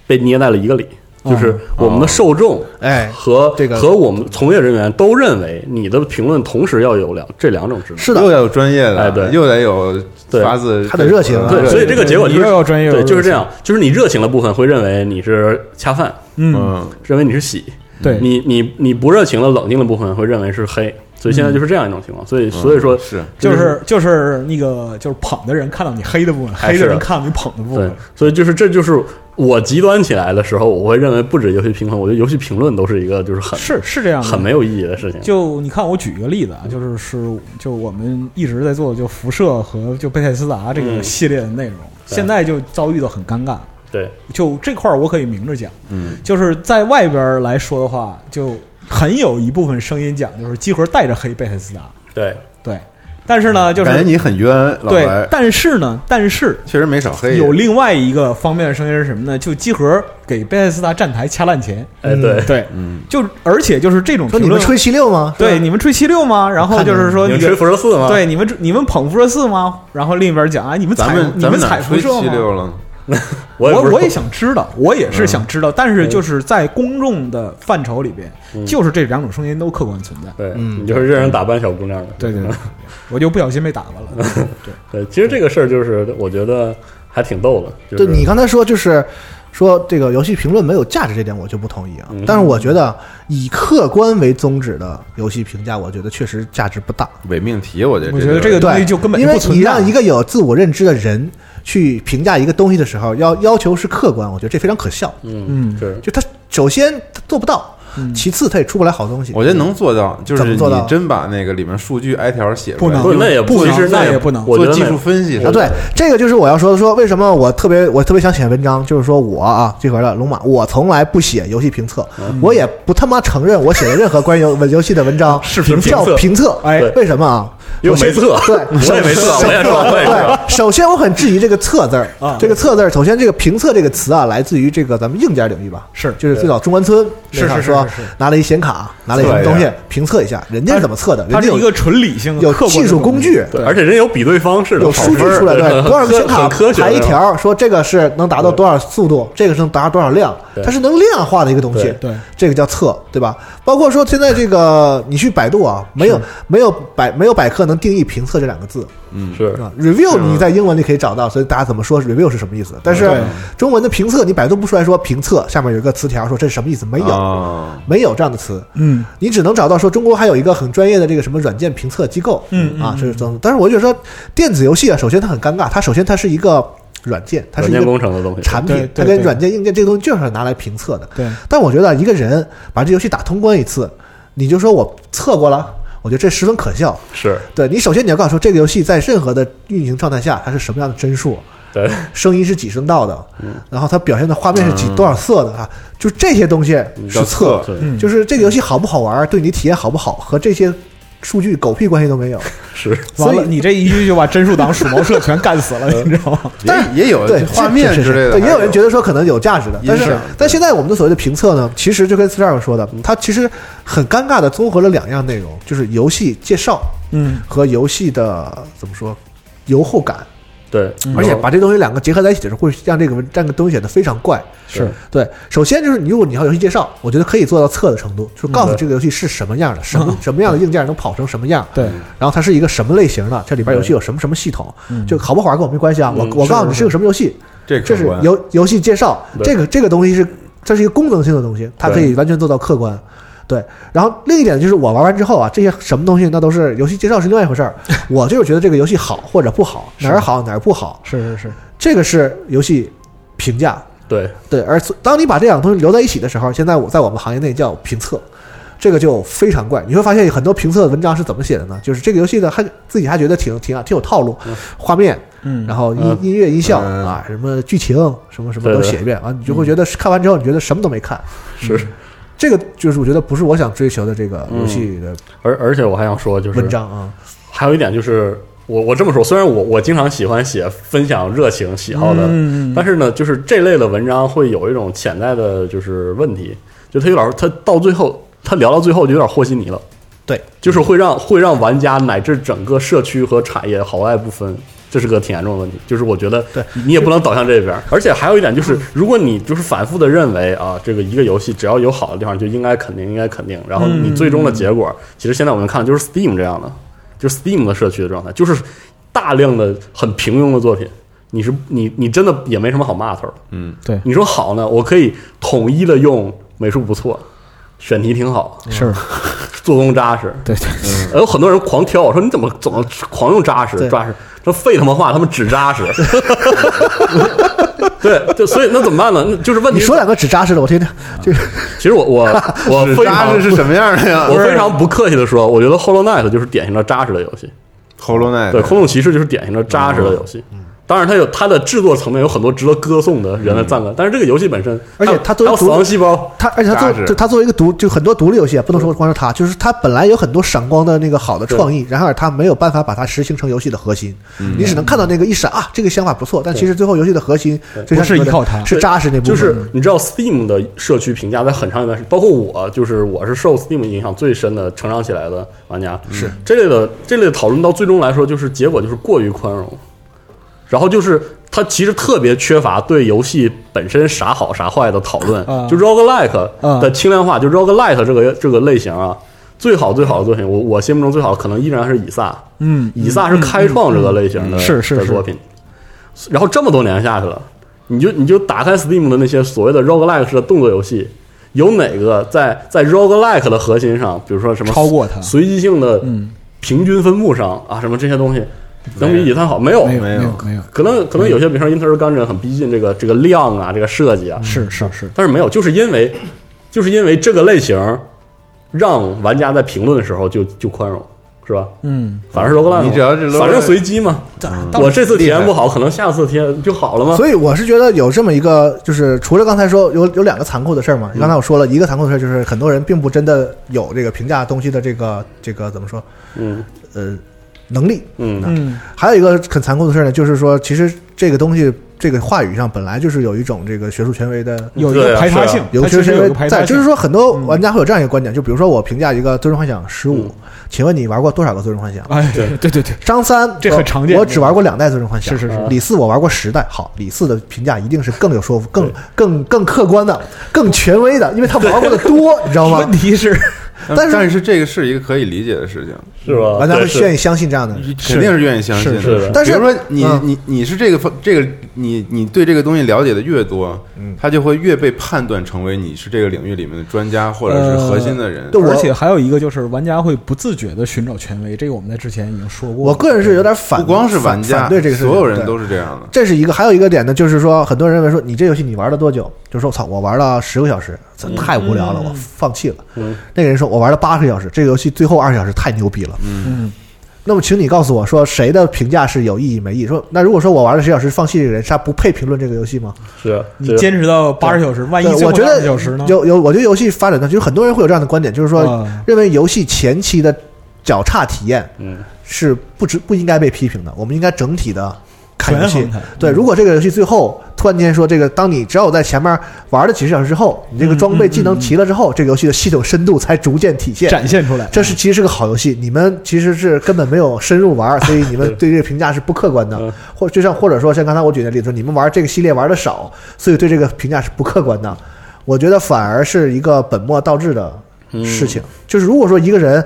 Speaker 2: 被捏在了一个里，就是
Speaker 5: 哦
Speaker 2: 我们的受众
Speaker 3: 哎
Speaker 2: 和
Speaker 3: 这个
Speaker 2: 和我们从业人员都认为你的评论同时要有两这两种知识，
Speaker 3: 是的
Speaker 5: 又要有专业的，
Speaker 2: 哎对
Speaker 5: 又得有
Speaker 2: 对
Speaker 5: 发自
Speaker 3: 他得热情啊
Speaker 2: 对，
Speaker 3: 对
Speaker 2: 所以这个结果就
Speaker 4: 你
Speaker 2: 是
Speaker 4: 又要专业又
Speaker 2: 对，
Speaker 4: 要
Speaker 2: 就是
Speaker 4: 热
Speaker 2: 这样，就是你热情的部分会认为你是恰饭，
Speaker 4: 嗯，
Speaker 5: 嗯，
Speaker 2: 认为你是喜，
Speaker 4: 对，
Speaker 2: 呃你你你不热情的冷静的部分会认为是黑，所以现在就是这样一种情况，所以所以说
Speaker 5: 嗯是
Speaker 4: 嗯就是就是那个就是捧的人看到你黑的部分，
Speaker 2: 哎
Speaker 4: 黑
Speaker 2: 是
Speaker 4: 的
Speaker 2: 的
Speaker 4: 人看到你捧的部
Speaker 2: 对
Speaker 4: 分，，
Speaker 2: 所以就是这就是我极端起来的时候，我会认为不止游戏评论，我觉得游戏评论都是一个就是很
Speaker 4: 是是这样的，
Speaker 2: 很没有意义的事情。
Speaker 4: 就你看，我举一个例子啊，就是是就我们一直在做就辐射和就贝塞斯达这个
Speaker 2: 嗯
Speaker 4: 系列的内容，
Speaker 2: 对
Speaker 4: 现在就遭遇到很尴尬。
Speaker 2: 对，
Speaker 4: 就这块儿我可以明着讲，
Speaker 5: 嗯，
Speaker 4: 就是在外边儿来说的话，就很有一部分声音讲就是集合带着黑贝塞斯达，
Speaker 2: 对，
Speaker 4: 对。但是呢，就
Speaker 5: 感觉
Speaker 4: 是
Speaker 5: 你很冤，老
Speaker 4: 对
Speaker 5: 白，
Speaker 4: 但是呢，但是
Speaker 5: 确实没少黑，
Speaker 4: 有另外一个方面的声音是什么呢？就集合给贝塞斯达站台掐烂钱，
Speaker 2: 哎对，
Speaker 4: 对，
Speaker 5: 嗯，
Speaker 4: 就而且就是这种
Speaker 3: 说你们
Speaker 4: 评论
Speaker 3: 吹啊七六吗？是吧
Speaker 4: 对，你们吹七六吗？然后就是说
Speaker 2: 你
Speaker 4: 那
Speaker 2: 们
Speaker 4: 个
Speaker 2: 吹辐射四吗？
Speaker 4: 对，你们你们捧辐射四吗？然后另一边讲啊，你们
Speaker 5: 咱
Speaker 4: 踩
Speaker 5: 们
Speaker 4: 你
Speaker 5: 咱们哪
Speaker 4: 踩辐
Speaker 5: 吹
Speaker 4: 射
Speaker 5: 七六
Speaker 4: 吗？
Speaker 5: 了？
Speaker 2: 我也不是嗯
Speaker 4: 我也想知道，我也是想知道，但是就是在公众的范畴里边，
Speaker 2: 嗯
Speaker 4: 就是这两种声音都客观存在。
Speaker 2: 对，
Speaker 3: 嗯
Speaker 2: 你就是任人打扮小姑娘的。
Speaker 4: 对对对，我就不小心被打 发了。对，
Speaker 2: 对，其实这个事儿就是我觉得还挺逗的，就是
Speaker 3: 对你刚才说就是说这个游戏评论没有价值这点，我就不同意啊
Speaker 2: 嗯。
Speaker 3: 但是我觉得以客观为宗旨的游戏评价，我觉得确实价值不大。
Speaker 5: 伪命题，我觉得
Speaker 4: 我觉得这个
Speaker 3: 对，
Speaker 4: 东西就根本就
Speaker 3: 因为
Speaker 4: 不存
Speaker 3: 你
Speaker 4: 在
Speaker 3: 让一个有自我认知的人去评价一个东西的时候，要要求是客观，我觉得这非常可笑。
Speaker 2: 嗯
Speaker 4: 嗯
Speaker 2: 是
Speaker 3: 就他首先他做不到，其次他也出不来好东西。
Speaker 5: 我觉得能做到，就
Speaker 3: 怎
Speaker 5: 是
Speaker 3: 么做到
Speaker 5: 你真把那个里面数据挨条写出
Speaker 4: 不
Speaker 5: 来，
Speaker 4: 能
Speaker 2: 不那也
Speaker 4: 不
Speaker 2: 其
Speaker 4: 能
Speaker 2: 实
Speaker 4: 那
Speaker 2: 也
Speaker 4: 也不能
Speaker 2: 我觉得
Speaker 5: 做技
Speaker 2: 那
Speaker 5: 术分析是吧
Speaker 3: 啊，对，
Speaker 2: 嗯
Speaker 3: 这个就是我要说的，说为什么我特别我特别想写文章，就是说我啊，这回了龙马，我从来不写游戏评测，
Speaker 2: 嗯
Speaker 3: 我也不他妈承认我写的任何关于游游戏的文章
Speaker 2: 视频评测
Speaker 3: 叫评测，
Speaker 4: 哎
Speaker 3: 为什么啊？
Speaker 2: 又
Speaker 3: 首先
Speaker 2: 没测
Speaker 3: 对，
Speaker 2: 我也没测
Speaker 3: 首
Speaker 2: 我也说我也说
Speaker 3: 对，首先我很质疑这个“测”字儿
Speaker 4: 啊，
Speaker 3: 这个“测”字儿，首先这个“评测”这个词啊，来自于这个咱们硬件领域吧，
Speaker 4: 是
Speaker 3: 就是最早中关村
Speaker 4: 是
Speaker 3: 那场
Speaker 4: 是是
Speaker 3: 说
Speaker 4: 是是
Speaker 3: 拿了一显卡，拿了一什么东西评测一下，人家是怎么测的？人
Speaker 4: 它
Speaker 3: 家
Speaker 4: 是
Speaker 3: 有
Speaker 4: 一个纯理性、
Speaker 3: 有
Speaker 4: 客观的
Speaker 3: 技术工具
Speaker 4: 东西
Speaker 2: 对，而且人有比对方式的，
Speaker 3: 有
Speaker 2: 跑
Speaker 3: 数据
Speaker 2: 分儿
Speaker 3: 出来，
Speaker 2: 对，
Speaker 3: 多少个显卡
Speaker 2: 很科学
Speaker 3: 排一
Speaker 2: 那种，
Speaker 3: 条，说这个是能达到多少速度，这个是能达到多少量，
Speaker 2: 对
Speaker 3: 它是能量化的一个东西
Speaker 2: 对。
Speaker 4: 对
Speaker 3: 这个叫测，对吧？包括说现在这个，你去百度啊，没有没有百没有百科能定义评测这两个字，
Speaker 2: 是啊
Speaker 3: 是吧？review 你在英文里可以找到，所以大家怎么说 review 是什么意思？但是
Speaker 4: 对
Speaker 3: 中文的评测，你百度不出来说评测，下面有一个词条说这是什么意思？没有，
Speaker 5: 啊，
Speaker 3: 没有这样的词。
Speaker 4: 嗯，
Speaker 3: 你只能找到说中国还有一个很专业的这个什么软件评测机构，
Speaker 4: 嗯
Speaker 3: 啊
Speaker 4: 嗯，
Speaker 3: 这是增。但是我就说电子游戏啊，首先它很尴尬，它首先它是一个软件，它是
Speaker 2: 软件
Speaker 3: 一
Speaker 2: 工
Speaker 3: 个
Speaker 2: 程的东西，
Speaker 3: 产
Speaker 4: 对
Speaker 3: 品，
Speaker 4: 对
Speaker 3: 它跟
Speaker 4: 对
Speaker 3: 软件硬件这个东西就是拿来评测的。
Speaker 4: 对，
Speaker 3: 但我觉得一个人把这游戏打通关一次，你就说我测过了，我觉得这十分可笑。
Speaker 2: 是
Speaker 3: 对你首先你要告诉我这个游戏在任何的运行状态下它是什么样的帧数，
Speaker 2: 对，
Speaker 3: 声音是几声道的，
Speaker 2: 嗯
Speaker 3: 然后它表现的画面是几多少色的啊，就这些东西是
Speaker 5: 叫
Speaker 3: 测。
Speaker 5: 测
Speaker 2: 对
Speaker 4: 嗯
Speaker 3: 就是这个游戏好不好玩，对你体验好不好，和这些数据狗屁关系都 没有。
Speaker 2: 是
Speaker 3: 所
Speaker 4: 完了，
Speaker 3: 以呃
Speaker 4: 你这一句就把真树党、鼠毛社全干死了，你知道吗？
Speaker 3: 但
Speaker 5: 也也有
Speaker 3: 对，
Speaker 5: 呃画面
Speaker 3: 是是
Speaker 5: 之类
Speaker 3: 是
Speaker 5: 的，
Speaker 3: 对，也有人觉
Speaker 5: 得
Speaker 3: 得说可能有价值的，但
Speaker 5: 音
Speaker 3: 是
Speaker 5: 响
Speaker 3: 但现在我们的所谓的评测呢，其实就跟四十二说的，它其实很尴尬的综合了两样内容，就是游戏介绍
Speaker 4: 嗯，
Speaker 3: 和游戏的怎么说，游后感。
Speaker 2: 对，
Speaker 3: 嗯
Speaker 5: 嗯
Speaker 3: 而且把这东西两个结合在一起的时候，会让这个文这个东西显得非常怪。
Speaker 2: 是
Speaker 4: 嗯
Speaker 3: 对，首先就是你如果你要游戏介绍，我觉得可以做到测的程度，就是告诉
Speaker 2: 嗯对
Speaker 3: 这个游戏是什么样的，什 么什么样的硬件能跑成什么样，
Speaker 4: 对，
Speaker 3: 然后它是一个什么类型的，这里边游戏有什么什么系统，就好不好玩跟我没关系啊。我
Speaker 2: 嗯
Speaker 3: 我告诉你嗯是个什么游戏，
Speaker 5: 这
Speaker 3: 这
Speaker 5: 客
Speaker 3: 是
Speaker 5: 观
Speaker 3: 游游戏介绍，
Speaker 2: 对
Speaker 3: 这个这个东西是这是一个功能性的东西，它可以完全做到客观。对，然后另一点就是我玩完之后啊，这些什么东西那都是游戏介绍是另外一回 事儿，我就是觉得这个游戏好或者不好，哪儿好哪儿不好，
Speaker 4: 是是是，
Speaker 3: 这个是游戏评价。
Speaker 2: 对，
Speaker 3: 对，而所当你把这两个东西留在一起的时候，现在我在我们行业内叫评测，这个就非常怪。你会发现很多评测的文章是怎么写的呢？就是这个游戏呢，还自己还觉得挺挺挺有套路，画面，
Speaker 4: 嗯，
Speaker 3: 然后音
Speaker 2: 嗯
Speaker 3: 音乐音效
Speaker 5: 嗯
Speaker 3: 啊，什么剧情什么什么
Speaker 2: 对
Speaker 3: 都
Speaker 2: 对嗯
Speaker 3: 写一遍啊，你就会觉得是看完之后你觉得什么都没看。
Speaker 2: 是。
Speaker 3: 嗯这个就是我觉得不是我想追求的这个游戏的
Speaker 2: 而而且我还想说，就是
Speaker 3: 文章啊，
Speaker 2: 还有一点就是，我我这么说，虽然我我经常喜欢写分享热情喜好的，
Speaker 4: 嗯嗯嗯
Speaker 2: 但是呢，就是这类的文章会有一种潜在的就是问题，就他有点儿他到最后他聊到最后就有点和稀泥了，
Speaker 3: 对，
Speaker 2: 就是会让会让玩家乃至整个社区和产业好坏不分。这是个挺严重的问题，就是我觉得
Speaker 3: 对
Speaker 2: 你也不能导向这边儿，而且还有一点就是，如果你就是反复的认为啊，这个一个游戏只要有好的地方就应该肯定应该肯定，然后你最终的结果，其实现在我们看就是 Steam 这样的，就是 Steam 的社区的状态，就是大量的很平庸的作品，你是你你真的也没什么好骂头的。
Speaker 5: 嗯，
Speaker 4: 对，
Speaker 2: 你说好呢，我可以统一的用美术不错，选题挺好，
Speaker 4: 是，
Speaker 3: 嗯
Speaker 2: 做工扎实。
Speaker 4: 对对，
Speaker 2: 呃有很多人狂挑，我说你怎么总狂用扎实
Speaker 3: 对
Speaker 2: 扎实？这废他妈话，他们只扎实。 对，就所以那怎么办呢？那就是嗯问
Speaker 3: 你
Speaker 2: 题是。
Speaker 3: 说两个纸扎实的，我听听。这个
Speaker 2: 其实我我 我
Speaker 5: 纸
Speaker 2: 非
Speaker 5: 扎
Speaker 2: 常
Speaker 5: 是是什么啊样的呀
Speaker 2: 我非常不客气的说，我觉得《Hollow Knight》就是典型的扎实的游戏。
Speaker 5: ？Hollow Knight，
Speaker 2: 对，《空洞骑士》就是典型的扎实的游
Speaker 3: 嗯
Speaker 2: 戏。嗯当然，它有它的制作层面有很多值得歌颂的人的赞叹，但是这个游戏本身，
Speaker 3: 嗯而且
Speaker 2: 它
Speaker 3: 它作为
Speaker 2: 还有死
Speaker 3: 独
Speaker 2: 亡
Speaker 3: 立
Speaker 2: 细胞，
Speaker 3: 它而且它
Speaker 5: 扎
Speaker 3: 作
Speaker 5: 实
Speaker 3: 就它作为一个独就很多独立游戏啊，不能说光是它，就是它本来有很多闪光的那个好的创意，然而它没有办法把它实行成游戏的核心。
Speaker 2: 嗯
Speaker 3: 你只能看到那个一闪啊，这个想法不错，但其实最后游戏的核心就像
Speaker 4: 不是
Speaker 3: 你说的
Speaker 4: 依靠它
Speaker 3: 是扎实那部分。
Speaker 2: 就是你知道 Steam 的社区评价在很长一段时间，包括我，就是我是受 Steam 影响最深的成长起来的玩家。是这类的这类的讨论到最终来说，就是结果就是过于宽容，然后就是。它其实特别缺乏对游戏本身啥好啥坏的讨论，
Speaker 4: 啊
Speaker 2: 就 roguelike
Speaker 4: 啊
Speaker 2: 的轻量化，就 roguelike 这个这个类型啊，最好最好的作品，我我心目中最好的可能依然是以撒，
Speaker 4: 嗯，
Speaker 2: 以撒是开创这个类型的、
Speaker 4: 嗯是是
Speaker 2: 的
Speaker 4: 是
Speaker 2: 作品，然后这么多年下去了，你就你就打开 Steam 的那些所谓的 roguelike 式的动作游戏，有哪个在在 roguelike 的核心上，比如说什么
Speaker 4: 超过它
Speaker 2: 随机性的
Speaker 4: 嗯
Speaker 2: 平均分布上啊，什么这些东西能比以太好？没有，
Speaker 4: 没有
Speaker 5: 没有
Speaker 4: 没有没有，嗯
Speaker 2: 可能可能有些，比如说英特尔钢针很逼近这个这个量啊，这个设计啊，
Speaker 3: 嗯
Speaker 4: 是是是，
Speaker 2: 但是没有，就是因为就是因为这个类型让玩家在评论的时候就就宽容，是吧？
Speaker 4: 嗯，
Speaker 2: 反正是 roguelike，
Speaker 5: 你只要是 roguelike
Speaker 2: 反正随机嘛。
Speaker 5: 嗯
Speaker 2: 我这次体验不好，可能下次体验就好了吗？
Speaker 3: 嗯所以我是觉得有这么一个，就是除了刚才说有有两个残酷的事儿嘛，刚才我说了一个残酷的事儿，就是很多人并不真的有这个评价东西的这个这个怎么说
Speaker 2: 嗯
Speaker 3: 呃能力，
Speaker 2: 嗯，
Speaker 4: 嗯，
Speaker 3: 还有一个很残酷的事儿呢，就是说其实这个东西这个话语上本来就是有一种这个学术权威的
Speaker 4: 有一个
Speaker 2: 对啊
Speaker 4: 排他
Speaker 2: 是啊
Speaker 4: 性，
Speaker 3: 有
Speaker 4: 它
Speaker 3: 确
Speaker 4: 其
Speaker 3: 实
Speaker 4: 实
Speaker 3: 因
Speaker 4: 有一
Speaker 3: 为
Speaker 4: 个排他
Speaker 3: 在，
Speaker 4: 性，嗯
Speaker 3: 就是说很多玩家会有这样一个观点，就比如说我评价一个《最终幻想十五》，请问你玩过多少个《最终幻想》？
Speaker 4: 哎，
Speaker 2: 对
Speaker 4: 对对对，
Speaker 3: 张三
Speaker 4: 这很常见
Speaker 3: 我只玩过两代《最终幻想》，啊
Speaker 4: 是是
Speaker 2: 是
Speaker 3: 李四我玩过十代，好，李四的评价一定是更有说服、更更更客观的、更权威的，因为他玩过的多，你知道吗
Speaker 4: 问？题是，
Speaker 3: 但是
Speaker 5: 但是这个是一个可以理解的事情，
Speaker 2: 是吧？
Speaker 3: 玩家会
Speaker 2: 对是
Speaker 3: 愿意相信这样的人。
Speaker 5: 肯定是愿意相信
Speaker 2: 是是的
Speaker 3: 但是
Speaker 5: 比如说你
Speaker 3: 嗯
Speaker 5: 你你是这个方这个你你对这个东西了解的越多，
Speaker 3: 嗯
Speaker 5: 他就会越被判断成为你是这个领域里面的专家或者是
Speaker 3: 呃
Speaker 5: 核心的人。
Speaker 3: 对我
Speaker 4: 呃而且还有一个就是玩家会不自觉的寻找权威，这个我们在之前已经说过了。
Speaker 3: 我个人是有点反，
Speaker 5: 不光是玩
Speaker 3: 反
Speaker 5: 家，
Speaker 3: 反对这个事情，
Speaker 5: 所有
Speaker 3: 对
Speaker 5: 人都是这样的。
Speaker 3: 这是一个，还有一个点呢，就是说，很多人认为说你这游戏你玩了多久？就是说，我操，我玩了十个小时，这太无聊了，我放弃了。
Speaker 2: 嗯
Speaker 3: 那个人说，我玩了八个小时，这个游戏最后二十小时太牛逼了。
Speaker 4: 嗯，
Speaker 3: 那么，请你告诉我说，谁的评价是有意义没意义？说，那如果说我玩了十小时放弃这个人，是他不配评论这个游戏吗？
Speaker 2: 是啊
Speaker 4: 你坚持到八十小时，万一
Speaker 3: 对
Speaker 4: 最后
Speaker 3: 我觉
Speaker 4: 80
Speaker 3: 得
Speaker 4: 小时呢？
Speaker 3: 有有，我觉得游戏发展到，就是很多人会有这样的观点，就是说，
Speaker 4: 啊
Speaker 3: 认为游戏前期的较差体验
Speaker 2: 嗯
Speaker 3: 是不值不应该被批评的，我们应该整体的看游戏
Speaker 4: 权衡它。
Speaker 3: 对，如果这个游戏最后突然间说这个，当你只有在前面玩了几十小时之后，你这
Speaker 4: 嗯
Speaker 3: 个装备技能齐了之后，这个游戏的系统深度才逐渐体现。
Speaker 4: 展现出来，
Speaker 3: 这是其实是个好游戏，你们其实是根本没有深入玩，所以你们对这个评价是不客观的
Speaker 2: 嗯，
Speaker 3: 或就像或者说像刚才我举的例子说，你们玩这个系列玩的少，所以对这个评价是不客观的。我觉得反而是一个本末倒置的事情，就是如果说一个人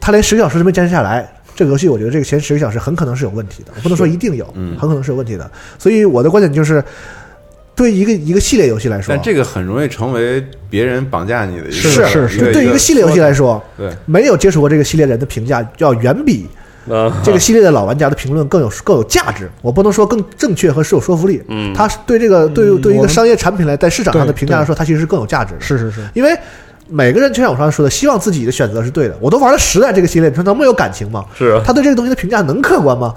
Speaker 3: 他连十个小时都没坚持下来。这个游戏，我觉得这个前十个小时很可能是有问题的，我不能说一定有，
Speaker 5: 嗯
Speaker 3: 很可能是有问题的。所以我的观点就是，对一个一个系列游戏来说，
Speaker 5: 但这个很容易成为别人绑架你的一个
Speaker 3: 是
Speaker 4: 是
Speaker 5: 一个
Speaker 3: 对一个系列游戏来说，
Speaker 5: 对
Speaker 3: 没有接触过这个系列人的评价要远比
Speaker 2: 呃，
Speaker 4: 嗯
Speaker 3: 这个系列的老玩家的评论更有更有价值。我不能说更正确和是有说服力，
Speaker 2: 嗯
Speaker 3: 它是对这个对于
Speaker 4: 嗯
Speaker 3: 对于一
Speaker 4: 我
Speaker 3: 个
Speaker 4: 们
Speaker 3: 商业产品来在市场上的
Speaker 4: 对
Speaker 3: 评价来说，它其实是更有价值的。
Speaker 4: 是是是，
Speaker 3: 因为每个人就像我刚才说的，希望自己的选择是对的。我都玩了十代这个系列，你说能没有感情吗？
Speaker 2: 是啊
Speaker 3: 他对这个东西的评价能客观吗？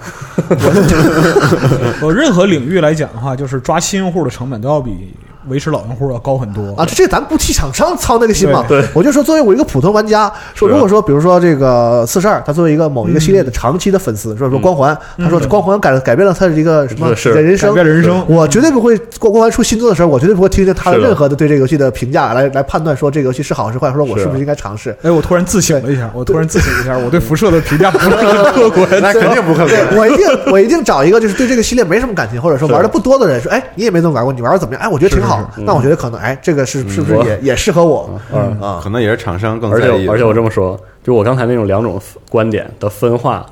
Speaker 4: 呃，任何领域来讲的话，就是抓新用户的成本都要比维持老用户要高很多
Speaker 3: 啊，。这咱不替厂商操那个心嘛。
Speaker 2: 对对
Speaker 3: 我就说作为我一个普通玩家，说
Speaker 2: 是啊嗯
Speaker 3: 如果说比如说这个四十二，他作为一个某一个系列的长期的粉丝，说说光环，他说光环改改变了他的一个什么
Speaker 2: 是是
Speaker 3: 人生，
Speaker 4: 改变人生
Speaker 2: 嗯
Speaker 3: 我绝对不会光光环出新作的时候，我绝对不会听见他的
Speaker 2: 是的
Speaker 3: 任何的对这个游戏的评价来来判断说这个游戏是好是坏，说我是不
Speaker 2: 是
Speaker 3: 是应该尝 试。
Speaker 4: 哎，我突然自省了一下，我突然自省了一下，我对辐射的评价不是 很客观。
Speaker 5: 那肯定不客观。
Speaker 3: 对我一定我一定找一个就是对这个系列没什么感情，或者说
Speaker 2: 是
Speaker 3: 玩的不多的人说，哎，你也没怎么玩过，你玩的怎么样？哎，我觉得挺好，那我觉得可能哎，这个是是不是
Speaker 2: 嗯我
Speaker 3: 也也适合我？嗯啊，
Speaker 5: 可能也是厂商更
Speaker 2: 而
Speaker 5: 在意
Speaker 2: 且，而且我这么说，就我刚才那种两种观点的分化，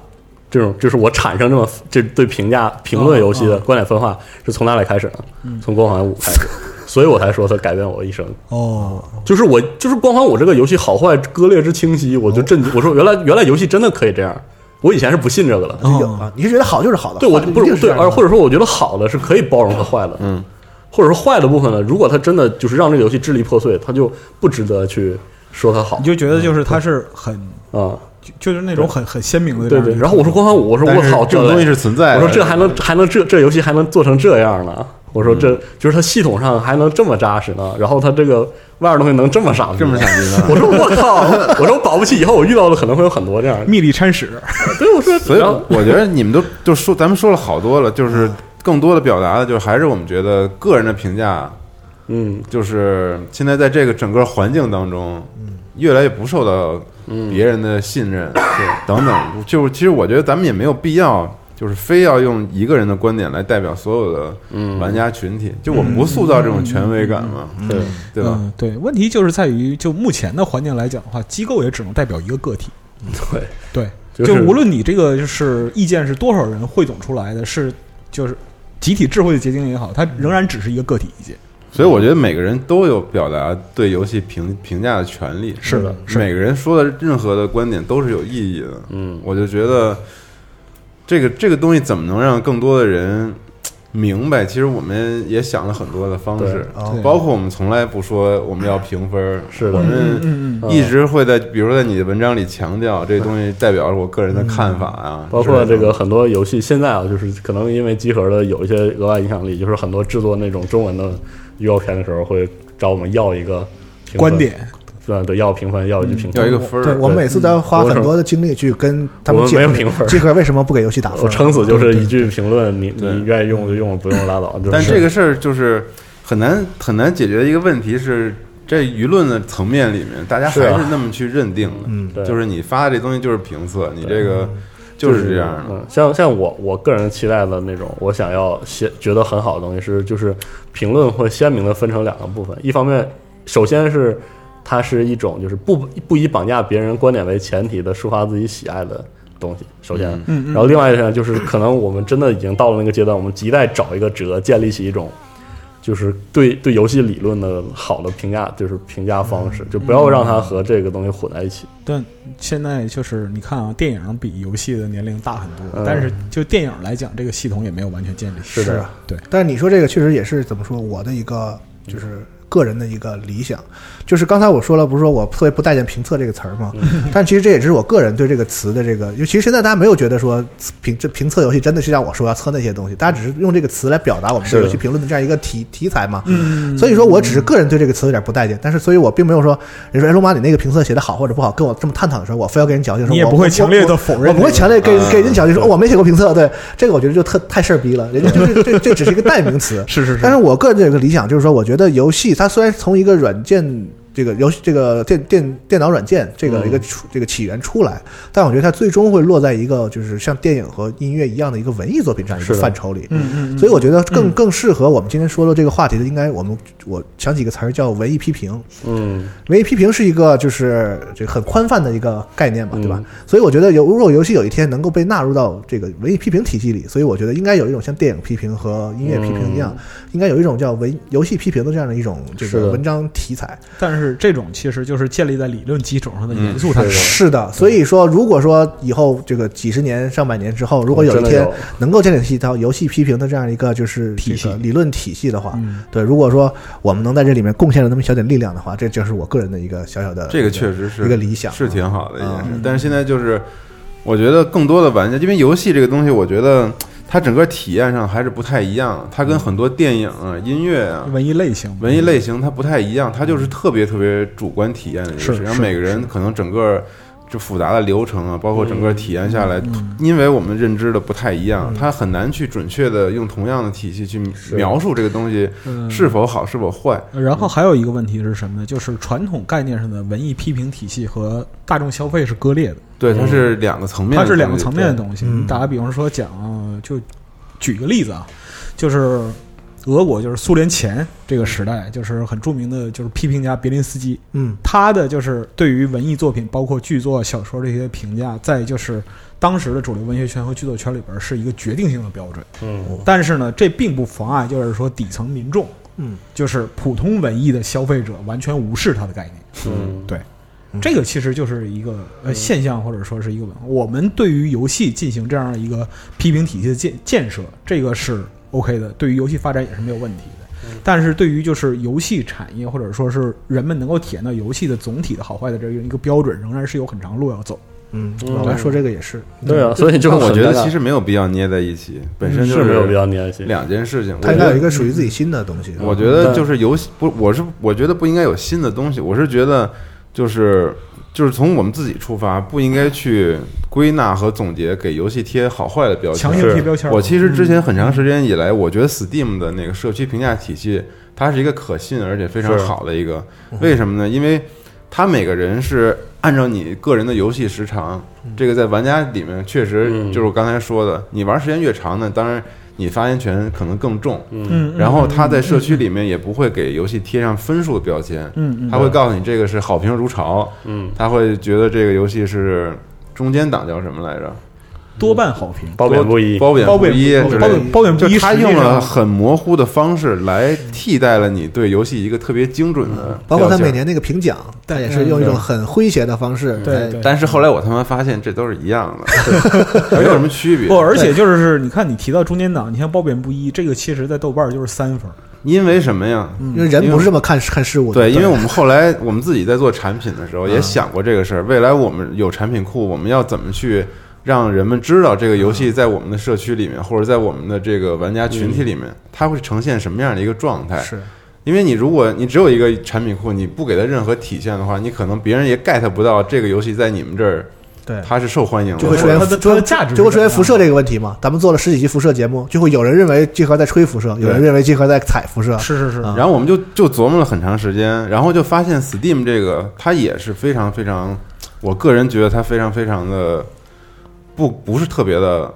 Speaker 2: 这种就是我产生这么这对评价评论游戏
Speaker 3: 嗯
Speaker 2: 的观点分化是从哪里开始呢？从《光环五》开始， 所以我才说它改变我一生。
Speaker 4: 哦，
Speaker 2: 就是我就是《光环五》这个游戏好坏割裂之清晰，我就震惊。我说原来原来游戏真的可以这样，我以前是不信这个的。
Speaker 3: 这有啊，你是觉得好就是好的，
Speaker 2: 对我
Speaker 3: 坏的
Speaker 2: 不
Speaker 3: 一
Speaker 2: 是对，
Speaker 3: 定这样的
Speaker 2: 而或者说我觉得好的是可以包容和坏的，嗯，或者说坏的部分呢，如果它真的就是让这个游戏支离破碎，它就不值得去说它好
Speaker 4: 你就觉得就是它是很，
Speaker 2: 啊。
Speaker 4: 就就是那种很很鲜明的那
Speaker 2: 对
Speaker 4: 种。
Speaker 2: 对，然后我说光环五，我说
Speaker 5: 但
Speaker 2: 我
Speaker 5: 是
Speaker 2: 操，
Speaker 5: 这种
Speaker 2: 个
Speaker 5: 东西是存在
Speaker 2: 我
Speaker 5: 的
Speaker 2: 说这还能还能这这游戏还能做成这样呢？我说这就是它系统上还能这么扎实呢，然后它这个外边东西能这么傻逼，
Speaker 5: 这么傻逼呢
Speaker 2: 我说我靠，我说我保不齐以后我遇到的可能会有很多这样的。
Speaker 4: 密里掺屎，
Speaker 2: 对，我说，
Speaker 5: 所以
Speaker 2: 然后
Speaker 5: 我我觉得你们都就说，咱们说了好多了，就是更多的表达的，就是还是我们觉得个人的评价，
Speaker 2: 嗯，
Speaker 5: 就是现在在这个整个环境当中，
Speaker 4: 嗯
Speaker 5: 越来越不受到别人的信任，对等等，就是其实我觉得咱们也没有必要。就是非要用一个人的观点来代表所有的
Speaker 4: 嗯
Speaker 5: 玩家群体，就我们不塑造这种权威感嘛，对对吧？
Speaker 4: 嗯，对，问题就是在于，就目前的环境来讲的话，机构也只能代表一个个体。嗯
Speaker 2: 对，
Speaker 4: 对，
Speaker 2: 就
Speaker 4: 就是无论你这个就是意见是多少人汇总出来的，是就是集体智慧的结晶也好，它仍然只是一个个体意见。
Speaker 5: 所以我觉得每个人都有表达对游戏评评价的权利。
Speaker 4: 是的是
Speaker 5: 每个人说的任何的观点都是有意义的。
Speaker 2: 嗯，
Speaker 5: 我就觉得这个这个东西怎么能让更多的人明白？其实我们也想了很多的方式
Speaker 3: 对哦，
Speaker 5: 包括我们从来不说我们要评分，
Speaker 2: 是的
Speaker 5: 我
Speaker 4: 嗯
Speaker 5: 们
Speaker 2: 嗯
Speaker 5: 一直会在比如说在你的文章里强调这东西代表了我个人的看法啊，
Speaker 2: 嗯包括这
Speaker 5: 之类
Speaker 2: 个
Speaker 5: 的。
Speaker 2: 很多游戏现在啊，就是可能因为集合的有一些额外影响力，就是很多制作那种中文的预告片的时候，会找我们要一个评分
Speaker 4: 观，点，嗯
Speaker 2: 对对，要评分，要一句评
Speaker 5: 要一
Speaker 2: 分。
Speaker 5: 个分儿，
Speaker 3: 对我们每次都要花很多的精力去跟他们
Speaker 2: 我
Speaker 3: 解
Speaker 2: 没有
Speaker 3: 释
Speaker 2: 评分
Speaker 3: 集合为什么不给游戏打
Speaker 2: 我
Speaker 3: 分？
Speaker 2: 撑死就是一句评论，你
Speaker 5: 对
Speaker 2: 你愿意用就用，不用拉倒。就是
Speaker 5: 但这个事儿就是很难很难解决的一个问题是，在舆论的层面里面，大家还
Speaker 2: 是啊
Speaker 5: 是那么去认定的，
Speaker 3: 嗯
Speaker 2: 对
Speaker 5: 就是你发的这东西就是评测，你这个就
Speaker 2: 就是
Speaker 5: 这样的。
Speaker 2: 嗯，像像我我个人期待的那种，我想要写觉得很好的东西是，就是评论会鲜明的分成两个部分。一方面，首先是它是一种就是不不以绑架别人观点为前提的抒发自己喜爱的东西。首先，
Speaker 4: 嗯嗯
Speaker 2: 然后另外一点就是，可能我们真的已经到了那个阶段，我们亟待找一个辙，建立起一种。就是对对游戏理论的好的评价，就是评价方式，就不要让它和这个东西混在一起。
Speaker 4: 但现在就是你看啊，电影比游戏的年龄大很多，
Speaker 2: 嗯
Speaker 4: 但是就电影来讲，这个系统也没有完全建立。
Speaker 2: 是的是啊，
Speaker 4: 对，
Speaker 3: 但是你说这个确实也是怎么说，我的一个就是个人的一个理想，就是刚才我说了，不是说我特别不待见“评测”这个词儿吗？
Speaker 4: 嗯
Speaker 3: 但其实这也是我个人对这个词的这个，因为其实现在大家没有觉得说评这评测游戏真的是像我说要测那些东西，大家只是用这个词来表达我们对
Speaker 2: 是
Speaker 3: 游戏评论的这样一个题题材嘛。
Speaker 4: 嗯
Speaker 3: 所以说我只是个人对这个词有点不待见，但是所以我并没有说，你说哎龙马你那个评测写的好或者不好，跟我这么探讨的时候，我非要给人矫情，说
Speaker 4: 你也
Speaker 3: 我
Speaker 4: 不会
Speaker 3: 我
Speaker 4: 强烈
Speaker 3: 我
Speaker 4: 地否认
Speaker 3: 我不会
Speaker 4: 这个
Speaker 3: 强烈给
Speaker 5: 嗯
Speaker 3: 给人矫情说哦我没写过评测，对这个我觉得就特太事儿逼了，人家就是这这只是一个代名词，
Speaker 4: 是是
Speaker 3: 但
Speaker 4: 是，
Speaker 3: 是我个人有个理想，就是说，我觉得游戏它虽然从一个软件这个游戏这个电电电脑软件这个一个出这个起源出来，但我觉得它最终会落在一个就是像电影和音乐一样的一个文艺作品上一
Speaker 2: 是
Speaker 3: 个
Speaker 2: 的
Speaker 3: 范畴里。
Speaker 4: 嗯嗯
Speaker 3: 所以我觉得更更适合我们今天说的这个话题的，应该我们我想起一个词儿叫文艺批评。
Speaker 2: 嗯，
Speaker 3: 文艺批评是一个就是这很宽泛的一个概念嘛，
Speaker 2: 嗯
Speaker 3: 对吧？所以我觉得有如果游戏有一天能够被纳入到这个文艺批评体系里，所以我觉得应该有一种像电影批评和音乐批评一样，应该有一种叫文游戏批评的这样的一种这
Speaker 2: 是
Speaker 3: 个
Speaker 2: 的
Speaker 3: 文章题材。
Speaker 4: 但是这种其实就是建立在理论基础上的严肃探
Speaker 2: 嗯
Speaker 4: 讨。
Speaker 3: 是的，所以说如果说以后这个几十年、上百年之后，如果有一
Speaker 2: 真的
Speaker 3: 天
Speaker 2: 有
Speaker 3: 能够建立起一套游戏批评的这样一个就是这
Speaker 4: 体
Speaker 3: 个
Speaker 4: 系
Speaker 3: 理论体系的话，
Speaker 4: 嗯
Speaker 3: 对，如果说我们能在这里面贡献了那么小点力量的话，这就是我个人的一个小小的
Speaker 5: 这个确实是
Speaker 3: 一个理想
Speaker 5: 是
Speaker 3: 啊
Speaker 5: 挺好的一件事
Speaker 4: 嗯。
Speaker 5: 但是现在就是，我觉得更多的玩家，因为游戏这个东西，我觉得它整个体验上还是不太一样，它
Speaker 4: 嗯
Speaker 5: 跟很多电影啊、音乐啊。
Speaker 4: 文艺类型，
Speaker 5: 文艺类型它不太一样，它就是特别特别主观体验的一个
Speaker 4: 是
Speaker 5: 事，然后
Speaker 4: 是
Speaker 5: 每个人可能整个这复杂的流程啊，包括整个体验下
Speaker 4: 嗯
Speaker 5: 来，因为我们认知的不太一样，它很难去准确的用同样的体系去描述这个东西
Speaker 4: 嗯
Speaker 5: 是否好、是否坏。
Speaker 4: 然后还有一个问题是什么呢？就是传统概念上的文艺批评体系和大众消费是割裂的，
Speaker 5: 对，它是两个层面
Speaker 4: 嗯
Speaker 5: 的
Speaker 4: 它
Speaker 5: 东西，
Speaker 4: 是两个层面的
Speaker 5: 对
Speaker 4: 东西。
Speaker 3: 对嗯
Speaker 4: 你打个比方说讲，呃就举个例子啊，就是俄国，就是苏联前这个时代，就是很著名的就是批评家别林斯基，
Speaker 3: 嗯
Speaker 4: 他的就是对于文艺作品，包括剧作、小说这些评价，在就是当时的主流文学圈和剧作圈里边是一个决定性的标准。
Speaker 2: 嗯，
Speaker 4: 但是呢，这并不妨碍就是说底层民众，
Speaker 3: 嗯，
Speaker 4: 就是普通文艺的消费者完全无视它的概念。
Speaker 2: 嗯
Speaker 4: 对，这个其实就是一个呃现象，或者说是一个文化。我们对于游戏进行这样一个批评体系的建建设，这个是 OK 的，对于游戏发展也是没有问题的。
Speaker 3: 嗯
Speaker 4: 但是对于就是游戏产业，或者说是人们能够体验到游戏的总体的好坏的这样一个标准，仍然是有很长路要走。
Speaker 3: 嗯，
Speaker 2: 嗯
Speaker 3: 老白说这个也是，
Speaker 2: 对
Speaker 5: 嗯
Speaker 2: 啊，所以就
Speaker 5: 但我
Speaker 2: 很
Speaker 5: 觉得
Speaker 2: 尴尬
Speaker 5: 其实没有必要捏在一起，本身就是
Speaker 2: 嗯没有必要粘在一起。
Speaker 5: 两件事情。我
Speaker 3: 它
Speaker 5: 觉
Speaker 3: 应该有一
Speaker 5: 得，
Speaker 3: 个属于自己新的东西。
Speaker 5: 我觉
Speaker 2: 嗯
Speaker 5: 得就是游戏不，我是我觉得不应该有新的东西，我是觉得就是就是从我们自己出发，不应该去归纳和总结给游戏贴好坏的
Speaker 3: 呃
Speaker 5: 标签
Speaker 4: 强。行
Speaker 2: 是
Speaker 4: 贴标签儿，
Speaker 5: 我其实之前很长时间以来，我觉得 Steam 的那个社区评价体系，它是一个可信而且非常
Speaker 2: 是
Speaker 5: 好的一个。
Speaker 4: 嗯
Speaker 5: 为什么呢？因为它每个人是按照你个人的游戏时长，
Speaker 4: 嗯
Speaker 5: 这个在玩家里面确实就是我刚才说的，你玩时间越长呢，当然你发言权可能更重。
Speaker 4: 嗯，嗯，
Speaker 5: 然后它在社区里面也不会给游戏贴上分数的标签，
Speaker 4: 嗯嗯
Speaker 5: 他会告诉你这个是好评如潮，
Speaker 2: 嗯，
Speaker 5: 他会觉得这个游戏是中间档叫什么来着？
Speaker 4: 多半好评，
Speaker 3: 嗯
Speaker 2: 褒贬不一，
Speaker 5: 褒贬
Speaker 4: 褒
Speaker 5: 不
Speaker 4: 贬
Speaker 5: 一
Speaker 4: 褒
Speaker 5: 之
Speaker 4: 贬
Speaker 5: 类的，
Speaker 4: 褒贬不一
Speaker 5: 就他
Speaker 4: 实际
Speaker 5: 用了
Speaker 4: 上
Speaker 5: 很模糊的方式来替代了你对游戏一个特别精准
Speaker 4: 嗯
Speaker 5: 的，
Speaker 3: 包括他每。年那个评奖，他也是用
Speaker 5: 嗯
Speaker 3: 一种很诙谐的方式哎
Speaker 4: 对
Speaker 3: 来
Speaker 4: 对
Speaker 5: 但是后来我他妈发现这都是一样 的，没有什么区别
Speaker 4: 不，。而且就是你看，你提到中间档，你像褒贬不一，这个其实在豆瓣儿就是三分儿，
Speaker 5: 因为什么呀？
Speaker 3: 因为人不是这么看看事物的。
Speaker 5: 对，因为我们后来我们自己在做产品的时
Speaker 4: 嗯
Speaker 5: 候也想过这个事儿。未来我们有产品库，我们要怎么去让人们知道这个游
Speaker 4: 嗯
Speaker 5: 戏在我们的社区里面，或者在我们的这个玩家群体里面，它会呈现什么样的一个状态？
Speaker 3: 是
Speaker 5: 因为你如果你只有一个产品库，你不给它任何体现的话，你可能别人也 get 不到这个游戏在你们这儿
Speaker 3: 对。
Speaker 5: 它是受欢迎的，
Speaker 3: 就会出现
Speaker 4: 它
Speaker 3: 就
Speaker 4: 的它
Speaker 3: 会
Speaker 4: 的价值是
Speaker 3: 就会出
Speaker 4: 怎样
Speaker 3: 现辐
Speaker 4: 的
Speaker 3: 射这个问题嘛？咱们做了十几期辐射节目，就会有人认为集合在吹辐射，有人
Speaker 5: 对
Speaker 3: 认为集合在踩辐射。
Speaker 4: 是是是，
Speaker 3: 啊
Speaker 5: 然后我们就就琢磨了很长时间，然后就发现 Steam 这个它也是非常非常，我个人觉得它非常非常的不不是特别的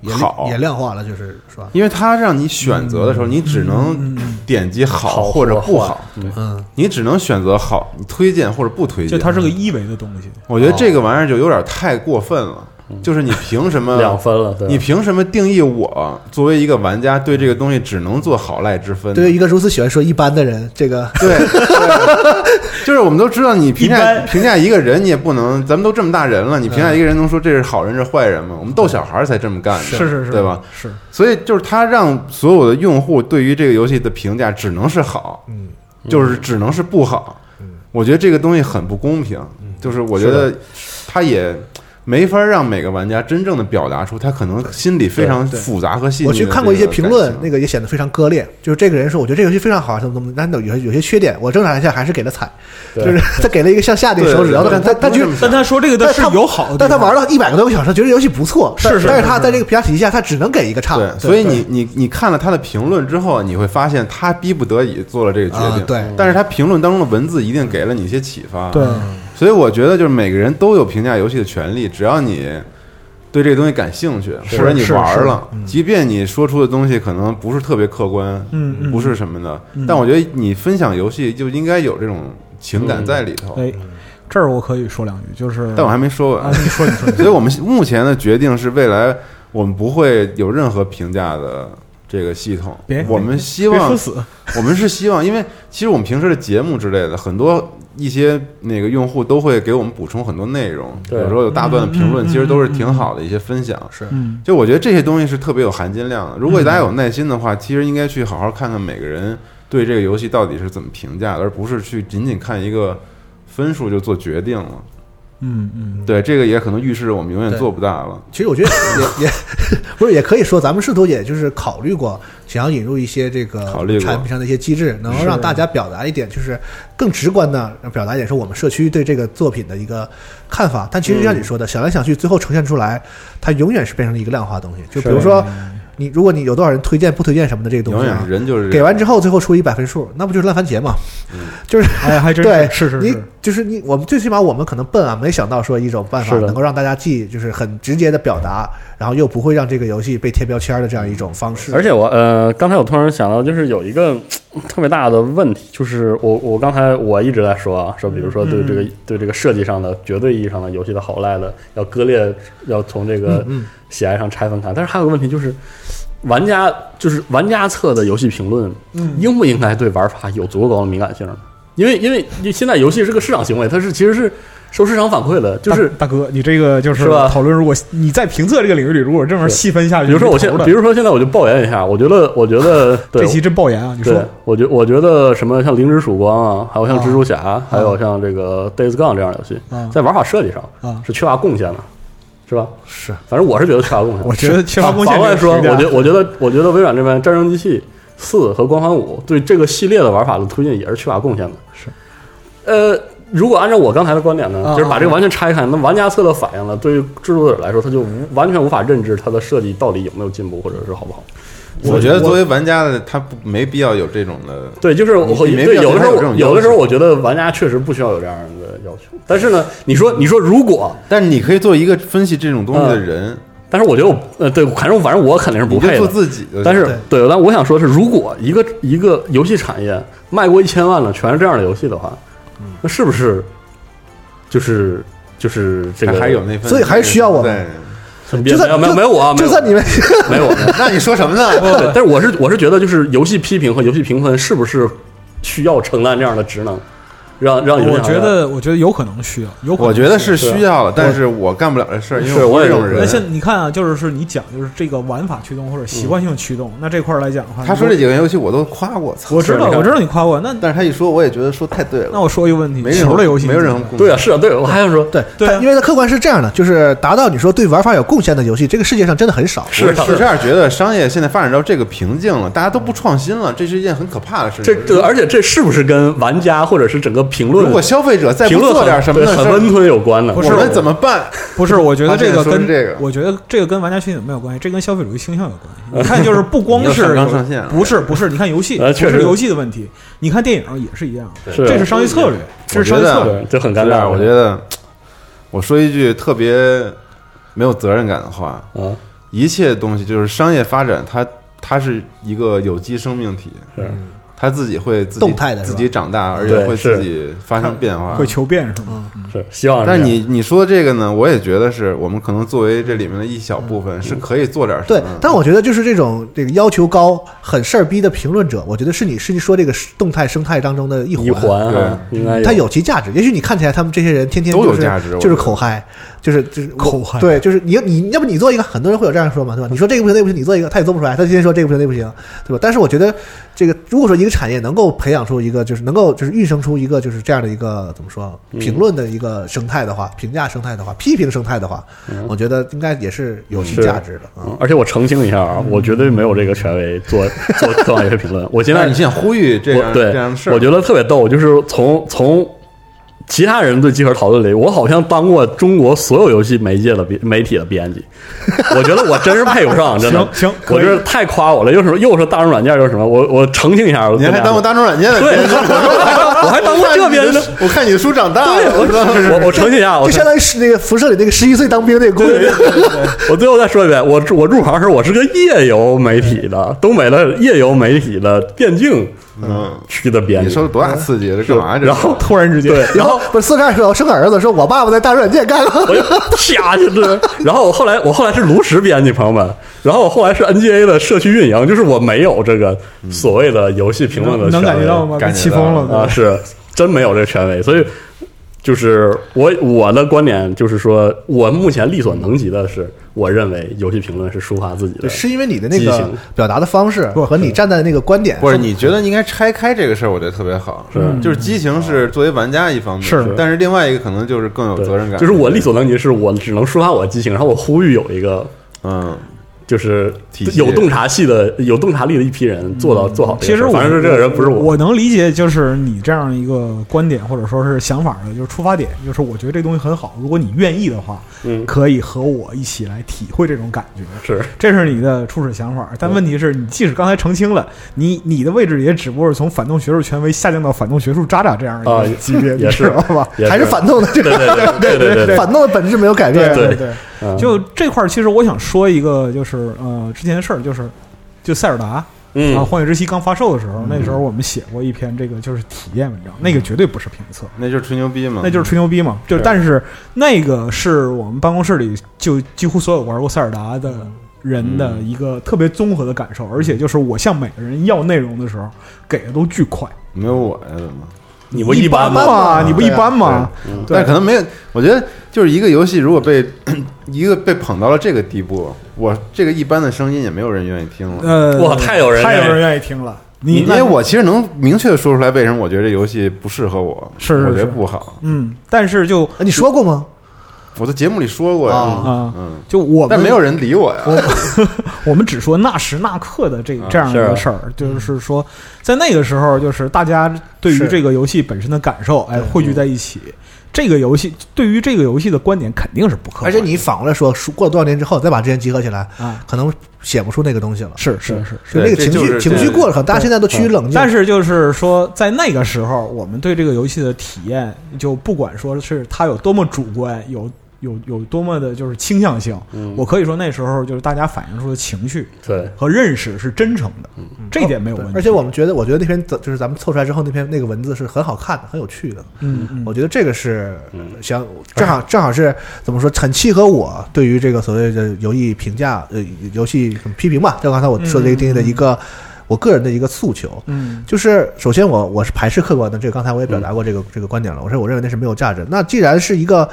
Speaker 3: 也
Speaker 5: 好
Speaker 3: 也，量化了，就是是吧？
Speaker 5: 因为它让你选择的时候，你只能点击好
Speaker 2: 好
Speaker 5: 或
Speaker 2: 或
Speaker 5: 者不好，
Speaker 3: 嗯，
Speaker 5: 你只能选择好，你推荐或者不推
Speaker 4: 就
Speaker 5: 荐。
Speaker 4: 它是个一维的东西，
Speaker 5: 我觉得这个玩意儿就有点太过分了，
Speaker 4: 哦
Speaker 5: 就是你凭 什么
Speaker 2: 两分了，对吧啊
Speaker 5: 你凭什么定义我作为一个玩家对这个东西只能做好赖之分呢？
Speaker 3: 对于一个如此喜欢说一般的人，这个
Speaker 5: 对，对 就是我们都知道，你评
Speaker 4: 一
Speaker 5: 价
Speaker 4: 般嗯
Speaker 5: 评价一个人，你也不能，咱们都这么大人了，你评价一个人能说这是好人，这是坏人吗？我们逗小孩儿才这么干的，
Speaker 4: 是是是，
Speaker 5: 对吧？？
Speaker 4: 是，
Speaker 5: 所以就是他让所有的用户对于这个游戏的评价只能是好，嗯，就是只能是
Speaker 3: 嗯
Speaker 5: 不好，我觉得这个东西很不公平，就是我觉得他也没法让每个玩家真正的表达出他可能心里非常
Speaker 3: 对对
Speaker 5: 复杂和细腻。
Speaker 3: 我去看过一些评论，那个也显得非常割裂。就是这个人说，我觉得这个游戏非常好，怎么怎么，但有些有些缺点，我正常一下还是给了彩，
Speaker 2: 对
Speaker 3: 就是他给了一个向下的一个手指，然后他他他觉得
Speaker 4: 但他说这个
Speaker 3: 但
Speaker 4: 的
Speaker 3: 是
Speaker 4: 是
Speaker 3: 他
Speaker 4: 有好的地方，
Speaker 3: 但他玩了一百个多个小时，觉得游戏不错，
Speaker 4: 是
Speaker 3: 但
Speaker 4: 是
Speaker 3: 但是
Speaker 4: 是
Speaker 3: 他
Speaker 4: 是
Speaker 3: 在这个评价体系下，他只能给一个差。
Speaker 5: 对，所以你你你看了他的评论之后，你会发现他逼不得已做了这个决
Speaker 3: 啊
Speaker 5: 定。
Speaker 3: 对
Speaker 5: 但是他评论当中的文字一定给了你一些启发。
Speaker 4: 对，
Speaker 5: 所以我觉得就是每个人都有评价游戏的权利，只要你对这个东西感兴趣，或者你
Speaker 4: 是
Speaker 5: 玩了，即便你说出的东西可能不是特别客观，
Speaker 4: 嗯嗯
Speaker 5: 不是什么的，但我觉得你分享游戏就应该有这种情感在里头。
Speaker 4: 哎，这儿我可以说两句，就是
Speaker 5: 哦嗯但我还没说
Speaker 4: 啊，
Speaker 5: 完，
Speaker 4: 你说你说，
Speaker 5: 所以我们目前的决定是，未来我们不会有任何评价的这个系统
Speaker 4: 别。
Speaker 5: 我们希
Speaker 4: 别
Speaker 5: 望
Speaker 4: 说死，
Speaker 5: 我们是希望，因为其实我们平时的节目之类的，很多一些那个用户都会给我们补充很多内容，
Speaker 2: 对
Speaker 5: 有时候有大段的评论，其实都是挺好的一些分享。是，
Speaker 4: 嗯，
Speaker 5: 就我觉得这些东西是特别有含金量的。如果大家有耐心的话，其实应该去好好看看每个人对这个游戏到底是怎么评价的，而不是去仅仅看一个分数就做决定了。
Speaker 4: 嗯嗯，
Speaker 5: 对，这个也可能预示着我们永远
Speaker 3: 对
Speaker 5: 做不大了。
Speaker 3: 其实我觉得也也不是，也可以说咱们试图也就是考虑过，想要引入一些这个
Speaker 5: 考虑过
Speaker 3: 产品上的一些机制，能够让大家表达一点，就是更直观的表达一点，说我们社区对这个作品的一个看法。但其实就像你说的，想来想去，最后呈现出来，它永远是变成了一个量化的东西。就比如说，你如果你有多少人推荐不推荐什么的这个东
Speaker 5: 永
Speaker 3: 西
Speaker 5: 远
Speaker 3: 啊
Speaker 5: 是，人就是
Speaker 3: 给完之后最后出一百分数，那不就是烂番茄吗？
Speaker 5: 嗯
Speaker 3: 就是
Speaker 4: 哎，还真
Speaker 3: 对，
Speaker 4: 是是是
Speaker 3: 你
Speaker 4: 是，
Speaker 3: 就是你，我们最起码我们可能笨啊，没想到说一种办法
Speaker 2: 是的
Speaker 3: 能够让大家既就是很直接的表达，然后又不会让这个游戏被贴标签的这样一种方式。
Speaker 2: 而且我呃，刚才我突然想到，就是有一个特别大的问题，就是我我刚才我一直在说啊，说比如
Speaker 5: 嗯
Speaker 2: 说对这个、对这个设计上的绝对意义上的游戏的好赖的要割裂，要从这个
Speaker 5: 嗯
Speaker 2: 喜爱上拆分开。但是还有个问题就是，玩家就是玩家侧的游戏评论，
Speaker 5: 嗯
Speaker 2: 应不应该对玩法有足够高的敏感性呢？因为因为因为现在游戏是个市场行为，它是其实是受市场反馈的，就是
Speaker 4: 大大哥，你这个就是
Speaker 2: 是吧
Speaker 4: 讨论，如果你在评测这个领域里，如果这么细分下去，
Speaker 2: 比如说我
Speaker 4: 你是
Speaker 2: 现
Speaker 4: 头，的
Speaker 2: 比如说现在我就抱怨一下，我觉得我觉 得对
Speaker 4: 这期真爆言啊，你说
Speaker 2: 对，我觉我觉得什么像《零之曙光》啊，还有像《蜘蛛侠》还有像这个《Days Gone》这样的游戏，
Speaker 4: 啊
Speaker 2: 在玩法设计上、
Speaker 4: 啊
Speaker 2: 是缺乏贡献的，是吧？
Speaker 3: 是，
Speaker 2: 反正我是觉得缺乏贡献。
Speaker 4: 我觉得缺乏贡献
Speaker 2: 反过来说，我
Speaker 4: 这个
Speaker 2: 觉
Speaker 4: 评价
Speaker 2: 得我觉得我觉得微软这边《战争机器四》和《光环五》对这个系列的玩法的推进也是缺乏贡献的。
Speaker 4: 是，
Speaker 2: 呃，如果按照我刚才的观点呢，
Speaker 4: 啊
Speaker 2: 就是把这个完全拆开，那玩家侧的反应呢，对于制作者来说，他就无完全无法认知它的设计到底有没有进步，或者是好不好。
Speaker 5: 我觉得作为玩家的他不没必要有这种的
Speaker 2: 对，就是我
Speaker 5: 你
Speaker 2: 会
Speaker 5: 你没
Speaker 2: 对
Speaker 5: 必要
Speaker 2: 有的时
Speaker 5: 对他有
Speaker 2: 候
Speaker 5: 这种要求
Speaker 2: 有的时候我觉得玩家确实不需要有这样的要求，但是呢，你说你说如果，
Speaker 5: 但是你可以做一个分析这种东西的人，
Speaker 2: 但是我觉得我呃对，反正反正我肯定是不
Speaker 5: 你就
Speaker 2: 配
Speaker 5: 做
Speaker 2: 的。
Speaker 5: 自己就行。
Speaker 2: 但是对，但我想说的是，如果一个一个游戏产业卖过一千万了，全是这样的游戏的话，那是不是就是就是这个
Speaker 5: 还有那份，
Speaker 3: 所以还是需要我们
Speaker 5: 对，
Speaker 2: 别
Speaker 3: 就
Speaker 2: 没
Speaker 3: 算
Speaker 2: 有没有
Speaker 3: 就
Speaker 2: 没有我啊，没
Speaker 3: 就
Speaker 2: 有
Speaker 3: 算你们
Speaker 2: 我没有我。
Speaker 5: 那你说什么呢？
Speaker 2: 对，但是我是我是觉得，就是游戏批评和游戏评分是不是需要承担这样的职能，让让游戏
Speaker 4: 我
Speaker 2: 厂
Speaker 4: 觉
Speaker 2: 商
Speaker 4: 得我觉得有可能需要，有可能
Speaker 5: 我觉得
Speaker 4: 需要
Speaker 5: 是需要了，但是我干不了这事儿，因为
Speaker 2: 是
Speaker 5: 不
Speaker 2: 我也
Speaker 5: 这种
Speaker 4: 那
Speaker 5: 人。
Speaker 4: 像你看啊，就是是你讲，就是这个玩法驱动或者习惯性驱动，那这块儿来讲的
Speaker 2: 啊
Speaker 4: 话，
Speaker 5: 他说这几个游戏我都夸过，操
Speaker 4: 我知道，
Speaker 5: 是
Speaker 4: 我知道你夸我，那
Speaker 5: 但是他一说我也觉得说太对了，
Speaker 4: 那我说一个问题，
Speaker 5: 没任
Speaker 4: 球
Speaker 5: 何
Speaker 4: 类游戏
Speaker 5: 没有任何贡献
Speaker 2: 对啊，是啊，对，我还想说，
Speaker 3: 对
Speaker 4: 对啊
Speaker 3: 它因为它客观是这样的，就是达到你说对玩法有贡献的游戏，这个世界上真的很少。
Speaker 2: 是啊
Speaker 5: 我是这样觉得，商业现在发展到这个瓶颈了，大家都不创新了，这是一件很可怕的事情。
Speaker 2: 这这，而且这是不是跟玩家或者是整个评论
Speaker 5: 如果消费者再
Speaker 2: 评
Speaker 5: 不
Speaker 2: 论
Speaker 5: 做
Speaker 2: 很
Speaker 5: 点什么
Speaker 2: 对
Speaker 5: 的事
Speaker 2: 很温
Speaker 5: 儿，
Speaker 2: 吞有关的？啊
Speaker 5: 我们怎么办？
Speaker 4: 不 是，我觉得
Speaker 5: 他现
Speaker 4: 这
Speaker 5: 在
Speaker 4: 个
Speaker 5: 说
Speaker 4: 跟
Speaker 5: 是这个
Speaker 4: 我觉得这个跟玩家群体没有关系，这跟消费主义倾向有关 系。你看，就是不光
Speaker 5: 你又
Speaker 4: 是
Speaker 5: 上纲上线了
Speaker 4: 不是不是，你看游戏
Speaker 2: 呃
Speaker 4: 不
Speaker 2: 确实
Speaker 4: 是游戏的问题，你看电影也是一样的，
Speaker 2: 是
Speaker 4: 这是商业策略，这是商业
Speaker 5: 我觉得
Speaker 4: 策略。
Speaker 2: 对，就很尴
Speaker 5: 是啊，
Speaker 2: 尬，
Speaker 5: 我觉得，我说一句特别没有责任感的话，
Speaker 2: 啊，
Speaker 5: 一切东西就是商业发展，它它是一个有机生命体，
Speaker 2: 是
Speaker 5: 它自己会自己
Speaker 3: 动态的是吧
Speaker 5: 自己长大，而且
Speaker 2: 对
Speaker 5: 会
Speaker 2: 是
Speaker 5: 自己发生变化
Speaker 4: 会。求变是吗？
Speaker 2: 是，希啊望这样。
Speaker 5: 但你你说的这个呢，我也觉得是我们可能作为这里面的一小部分，是可以做点什么
Speaker 3: 对
Speaker 2: 嗯
Speaker 5: 的。，
Speaker 3: 但我觉得就是这种这个要求高、很事儿逼的评论者，我觉得是你是说这个动态生态当中的一
Speaker 2: 一环啊，
Speaker 5: 对
Speaker 2: 应该
Speaker 3: 它有其价值。也许你看起来他们这些人天天
Speaker 5: 都有
Speaker 3: 就是
Speaker 5: 价值
Speaker 3: 就
Speaker 5: 我
Speaker 3: 是
Speaker 5: 觉得
Speaker 3: 口嗨，就是就是我
Speaker 4: 口嗨
Speaker 3: 对，就是你你要不你做一个，很多人会有这样说嘛，对吧？你说这个不行，那个不行，你做一个，他也做不出来，他天天说这个不行，那个不行，对吧？但是我觉得这个如果说一个产业能够培养出一个，就是能够就是育生出一个就是这样的一个怎么说评论的一个生态的话，评价生态的话，批评生态的话，我觉得应该也是有其
Speaker 2: 是
Speaker 3: 价值的啊。
Speaker 2: 嗯而且我澄清一下啊，我绝对没有这个权威做 做科幻文学评论。我现
Speaker 5: 那
Speaker 2: 在
Speaker 5: 你想呼吁这
Speaker 2: 我
Speaker 5: 样
Speaker 2: 对
Speaker 5: 这样的事儿？
Speaker 2: 我觉得特别逗，就是从从其他人对集合讨论里，我好像当过中国所有游戏媒介的编媒体的编辑， 我觉得我真是配不上，真的
Speaker 4: 行行
Speaker 2: 我
Speaker 4: 可以
Speaker 2: 这是太夸我了，又是又是大众软件又是什么，我我澄清一下，我
Speaker 5: 你
Speaker 2: 跟
Speaker 5: 还
Speaker 2: 大家
Speaker 5: 当过
Speaker 2: 说
Speaker 5: 大众软件的
Speaker 2: 对，
Speaker 5: 编
Speaker 2: 我
Speaker 5: 辑？
Speaker 2: 说我还我还当过这边的，
Speaker 5: 我 看你的书长大
Speaker 2: 对，
Speaker 5: 了，
Speaker 2: 我
Speaker 5: 我知道
Speaker 2: 我我澄清一啊下，我
Speaker 3: 就相当于是那个辐射里那个十一岁当兵那个故事，
Speaker 2: 我最后再说一遍，我我入行时候我是个夜游媒体的，东北的夜游媒体的电竞
Speaker 5: 嗯，
Speaker 2: 区的编
Speaker 5: 你
Speaker 2: 辑
Speaker 5: 受，了多大刺激？这干嘛？这
Speaker 2: 然后
Speaker 4: 突然之间，
Speaker 2: 对，然后
Speaker 3: 不是四十二岁我生个儿子，说我爸爸在大软件干了，
Speaker 2: 我就啪就这，然后我后来我后来是炉石编辑朋友们，然后我后来是 NGA 的社区运营，就是我没有这个所谓的游戏评论的
Speaker 4: 能能
Speaker 2: 权
Speaker 4: 感
Speaker 2: 威
Speaker 4: 觉到吗？被
Speaker 5: 感觉
Speaker 4: 气
Speaker 5: 到
Speaker 4: 疯了，
Speaker 2: 啊，是真没有这个权威，所以就是我我的观点就是说，我目前力所能及的是，我认为游戏评论是抒发自己的，
Speaker 3: 是因为你的那
Speaker 2: 畸
Speaker 3: 个
Speaker 2: 形
Speaker 3: 表达的方式和你站在的那个观点，
Speaker 5: 不是，你觉得你应该拆开这个事儿，我觉得特别好。
Speaker 2: 是嗯
Speaker 5: 就是激情是作为玩家一方面，
Speaker 4: 是
Speaker 5: 但是另外一个可能就是更有
Speaker 2: 对
Speaker 5: 责任感。
Speaker 2: 就是我力所能及，是我只能抒发我的激情，然后我呼吁有一个
Speaker 5: 嗯，
Speaker 2: 就是
Speaker 5: 体系
Speaker 2: 有洞察系的、有洞察力的一批人做到做好这
Speaker 4: 其
Speaker 2: 个
Speaker 4: 实
Speaker 2: 事儿。
Speaker 4: 我
Speaker 2: 反正是这个人不是
Speaker 4: 我，能理解，就是你这样一个观点或者说是想法的，就是出发点，就是我觉得这东西很好，如果你愿意的话，
Speaker 2: 嗯
Speaker 4: 可以和我一起来体会这种感觉。
Speaker 2: 是
Speaker 4: 这是你的初始想法，但问题是你即使刚才澄清了，你你的位置也只不过是从反动学术权威下降到反动学术渣渣这样一
Speaker 2: 啊
Speaker 4: 个 级别，你
Speaker 2: 也
Speaker 4: 知
Speaker 2: 是
Speaker 4: 道吧？
Speaker 2: 也
Speaker 3: 还是反动的这
Speaker 2: 对
Speaker 3: 个
Speaker 2: 对对对对对
Speaker 3: 反动的本质没有改变。
Speaker 4: 对
Speaker 2: 对
Speaker 4: 对，
Speaker 2: 嗯
Speaker 4: 就这块儿，其实我想说一个，就是呃，之前的事儿，就是就塞尔达，啊，《
Speaker 2: 嗯
Speaker 4: 荒野之息》刚发售的时候，那时候我们写过一篇这个就是体验文章，那
Speaker 2: 嗯
Speaker 4: 个绝对不是评测，
Speaker 5: 那就是吹牛逼嘛，
Speaker 4: 那就是吹牛逼嘛。就是但是那个是我们办公室里就几乎所有玩过塞尔达的人的一个特别综合的感
Speaker 5: 嗯
Speaker 4: 受，而且就是我向每个人要内容的时候给的都巨快，
Speaker 5: 没有我呀，怎么？
Speaker 2: 你不
Speaker 4: 一
Speaker 2: 般吗？
Speaker 4: 嘛，你不一般
Speaker 5: 对
Speaker 4: 嘛
Speaker 5: 啊，
Speaker 4: 对
Speaker 5: 但可能没有，我觉得就是一个游戏如果被 一个被捧到了这个地步，我这个一般的声音也没有人愿意听了。
Speaker 4: 呃，
Speaker 2: 哇太有人
Speaker 4: 太
Speaker 2: 愿意
Speaker 4: 有人愿意听了，你
Speaker 5: 因为我其实能明确地说出来为什么我觉得这游戏不适合我，
Speaker 4: 是是
Speaker 5: 我觉得
Speaker 4: 是
Speaker 5: 不好。
Speaker 4: 嗯，但是就
Speaker 3: 啊你说过吗？
Speaker 5: 我在节目里说过呀，
Speaker 3: 啊
Speaker 4: 啊
Speaker 5: 嗯，
Speaker 4: 就我
Speaker 5: 但
Speaker 4: 们
Speaker 5: 没有人理我呀。
Speaker 4: 我们只说那时那刻的这
Speaker 5: 啊
Speaker 4: 这样一
Speaker 2: 是
Speaker 4: 个事儿，
Speaker 3: 嗯
Speaker 4: 就是说，在那个时候，就是大家对于
Speaker 3: 是
Speaker 4: 这个游戏本身的感受，
Speaker 3: 嗯
Speaker 4: 哎，汇聚在一起。这个游戏对于这个游戏的观点肯定是不客观
Speaker 3: 而
Speaker 4: 的，
Speaker 3: 且你反过来说，说过了多少年之后，再把之前集合起来，
Speaker 4: 啊，
Speaker 3: 可能写不出那个东西了。
Speaker 4: 是是是是。
Speaker 3: 就那个
Speaker 5: 对
Speaker 3: 情
Speaker 5: 这就
Speaker 3: 绪
Speaker 5: 是
Speaker 3: 情绪过了，可能大家现在都趋于冷静。
Speaker 4: 但是就是说，在那个时候，我们对这个游戏的体验，就不管说是它有多么主观，有有有多么的就是倾向性，
Speaker 3: 嗯
Speaker 4: 我可以说那时候就是大家反映出的情绪
Speaker 2: 对，
Speaker 4: 和认识是真诚的，这一点没有问
Speaker 3: 对
Speaker 4: 题。
Speaker 3: 嗯而且我们觉得，我觉得那篇字就是咱们凑出来之后，那篇那个文字是很好看的，很有趣的。
Speaker 4: 嗯嗯
Speaker 3: 我觉得这个是想正好正好是怎么说，很契合我对于这个所谓的游戏评价呃游戏批评吧，就刚才我说的这个定义的一个我个人的一个诉求。
Speaker 4: 嗯
Speaker 3: 就是首先我我是排斥客观的，这个刚才我也表达过这个、这个观点了。我说我认为那是没有价值。那既然是一个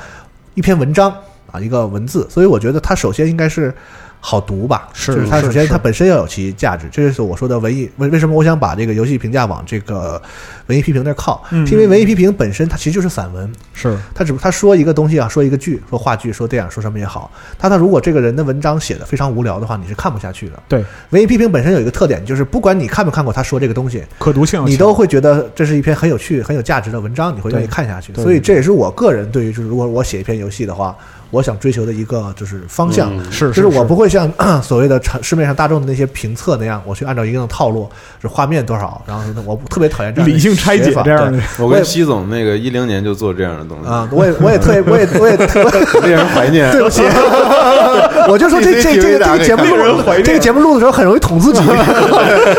Speaker 3: 一篇文章啊，一个文字，所以我觉得它首先应该是好读吧，
Speaker 4: 是
Speaker 3: 就是它
Speaker 4: 是
Speaker 3: 首先
Speaker 4: 是
Speaker 3: 它本身要有其价值。这就是我说的文艺为为什么我想把这个游戏评价往这个呃文艺批评那儿靠，
Speaker 4: 嗯
Speaker 3: 是因为文艺批评本身它其实就是散文，
Speaker 4: 是
Speaker 3: 他只不他说一个东西啊，说一个剧，说话剧，说电影，说什么也好，他他如果这个人的文章写的非常无聊的话，你是看不下去的。
Speaker 4: 对
Speaker 3: 文艺批评本身有一个特点，就是不管你看没看过他说这个东西，
Speaker 4: 可读性要强，
Speaker 3: 你都会觉得这是一篇很有趣、很有价值的文章，你会愿意看下去。
Speaker 4: 对对
Speaker 3: 所以这也是我个人对于就是如果我写一篇游戏的话，我想追求的一个就是方向，
Speaker 2: 嗯
Speaker 4: 是
Speaker 3: 就是我不会像呃所谓的常市面上大众的那些评测那样，我去按照一定的套路，是画面多少，然后是我特别讨厌这样的
Speaker 4: 理性拆解
Speaker 3: 写法
Speaker 4: 这样的
Speaker 3: 对。
Speaker 5: 我
Speaker 3: 我也
Speaker 5: 跟西总那个一零年就做这样的东西
Speaker 3: 啊，我也我也特别我也我也特别
Speaker 5: 令人怀 念。
Speaker 3: 对不起，我就说这这这个这个节目录这个节目录的时候很容易捅自己，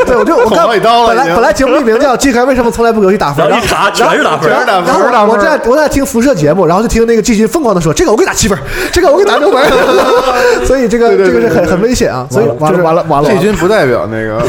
Speaker 3: 对，我就我看
Speaker 5: 捅到一刀了
Speaker 3: 本来
Speaker 5: 已经
Speaker 3: 本来节目里名叫《季凯为什么从来不给游戏打 分
Speaker 2: 然》，后一
Speaker 3: 然后
Speaker 2: 查全是打分
Speaker 5: 全，是打
Speaker 3: 然
Speaker 5: 分，
Speaker 3: 后我在我在听辐射节目，然后就听那个季军疯狂的说这个我给打七分，这个我给打六 分，所以这个
Speaker 5: 对对
Speaker 3: 这个
Speaker 5: 对
Speaker 3: 是
Speaker 5: 对
Speaker 3: 很
Speaker 5: 对
Speaker 3: 很危险啊，所以
Speaker 4: 完了完了完了
Speaker 5: 这 军不代表那个，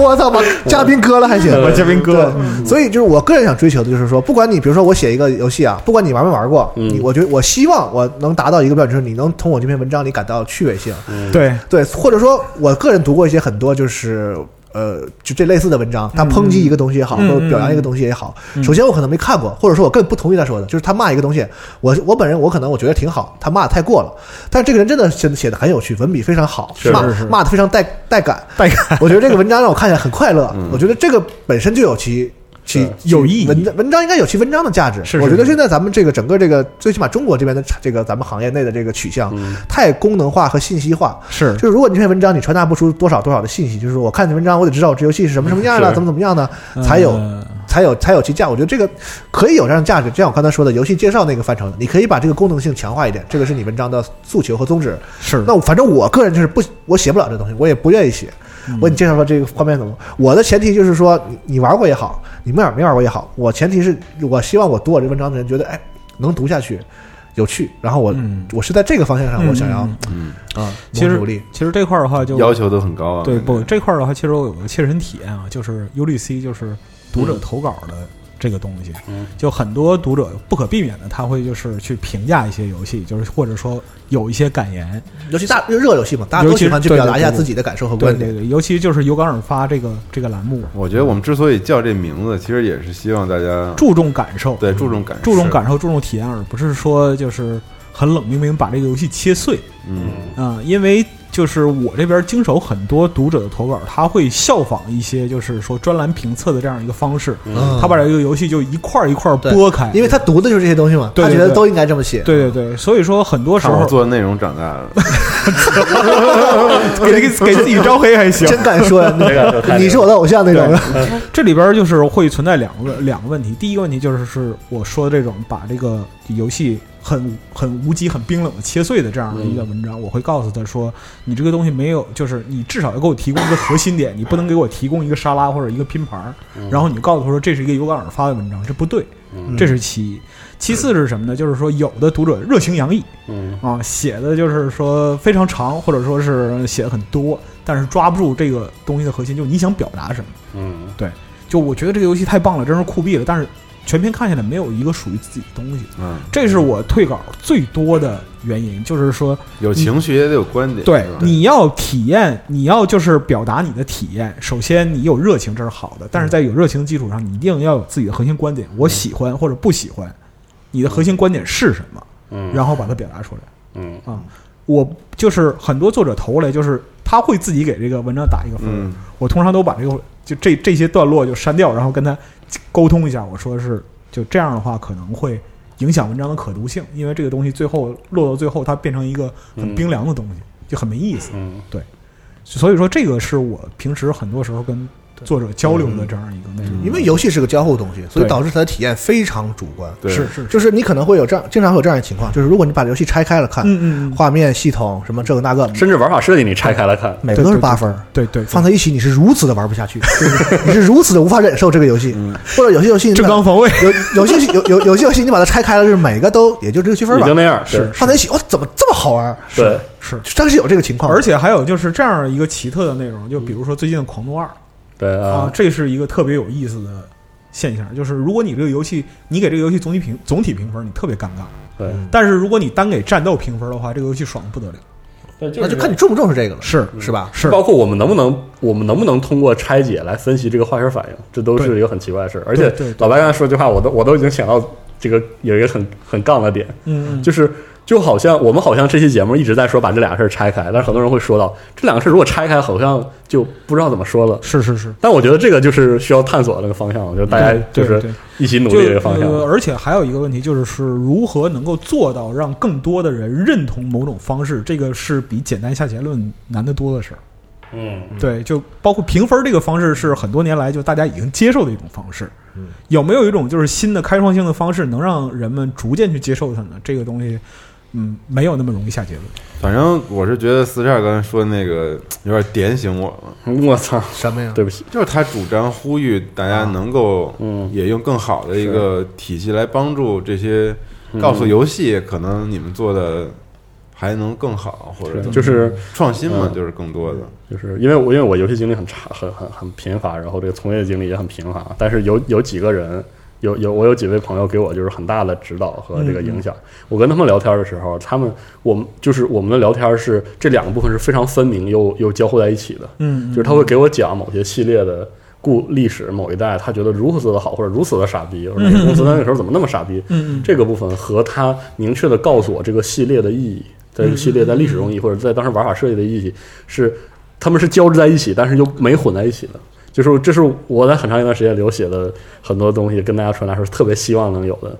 Speaker 3: 我操，把嘉宾嗯割了还行，
Speaker 2: 嗯
Speaker 4: 把嘉宾割了嗯
Speaker 3: 对所以就是我个人想追求的就是说，不管你比如说我写一个游戏啊，不管你玩没玩过，
Speaker 4: 嗯
Speaker 3: 你我觉得我希望我能达到一个标准，就是你能从
Speaker 2: 嗯
Speaker 3: 我这篇文章里感到趣味性。
Speaker 4: 对
Speaker 3: 对，或者说我个人读过一些很多就是。呃，就这类似的文章，他抨击一个东西也
Speaker 4: 嗯
Speaker 3: 好，或者表扬一个东西也好，首先我可能没看过，或者说我更不同意他说的，就是他骂一个东西，我我本人我可能我觉得挺好，他骂的太过了，但是这个人真的写的写的很有趣，文笔非常好，
Speaker 2: 是
Speaker 3: 骂
Speaker 4: 是是
Speaker 3: 骂的非常带带感，
Speaker 4: 带感
Speaker 3: 我觉得这个文章让我看起来很快乐，我觉得这个本身就有其其
Speaker 4: 是有意义
Speaker 3: 文文章应该有其文章的价值。
Speaker 4: 是是
Speaker 3: 我觉得现在咱们这个整个这个，最起码中国这边的这个咱们行业内的这个取向、
Speaker 4: 嗯
Speaker 3: 太功能化和信息化。
Speaker 4: 是
Speaker 3: 就是如果你这篇文章你传达不出多少多少的信息，就是我看你文章，我得知道这游戏是什么什么样的，
Speaker 2: 是
Speaker 3: 怎么怎么样的，才有、
Speaker 4: 嗯
Speaker 3: 才有才有其价。我觉得这个可以有这样的价值。就像我刚才说的，游戏介绍那个范畴，你可以把这个功能性强化一点，这个是你文章的诉求和宗旨。
Speaker 4: 是
Speaker 3: 那我反正我个人就是不，我写不了这东西，我也不愿意写。我给你介绍说这个画面怎么，我的前提就是说你你玩过也好，你没玩没玩过也好，我前提是我希望我读我这文章的人觉得哎能读下去，有趣。然后我、
Speaker 4: 嗯
Speaker 3: 我是在这个方向上
Speaker 4: 嗯
Speaker 3: 我想要
Speaker 5: 嗯，
Speaker 3: 啊
Speaker 4: 其实
Speaker 3: 努力。
Speaker 4: 其实这块儿的话 就
Speaker 5: 要求都很高啊。
Speaker 4: 对
Speaker 5: 感觉
Speaker 4: 不这块儿的话，其实我有个切身体验啊，就是尤利 C 就是读者投稿的这个东西，
Speaker 2: 嗯
Speaker 4: 就很多读者不可避免的他会就是去评价一些游戏，就是或者说有一些感言，
Speaker 3: 尤其大热游戏嘛，大家
Speaker 4: 尤
Speaker 3: 都
Speaker 4: 其
Speaker 3: 喜
Speaker 4: 是
Speaker 3: 欢去
Speaker 4: 对对
Speaker 3: 表达一下
Speaker 4: 对
Speaker 3: 自己的感受和
Speaker 4: 对
Speaker 3: 观
Speaker 4: 对
Speaker 3: 点。
Speaker 4: 对，尤其就是有感而发这个这个栏目，
Speaker 5: 我觉得我们之所以叫这名字，其实也是希望大家
Speaker 4: 注重感受，
Speaker 5: 对注重感受，
Speaker 4: 注重感受，注重体验，而不是说就是很冷冰冰把这个游戏切碎
Speaker 5: 嗯，
Speaker 4: 啊、因为就是我这边经手很多读者的投稿，他会效仿一些就是说专栏评测的这样一个方式，
Speaker 3: 嗯
Speaker 4: 他把这个游戏就一块儿一块儿
Speaker 3: 对
Speaker 4: 剥开，
Speaker 3: 因为他读的就是这些东西嘛，
Speaker 4: 对对
Speaker 3: 他觉得
Speaker 4: 对
Speaker 3: 都应该这么写。
Speaker 4: 对对对，所以说很多时
Speaker 5: 看我
Speaker 4: 候
Speaker 5: 做的内容长大了，
Speaker 4: 给给给自己招黑还行
Speaker 3: 真敢 说呀！
Speaker 2: 这个太厉害了
Speaker 3: 你是我的偶像那种的，
Speaker 4: 这里边就是会存在两个两个问题，第一个问题就是是我说的这种把这个游戏很很无机、很冰冷的切碎的这样的一个文章，我会告诉他说，你这个东西没有，就是你至少要给我提供一个核心点，你不能给我提供一个沙拉或者一个拼盘儿，然后你就告诉他说这是一个有感而发的文章，这不对，这是其一。其次是什么呢？就是说有的读者热情洋溢，
Speaker 2: 嗯
Speaker 4: 啊，写的就是说非常长，或者说是写的很多，但是抓不住这个东西的核心，就是你想表达什么。
Speaker 2: 嗯，
Speaker 4: 就我觉得这个游戏太棒了，真是酷毙了，但是全篇看下来没有一个属于自己的东西，
Speaker 5: 嗯，
Speaker 4: 这是我退稿最多的原因，就是说，
Speaker 5: 有情绪也得有观点，
Speaker 4: 嗯对
Speaker 5: 是吧，
Speaker 4: 你要体验，你要就是表达你的体验，首先你有热情这是好的，但是在有热情的基础上，你一定要有自己的核心观点，我喜欢或者不喜欢，你的核心观点是什么，
Speaker 2: 嗯，
Speaker 4: 然后把它表达出来。
Speaker 2: 嗯
Speaker 4: 啊、我就是很多作者投过来，就是他会自己给这个文章打一个分儿。
Speaker 5: 嗯
Speaker 4: 我通常都把这个就这这些段落就删掉，然后跟他沟通一下，我说是就这样的话可能会影响文章的可读性，因为这个东西最后落到最后，它变成一个很冰凉的东西，就很没意思。
Speaker 2: 嗯
Speaker 4: 所以说，这个是我平时很多时候跟作者交流的这样一个内容。
Speaker 3: 因为游戏是个交互东西，所以
Speaker 4: 对
Speaker 3: 导致它的体验非常主观。
Speaker 5: 对
Speaker 4: 是是，
Speaker 3: 就是你可能会有这样，经常会有这样的情况，就是如果你把游戏拆开了看，
Speaker 4: 嗯嗯嗯
Speaker 3: 画面、系统什么这个那个，
Speaker 2: 甚至玩法设计你拆开来看，
Speaker 3: 每个都是八分儿，
Speaker 4: 对对，对
Speaker 3: 放在一起你是如此的玩不下去， 就是你是如此的无法忍受这个游戏，
Speaker 4: 嗯
Speaker 3: 或者有些游戏你
Speaker 4: 正
Speaker 3: 把
Speaker 4: 当防卫。
Speaker 3: 有有些有有有些游戏你把它拆开了，就是每个都也就这个区分
Speaker 2: 已
Speaker 3: 吧
Speaker 2: 经，那样，是
Speaker 3: 放在一起哇怎么这么好玩儿？
Speaker 2: 对，
Speaker 4: 是，
Speaker 3: 但是有这个情况，
Speaker 4: 而且还有就是这样一个奇特的内容，就比如说最近的《狂怒二》，
Speaker 2: 对
Speaker 4: 啊
Speaker 2: 啊，，
Speaker 4: 这是一个特别有意思的现象，就是如果你这个游戏，你给这个游戏总体评总体评分，你特别尴尬；
Speaker 2: 对，
Speaker 4: 但是如果你单给战斗评分的话，这个游戏爽的不得了。
Speaker 2: 那
Speaker 3: 那就看你重不重视这个了，
Speaker 4: 是
Speaker 3: 是吧？
Speaker 4: 是
Speaker 2: 包括我们能不能，我们能不能通过拆解来分析这个化学反应，这都是
Speaker 4: 对
Speaker 2: 一个很奇怪的事儿。而
Speaker 4: 对
Speaker 2: 且
Speaker 4: 对对
Speaker 2: 老白刚才说这句话，我都我都已经想到这个有一个很很杠的点，
Speaker 4: 嗯，
Speaker 2: 就是就好像我们好像这期节目一直在说把这两个事儿拆开，但是很多人会说到这两个事儿如果拆开，好像就不知道怎么说了。
Speaker 4: 是是是，
Speaker 2: 但我觉得这个就是需要探索的那个方向，我觉得大家就
Speaker 4: 对对
Speaker 2: 是
Speaker 4: 对
Speaker 2: 一起努
Speaker 4: 就
Speaker 2: 力这个方向。
Speaker 4: 呃，而且还有一个问题就是，是如何能够做到让更多的人认同某种方式，这个是比简单下结论难得多的事儿。
Speaker 2: 嗯，
Speaker 4: 对，就包括评分这个方式是很多年来就大家已经接受的一种方式。有没有一种就是新的开创性的方式，能让人们逐渐去接受它呢？这个东西，嗯，没有那么容易下结论。
Speaker 5: 反正我是觉得四十二刚才说的那个有点点醒我了，
Speaker 2: 我操，
Speaker 3: 什么呀？
Speaker 2: 对不起，
Speaker 5: 就是他主张呼吁大家能够
Speaker 2: 嗯
Speaker 5: 也用更好的一个体系来帮助这些，告诉游戏可能你们做的还能更好，或者
Speaker 2: 是
Speaker 5: 怎么
Speaker 2: 就是
Speaker 5: 创新嘛，
Speaker 2: 嗯
Speaker 5: 就是更多的。
Speaker 2: 就是因为我因为我游戏经历很差，很很很贫乏，然后这个从业经历也很贫乏，但是有有几个人有有我有几位朋友给我就是很大的指导和这个影响。我跟他们聊天的时候，他们我们就是我们的聊天是这两个部分是非常分明又又交互在一起的，
Speaker 4: 嗯，
Speaker 2: 就是他会给我讲某些系列的故历史某一代，他觉得如此的好或者如此的傻逼，或者哪个公司那个时候怎么那么傻逼，
Speaker 4: 嗯嗯嗯
Speaker 2: 这个部分和他明确的告诉我这个系列的意义，在
Speaker 4: 嗯
Speaker 2: 这个系列在历史中意义或者在当时玩法设计的意义是他们是交织在一起，但是又没混在一起的。就是这是我在很长一段时间里我写的很多东西，跟大家传达是特别希望能有的。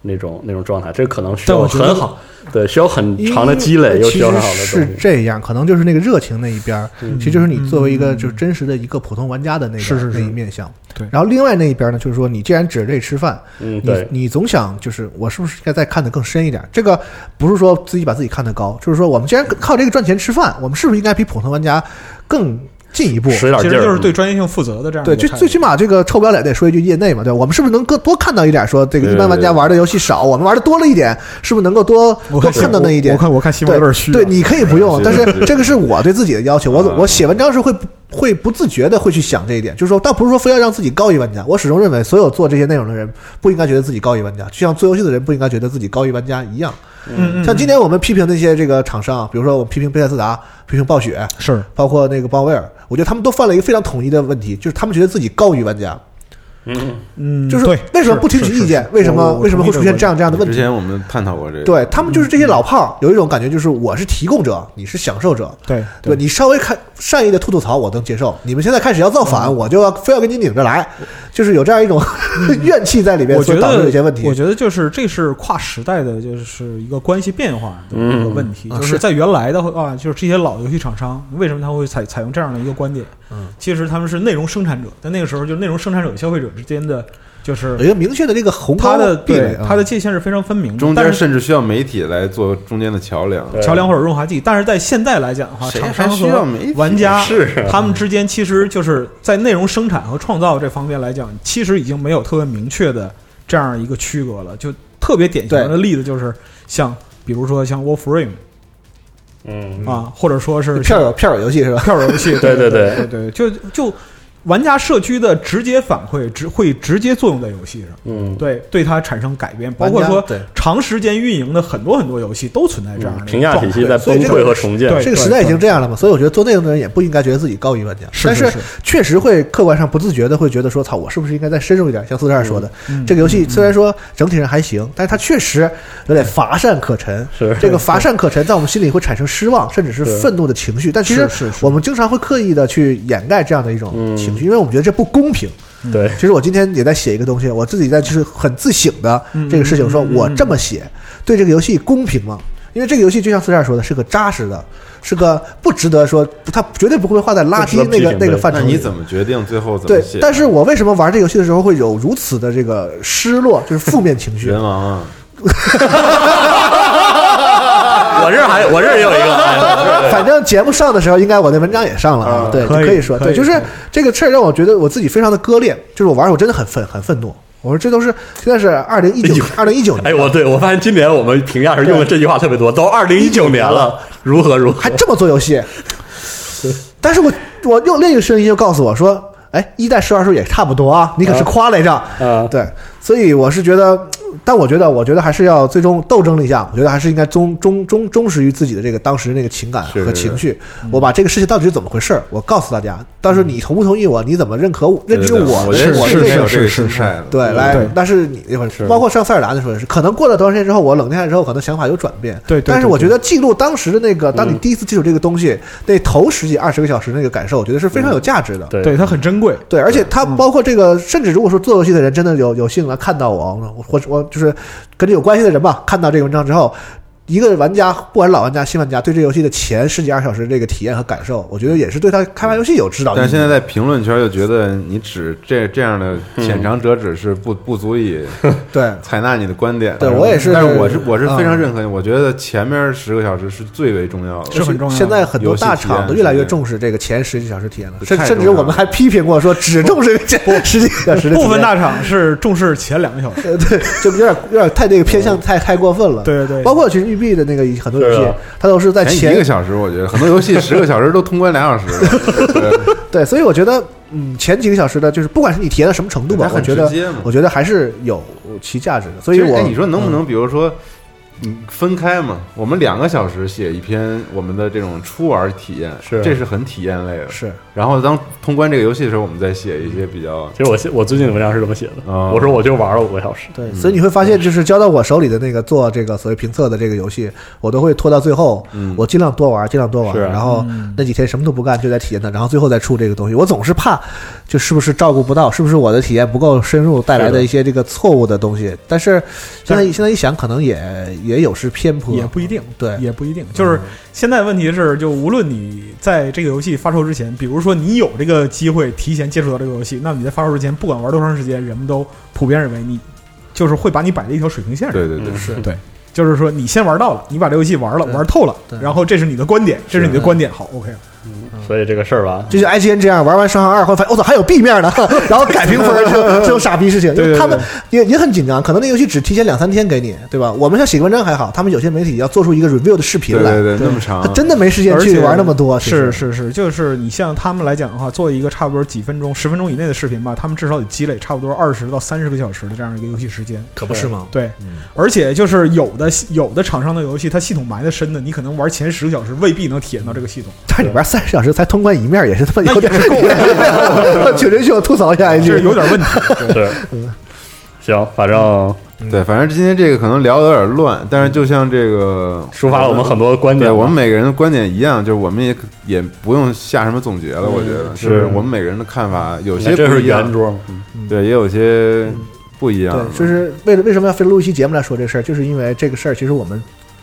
Speaker 2: 那种那种状态，这可能需
Speaker 4: 但
Speaker 2: 要
Speaker 4: 我觉得
Speaker 2: 很好，对，需要很长的积
Speaker 4: 呃
Speaker 2: 累，
Speaker 3: 因
Speaker 2: 又
Speaker 3: 为
Speaker 2: 需
Speaker 3: 其
Speaker 2: 要
Speaker 3: 实
Speaker 2: 很好的东
Speaker 3: 是
Speaker 2: 西。
Speaker 3: 这样，可能就是那个热情那一边儿，其实就是你作为一个就是真实的一个普通玩家的那个
Speaker 4: 是是是
Speaker 3: 那一面向。
Speaker 4: 对
Speaker 3: 然后另外那一边呢，就是说你既然指着这吃饭，
Speaker 2: 嗯，
Speaker 3: 你
Speaker 2: 对，
Speaker 3: 你总想就是我是不是应该再看得更深一点？这个不是说自己把自己看得高，就是说我们既然靠这个赚钱吃饭，我们是不是应该比普通玩家更进一步？
Speaker 2: 使点
Speaker 4: 其
Speaker 2: 劲
Speaker 4: 实
Speaker 2: 儿，嗯
Speaker 4: 就是对专业性负责的这样一
Speaker 3: 对，
Speaker 4: 个
Speaker 3: 最
Speaker 4: 态度
Speaker 3: 最起码这个臭不要脸得说一句业内嘛，对吧我们是不是能更多看到一点？说这个
Speaker 5: 对
Speaker 3: 一般玩家玩的游戏少，我们玩的多了一点，是不是能够多
Speaker 4: 我
Speaker 3: 多看到那一点
Speaker 4: 我？看我看新闻
Speaker 3: 对
Speaker 4: 有点虚啊，
Speaker 3: 对，你可以不用，
Speaker 5: 是
Speaker 3: 但是
Speaker 5: 是
Speaker 3: 这个是我对自己的要求。我
Speaker 5: 啊
Speaker 3: 我写文章的时候会会不自觉的会去想这一点，就是说，倒不是说非要让自己高于玩家。我始终认为，所有做这些内容的人不应该觉得自己高于玩家，就像做游戏的人不应该觉得自己高于玩家一样。
Speaker 4: 嗯，嗯
Speaker 3: 像今天我们批评那些这个厂商，比如说我们批评贝塞斯达，批评暴雪，
Speaker 4: 是
Speaker 3: 包括那个鲍威尔，我觉得他们都犯了一个非常统一的问题，就是他们觉得自己高于玩家，
Speaker 2: 嗯，
Speaker 4: 嗯，
Speaker 3: 就是
Speaker 4: 对
Speaker 3: 为什么不听取意见？为什么为什么会出现这？样这样的问
Speaker 5: 之
Speaker 3: 题？
Speaker 5: 前我们探讨过这个，
Speaker 4: 嗯
Speaker 3: 对他们就是这些老炮儿，有一种感觉就是我是提供者，你是享受者，
Speaker 4: 我同意这个观点对
Speaker 3: 对你稍微看善意的吐吐槽，我能接受。你们现在开始要造反， 我就要非要跟你拧着来，就是有这样一种 怨气在里面，
Speaker 4: 嗯我觉
Speaker 3: 所导致
Speaker 4: 得
Speaker 3: 有些问题
Speaker 4: 我。觉得就是这是跨时代的，就是一个关系变化的一个问题，
Speaker 3: 嗯啊
Speaker 4: 就是
Speaker 3: 是
Speaker 4: 在原来的话，啊就是这些老游戏厂商为什么他会采采用这样的一个观点？
Speaker 3: 嗯，
Speaker 4: 其实他们是内容生产者，在那个时候就是内容生产者与消费者之间的，就是
Speaker 3: 有一个明确的这个鸿沟
Speaker 4: 它的
Speaker 3: 哎壁垒
Speaker 4: 对，它的
Speaker 3: 嗯
Speaker 4: 界限是非常分明的，
Speaker 5: 中
Speaker 4: 但
Speaker 5: 间
Speaker 4: 是
Speaker 5: 甚至需要媒体来做中间的桥梁。
Speaker 2: 对
Speaker 4: 桥梁或者润滑剂。但是在现在来讲的话，
Speaker 5: 谁
Speaker 4: 厂
Speaker 5: 还
Speaker 4: 商
Speaker 5: 需要
Speaker 4: 和
Speaker 5: 媒体
Speaker 4: 玩家
Speaker 2: 是啊
Speaker 4: 他们之间其实就是在内容生产和创造这方面来讲，其实已经没有特别明确的这样一个区隔了。就特别典型的例子就是像比如说像 Warframe
Speaker 2: 嗯，
Speaker 4: 啊，或者说是
Speaker 3: 票友票友游戏是吧？
Speaker 4: 票友游戏，
Speaker 2: 对
Speaker 4: 对
Speaker 2: 对对
Speaker 4: 对对，就就玩家社区的直接反馈，直会直接作用在游戏上。
Speaker 2: 嗯，
Speaker 4: 对，对它产生改变，包括
Speaker 3: 玩家
Speaker 4: 说
Speaker 3: 对
Speaker 4: 长时间运营的很多很多游戏都存在这样
Speaker 2: 嗯
Speaker 4: 的一个
Speaker 2: 评价体系在
Speaker 3: 状态所
Speaker 2: 崩
Speaker 3: 以这个
Speaker 2: 溃和重建。
Speaker 4: 对
Speaker 3: 这个时代已经这样了嘛，所以我觉得做内容的人也不应该觉得自己高于玩家，
Speaker 4: 是
Speaker 3: 但
Speaker 4: 是
Speaker 3: 是确实会客观上不自觉的会觉得说，操，我是不是应该再深入一点？像四十二说的，
Speaker 4: 嗯
Speaker 3: 这个游戏虽然说整体上还行，但是它确实有点乏善可陈。
Speaker 2: 是
Speaker 3: 这个乏善可陈，在我们心里会产生失望，甚至是
Speaker 2: 对
Speaker 3: 愤怒的情绪。但其实
Speaker 4: 是是是
Speaker 3: 我们经常会刻意的去掩盖这样的一种
Speaker 2: 嗯
Speaker 3: 情绪，因为我们觉得这不公平。
Speaker 2: 对，
Speaker 3: 其实我今天也在写一个东西，我自己在就是很自省的这个事情，说我这么写对这个游戏公平吗？因为这个游戏就像四十二说的，是个扎实的，是个不值得说，它绝对不会画在垃圾
Speaker 2: 不值得
Speaker 3: 那
Speaker 2: 批
Speaker 3: 个
Speaker 2: 评
Speaker 3: 那个
Speaker 2: 对
Speaker 3: 范
Speaker 5: 那
Speaker 3: 畴里。
Speaker 5: 你怎么决定最后怎么
Speaker 3: 对
Speaker 5: 写？，
Speaker 3: 但是我为什么玩这游戏的时候会有如此的这个失落，就是负面情 绪
Speaker 5: 人？王啊，
Speaker 2: 我这儿还我这儿也有一个，哎
Speaker 3: 反正节目上的时候，应该我的文章也上了啊
Speaker 2: 啊。
Speaker 3: 对，就
Speaker 4: 可以
Speaker 3: 可以说，
Speaker 4: 可以
Speaker 3: 对，就是
Speaker 4: 可以
Speaker 3: 这个事儿让我觉得我自己非常的割裂，就是我玩儿我真的很愤很愤怒。我说这都是现在是二零一九二零一九年，
Speaker 2: 哎，我对我发现今年我们评价时用的这句话特别多，都二零一九年了，如何如何
Speaker 3: 还？这么做游 戏。但是我我又另一个声音又告诉我说，哎，一代十二时候也差不多啊，你可是夸了一仗。
Speaker 2: 啊，
Speaker 3: 对，所以我是觉得，但我觉得，我觉得还是要最终斗争了一下，我觉得还是应该忠忠忠忠实于自己的这个当时那个情感
Speaker 5: 是嗯
Speaker 3: 和情绪。我把这个事情到底是怎么回事儿，我告诉大家，到时候你同不同意我，你怎么认可我认知
Speaker 5: 对对对
Speaker 3: 我，
Speaker 5: 我觉得
Speaker 3: 我
Speaker 5: 我应该
Speaker 3: 这
Speaker 5: 有
Speaker 3: 个
Speaker 5: 这个
Speaker 4: 是
Speaker 5: 心
Speaker 4: 是
Speaker 5: 态的。
Speaker 3: 对，来
Speaker 4: 对，
Speaker 3: 那是你那会儿，包括上塞尔达的时候也是，可能过了多长时间之后，我冷静下来之后，可能想法有转变。
Speaker 4: 对对对
Speaker 3: 但是我觉得记录当时的那个，当你第一次接触这个东西，那头十几二十个小时那个感受，我觉得是非常有价值的。
Speaker 2: 对
Speaker 4: 对它很珍贵，
Speaker 3: 对，而且它包括这个，甚至如果说做游戏的人真的有有幸来看到我，我我我就是跟这有关系的人吧，看到这个文章之后。一个玩家，不管是老玩家、新玩家，对这游戏的前十几二十小时这个体验和感受，我觉得也是对他开发游戏有指导意义。
Speaker 5: 但是现在在评论圈就觉得你只这这样的
Speaker 3: 嗯
Speaker 5: 浅尝辄止是不不足 以
Speaker 3: 对
Speaker 5: 采纳你的观点的。嗯
Speaker 3: 对我也是
Speaker 5: 但是我是我是
Speaker 3: 嗯
Speaker 5: 非常认可你，我觉得前面十个小时是最为重要的。
Speaker 4: 是很重要的
Speaker 3: 现在很多大厂都越来越
Speaker 5: 游戏体验
Speaker 3: 重视这个前十几小时体验了，甚
Speaker 5: 太重要了
Speaker 3: 甚至我们还批评过说只重视前十几小时的体验
Speaker 4: 部分大厂是重视前两个小时。
Speaker 3: 呃 对，就有点有点太这个偏
Speaker 5: 嗯
Speaker 3: 向太太过分了。
Speaker 4: 对对
Speaker 3: 包括其实育碧的那个很多游
Speaker 2: 是
Speaker 3: 戏
Speaker 2: 啊，
Speaker 3: 它都是在
Speaker 5: 前一个小时，我觉得很多游戏十个小时都通关俩小时了。对
Speaker 3: 对，所以我觉得嗯前几个小时的，就是不管是你体验到什么程度吧
Speaker 5: 它，
Speaker 3: 我
Speaker 5: 很
Speaker 3: 觉
Speaker 5: 直
Speaker 3: 得
Speaker 5: 接嘛
Speaker 3: 我觉得还是有其价值的。所以
Speaker 5: 其实
Speaker 3: 我
Speaker 5: 哎你说能不能，比如说，嗯，分开嘛？我们两个小时写一篇我们的这种初玩体验，
Speaker 2: 是
Speaker 5: 这是很体验类的。
Speaker 3: 是
Speaker 5: 然后当通关这个游戏的时候，我们再写一些比较
Speaker 2: 其实我现我最近的文章是这么写的，
Speaker 5: 啊
Speaker 2: 我说我就玩了五个小时，
Speaker 5: 嗯
Speaker 3: 对，所以你会发现，就是交到我手里的那个做这个所谓评测的这个游戏，我都会拖到最后，我尽量多玩，尽量多玩，
Speaker 5: 嗯是啊
Speaker 3: 然后哦那几天什么都不干，就在体验它，然后最后再出这个东西。我总是怕，就是不是照顾不到，是不是我的体验不够深入带来
Speaker 2: 是的
Speaker 3: 的一些这个错误的东西。但是现在现在一想，可能也也有失偏颇，
Speaker 4: 也不一定，
Speaker 3: 对嗯
Speaker 4: 也不一定。就是现在问题是，就无论你在这个游戏发售之前，比如说你有这个机会提前接触到这个游戏，那么你在发售之前，不管玩多长时间，人们都普遍认为你就是会把你摆在一条水平线上。
Speaker 5: 对对对
Speaker 2: 嗯，
Speaker 3: 是
Speaker 4: 对，就是说你先玩到了，你把这游戏玩了，
Speaker 3: 对
Speaker 4: 玩透了
Speaker 3: 对，
Speaker 4: 然后这是你的观点，这是你的
Speaker 3: 嗯
Speaker 4: 观点，好，OK 了。
Speaker 2: 嗯所以这个事儿吧，
Speaker 3: 就像 IGN 嗯这样玩完《双行二》后，发现我操还有 B 面 呢，然后改评分就这种傻逼事情，因
Speaker 4: 对对
Speaker 3: 为
Speaker 4: 对
Speaker 3: 他们也也很紧张，可能那游戏只提前两三天给你，对吧？我们像写文章还好，他们有些媒体要做出一个 review 的视频
Speaker 5: 对
Speaker 3: 来，
Speaker 5: 对对，那么长
Speaker 3: 他，真的没时间
Speaker 4: 而
Speaker 3: 去
Speaker 4: 且
Speaker 3: 玩那么多，其
Speaker 4: 是
Speaker 3: 实
Speaker 4: 是是，就是你像他们来讲的话，做一个差不多几分钟、十分钟以内的视频吧，他们至少得积累差不多二十到三十个小时的这样一个游戏时间。
Speaker 3: 可不是吗？
Speaker 4: 对，而且就是有的有的厂商的游戏，它系统埋的深的，你可能玩前十个小时未必能体验到这个系统。
Speaker 3: 但是你玩三十小时才通关一面，也是他妈有点
Speaker 4: 那也是够
Speaker 3: 够。确实需要吐槽一下一
Speaker 4: 这
Speaker 3: 句，
Speaker 4: 有点问题。
Speaker 2: 对，
Speaker 3: 嗯
Speaker 2: 行，反正
Speaker 5: 对，反正今天这个可能聊的有点乱，但是就像这个
Speaker 2: 嗯 抒发了我们很多观点
Speaker 5: 对
Speaker 2: 吧，
Speaker 5: 我们每个人的观点一样，就是我们也也不用下什么总结了。我觉得，就是是我们每个人的看法有
Speaker 2: 有
Speaker 5: 些
Speaker 2: 嗯这
Speaker 5: 不
Speaker 2: 是
Speaker 5: 一样
Speaker 2: 圆，桌嘛，嗯
Speaker 5: 对，也有些不一样的。
Speaker 3: 对，就是为了为什么要非得录一期节目来说这事儿，就是因为这个事儿，其实我们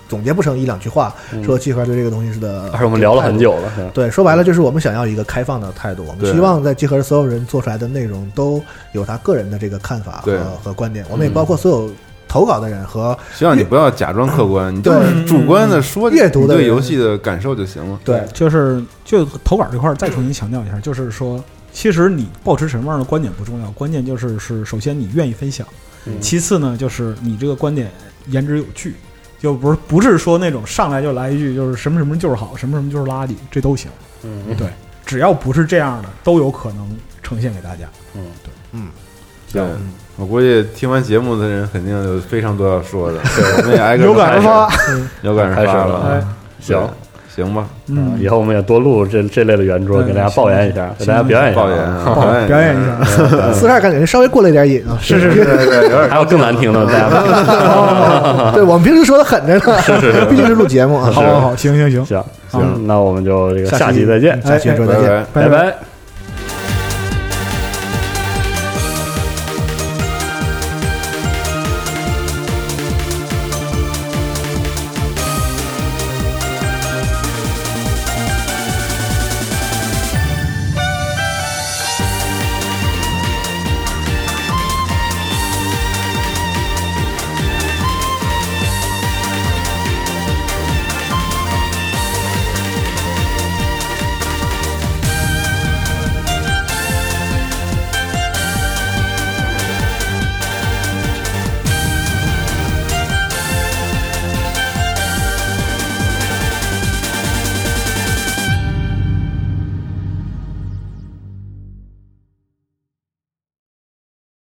Speaker 3: 总结不成一两句话，说季凡对这个东西是的，
Speaker 2: 而且我们聊了很久了，嗯
Speaker 3: 对，说白了就是我们想要一个开放的态度，我们
Speaker 5: 对
Speaker 3: 希望在集合所有人做出来的内容都有他个人的这个看法
Speaker 5: 对
Speaker 3: 和和观点，我们也包括所有投稿的人和
Speaker 5: 希望你不要假装客观，你就是主观的说
Speaker 3: 阅读
Speaker 5: 你
Speaker 3: 的
Speaker 5: 对
Speaker 3: 人
Speaker 5: 游戏的感受就行了。
Speaker 3: 对
Speaker 4: 就是就投稿这块儿再重新强调一下，就是说，其实你保持什么样的观点不重要，关键就是是首先你愿意分享，
Speaker 2: 嗯
Speaker 4: 其次呢就是你这个观点言之有据，就不是不是说那种上来就来一句就是什么什么就是好，什么什么就是垃圾，这都行。
Speaker 2: 嗯，
Speaker 4: 对，只要不是这样的，都有可能呈现给大家。
Speaker 2: 嗯
Speaker 5: 对，我估计听完节目的人肯定有非常多要说的，对，我们也挨个
Speaker 4: 有感而发
Speaker 5: 发，有感而
Speaker 2: 开始
Speaker 5: 发
Speaker 2: 了
Speaker 5: 了。
Speaker 4: 哎
Speaker 5: 啊
Speaker 2: 行。
Speaker 5: 行吧，
Speaker 2: 嗯，
Speaker 4: 嗯
Speaker 2: 以，后我们也多录这这类的圆桌，
Speaker 4: 嗯
Speaker 2: 给大家抱怨一下，
Speaker 4: 行
Speaker 2: 给大家表演一下，
Speaker 5: 抱怨啊，
Speaker 2: 啊
Speaker 5: 演
Speaker 4: 表演一下
Speaker 3: 四十二感觉稍微过了一点瘾啊，
Speaker 4: 是是是，
Speaker 5: 对对对，有点
Speaker 2: 还有更难听的，大家
Speaker 3: 对我们平时说的狠着
Speaker 2: 是是是
Speaker 3: 呢，毕竟是录节目啊，
Speaker 4: 好好好，行行行，
Speaker 2: 行
Speaker 4: 嗯
Speaker 2: 行，那我们就这个
Speaker 3: 下
Speaker 2: 下
Speaker 3: 期
Speaker 2: 期再见，
Speaker 3: 下期
Speaker 4: 哎
Speaker 3: 说
Speaker 5: 拜
Speaker 3: 再见。
Speaker 2: 拜
Speaker 5: 拜。
Speaker 2: 拜